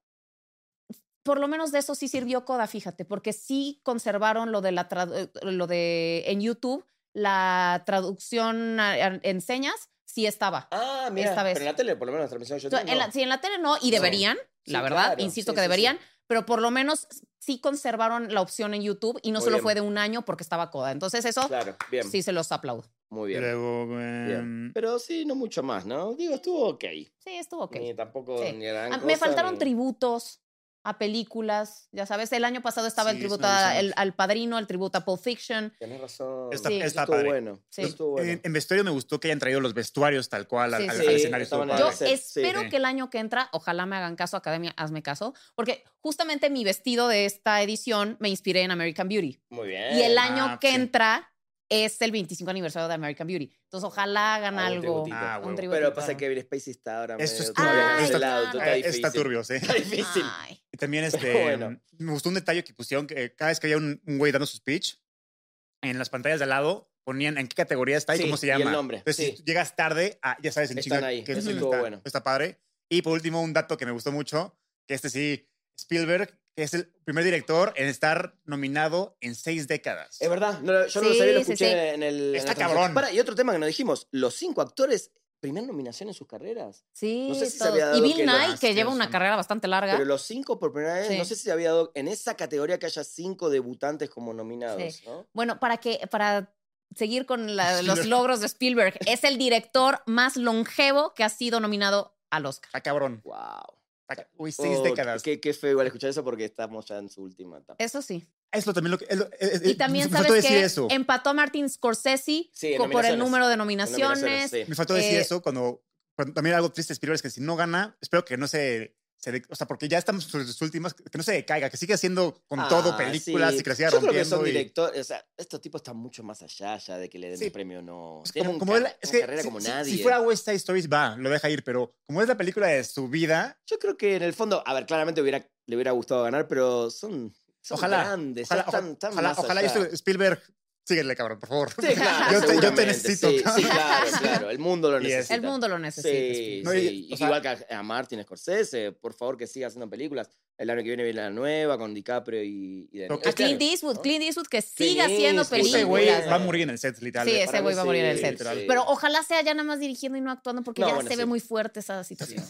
Speaker 1: por lo menos de eso sí sirvió Coda, fíjate, porque sí conservaron lo de la trad- eh, lo de en YouTube, la traducción a- a- en señas sí estaba.
Speaker 2: Ah, mira,
Speaker 1: Esta vez.
Speaker 2: pero en la tele, por lo menos en la transmisión yo
Speaker 1: Entonces, en la- sí, en la tele no, y deberían,
Speaker 2: Sí,
Speaker 1: la verdad,
Speaker 2: claro,
Speaker 1: insisto
Speaker 2: sí,
Speaker 1: que
Speaker 2: sí, sí.
Speaker 1: deberían, pero por lo menos sí conservaron la opción en YouTube y no
Speaker 2: Muy
Speaker 1: solo
Speaker 2: bien.
Speaker 1: fue de un año porque estaba Coda. Entonces eso
Speaker 2: Claro, bien,
Speaker 1: sí se los aplaudo.
Speaker 2: muy
Speaker 3: Y
Speaker 2: bien.
Speaker 3: Luego... em,
Speaker 2: bien. Pero sí, no mucho más, ¿no? Digo, estuvo ok.
Speaker 1: Sí, estuvo ok.
Speaker 2: Ni tampoco
Speaker 1: Sí.
Speaker 2: ni gran
Speaker 1: Ah, Me
Speaker 2: cosa,
Speaker 1: faltaron
Speaker 2: ni-
Speaker 1: tributos. a películas. Ya sabes, el año pasado estaba
Speaker 3: Sí,
Speaker 1: el
Speaker 3: es una
Speaker 1: tributo a
Speaker 3: lista
Speaker 1: el-
Speaker 3: mucho.
Speaker 1: al Padrino, el tributo a Pulp Fiction.
Speaker 2: Tenés razón.
Speaker 3: Está-
Speaker 1: Sí.
Speaker 2: Eso
Speaker 3: está
Speaker 2: estuvo
Speaker 3: padre.
Speaker 2: bueno.
Speaker 1: Sí.
Speaker 2: eso estuvo bueno.
Speaker 3: En, en vestuario me gustó que hayan traído los vestuarios tal cual al,
Speaker 1: Sí,
Speaker 3: al-
Speaker 1: sí.
Speaker 3: al
Speaker 1: Sí,
Speaker 3: escenario. estuvo
Speaker 2: estaban
Speaker 1: Yo
Speaker 3: padre.
Speaker 2: Sí, sí.
Speaker 1: espero que el año que entra, ojalá me hagan caso, Academia, hazme caso, porque justamente mi vestido de esta edición me inspiré en American Beauty.
Speaker 2: Muy bien.
Speaker 1: Y el año
Speaker 3: ah,
Speaker 1: que
Speaker 3: sí.
Speaker 1: entra es el 25 aniversario de American Beauty. Entonces, ojalá hagan
Speaker 2: Algún
Speaker 1: algo.
Speaker 2: tributito.
Speaker 3: Ah,
Speaker 1: un
Speaker 3: huevo.
Speaker 1: tributito.
Speaker 2: Pero pasa que Kevin Spacey está ahora
Speaker 3: Eso
Speaker 2: medio
Speaker 3: estuvo
Speaker 2: todavía
Speaker 1: bien.
Speaker 2: cancelado,
Speaker 1: Ah, Está- Ah.
Speaker 2: está
Speaker 3: Eh,
Speaker 2: difícil.
Speaker 3: Está turbio, sí.
Speaker 2: Está difícil.
Speaker 1: Ay,
Speaker 3: Y también este,
Speaker 2: Pero bueno.
Speaker 3: me gustó un detalle que pusieron, que cada vez que había un, un güey dando su speech, en las pantallas de al lado ponían en qué categoría está y
Speaker 2: Sí,
Speaker 3: cómo se
Speaker 2: y el
Speaker 3: llama.
Speaker 2: nombre,
Speaker 3: Entonces,
Speaker 2: sí.
Speaker 3: si llegas tarde, ah, ya sabes en
Speaker 2: Están
Speaker 3: chinga
Speaker 2: ahí,
Speaker 3: que
Speaker 2: eso
Speaker 3: quién
Speaker 2: estuvo
Speaker 3: está,
Speaker 2: bueno.
Speaker 3: está padre. Y por último, un dato que me gustó mucho, que este sí, Spielberg, que es el primer director en estar nominado en seis décadas.
Speaker 2: Es verdad, no lo- yo no lo
Speaker 1: Sí,
Speaker 2: sabía, lo
Speaker 1: sí,
Speaker 2: escuché
Speaker 1: sí.
Speaker 2: en el. en
Speaker 3: Está
Speaker 2: la transmisión.
Speaker 3: cabrón.
Speaker 2: Para, y otro tema que no dijimos: los cinco actores, primer nominación en sus carreras.
Speaker 1: Sí,
Speaker 2: No sé si se
Speaker 1: todos.
Speaker 2: había dado
Speaker 1: y Bill
Speaker 2: que lo-
Speaker 1: Nye, que
Speaker 3: Sí,
Speaker 1: lleva
Speaker 3: es
Speaker 1: una
Speaker 3: un-
Speaker 1: carrera bastante larga.
Speaker 2: Pero los cinco por primera vez,
Speaker 1: Sí.
Speaker 2: no sé si se había dado en esa categoría que haya cinco debutantes como nominados,
Speaker 1: Sí.
Speaker 2: ¿no?
Speaker 1: Bueno, para que para seguir con la- los
Speaker 3: Spielberg.
Speaker 1: logros de Spielberg, es el director más longevo que ha sido nominado al Oscar.
Speaker 3: Está Ah, cabrón.
Speaker 2: ¡Wow!
Speaker 3: Está ca- Uy, seis
Speaker 2: Oh,
Speaker 3: décadas.
Speaker 2: Qué, qué feo igual escuchar eso porque estamos ya en su última etapa.
Speaker 1: Eso sí.
Speaker 3: Es lo también lo que... es lo- es- es-
Speaker 1: Y también
Speaker 3: Eh, me faltó
Speaker 1: sabes
Speaker 3: decir
Speaker 1: que
Speaker 3: eso.
Speaker 1: empató a Martin Scorsese
Speaker 2: Sí, en
Speaker 1: co- por el
Speaker 2: nominaciones.
Speaker 1: número de
Speaker 2: En
Speaker 1: nominaciones.
Speaker 2: nominaciones, sí.
Speaker 3: Me faltó decir
Speaker 1: Eh,
Speaker 3: eso cuando, cuando también algo triste de Spielberg es que si no gana, espero que no se, se de- o sea, porque ya estamos en sus últimas, que no se decaiga, que siga haciendo con todo
Speaker 2: Ah,
Speaker 3: películas
Speaker 2: sí.
Speaker 3: y que la siga
Speaker 2: Yo creo que son
Speaker 3: rompiendo y-
Speaker 2: directores, o sea, estos tipos están mucho más allá ya de que le den
Speaker 3: Sí.
Speaker 2: el premio o no.
Speaker 3: o sea,
Speaker 2: Tienen
Speaker 3: como,
Speaker 2: un
Speaker 3: como
Speaker 2: ca-
Speaker 3: él-
Speaker 2: una
Speaker 3: es que
Speaker 2: carrera
Speaker 3: si,
Speaker 2: como
Speaker 3: si-
Speaker 2: nadie.
Speaker 3: si fuera West Side Stories va, lo deja ir, pero como es la película de su vida,
Speaker 2: Yo creo que en el fondo, a ver, claramente hubiera, le hubiera gustado ganar, pero son, son
Speaker 3: Ojalá,
Speaker 2: grandes,
Speaker 3: ojalá,
Speaker 2: ya están, están
Speaker 3: ojalá,
Speaker 2: más
Speaker 3: ojalá
Speaker 2: allá.
Speaker 3: esto- Spielberg, síguele cabrón, por favor.
Speaker 2: Sí, claro,
Speaker 3: Yo te- yo te
Speaker 2: seguramente,
Speaker 3: necesito,
Speaker 2: Sí, sí,
Speaker 3: cabrón.
Speaker 2: claro, claro. El mundo lo
Speaker 3: Y es-
Speaker 2: necesita.
Speaker 1: El mundo lo
Speaker 2: Sí,
Speaker 1: necesita.
Speaker 2: sí.
Speaker 3: No, y- o sea-
Speaker 2: igual que a, a Martin Scorsese, por favor que siga haciendo películas. El año que viene viene la nueva con DiCaprio y, y de
Speaker 3: Lo que-
Speaker 1: A
Speaker 3: Este
Speaker 1: Clint Eastwood, Clint Eastwood que siga haciendo
Speaker 2: Eastwood,
Speaker 1: películas.
Speaker 3: Ese Este güey
Speaker 2: películas.
Speaker 3: va a morir en el set, literal.
Speaker 1: Sí,
Speaker 3: de-
Speaker 1: ese güey va a morir en el set.
Speaker 3: literal.
Speaker 1: Pero ojalá sea ya nada más dirigiendo y no actuando porque
Speaker 2: No,
Speaker 1: ya
Speaker 2: bueno,
Speaker 1: se ve
Speaker 2: sí.
Speaker 1: muy fuerte esa situación.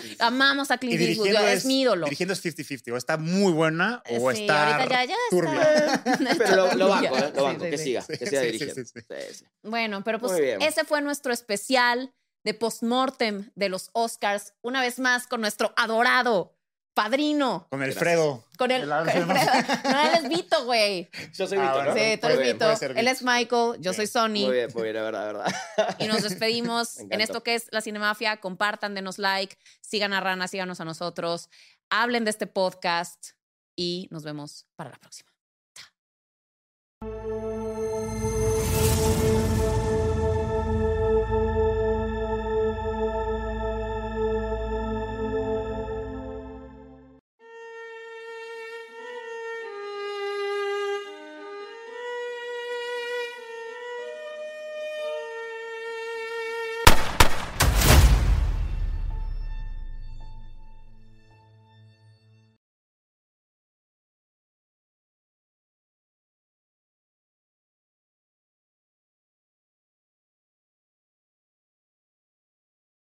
Speaker 2: sí.
Speaker 1: Amamos a
Speaker 3: Y
Speaker 1: Clint Eastwood,
Speaker 3: dirigiendo
Speaker 1: yo- es, mi ídolo.
Speaker 3: Dirigiendo es 50-50, o está muy buena
Speaker 1: Eh,
Speaker 3: o
Speaker 1: sí,
Speaker 3: está
Speaker 1: ahorita ya, ya
Speaker 3: turbia.
Speaker 1: está.
Speaker 2: Pero lo, lo banco,
Speaker 1: Ya.
Speaker 2: ¿eh? lo banco,
Speaker 1: Sí, sí,
Speaker 2: que
Speaker 1: sí.
Speaker 2: siga,
Speaker 3: Sí,
Speaker 2: que siga
Speaker 3: sí, sí,
Speaker 2: dirigiendo.
Speaker 3: sí,
Speaker 2: Sí, sí.
Speaker 1: Bueno, pero pues
Speaker 2: Muy bien.
Speaker 1: ese fue nuestro especial de postmortem de los Oscars, una vez más con nuestro adorado padrino,
Speaker 3: Con el
Speaker 2: Gracias.
Speaker 3: Fredo.
Speaker 1: con el...
Speaker 3: El
Speaker 1: con el
Speaker 3: Alfredo.
Speaker 1: Fredo. no, él es Vito, güey.
Speaker 2: Yo soy
Speaker 3: Ah,
Speaker 2: Vito,
Speaker 3: bueno,
Speaker 2: ¿no?
Speaker 1: Sí, tú
Speaker 2: Muy
Speaker 1: eres
Speaker 2: bien,
Speaker 1: Vito,
Speaker 3: puede ser
Speaker 1: él
Speaker 3: Vito.
Speaker 1: es Michael, yo
Speaker 3: Sí.
Speaker 1: soy Sony.
Speaker 2: Muy bien, muy bien, la verdad, la verdad.
Speaker 1: y nos despedimos
Speaker 2: Me encantó.
Speaker 1: en esto que es la Cinemafia. Compartan, denos like, sigan a Rana, síganos a nosotros, hablen de este podcast y nos vemos para la próxima.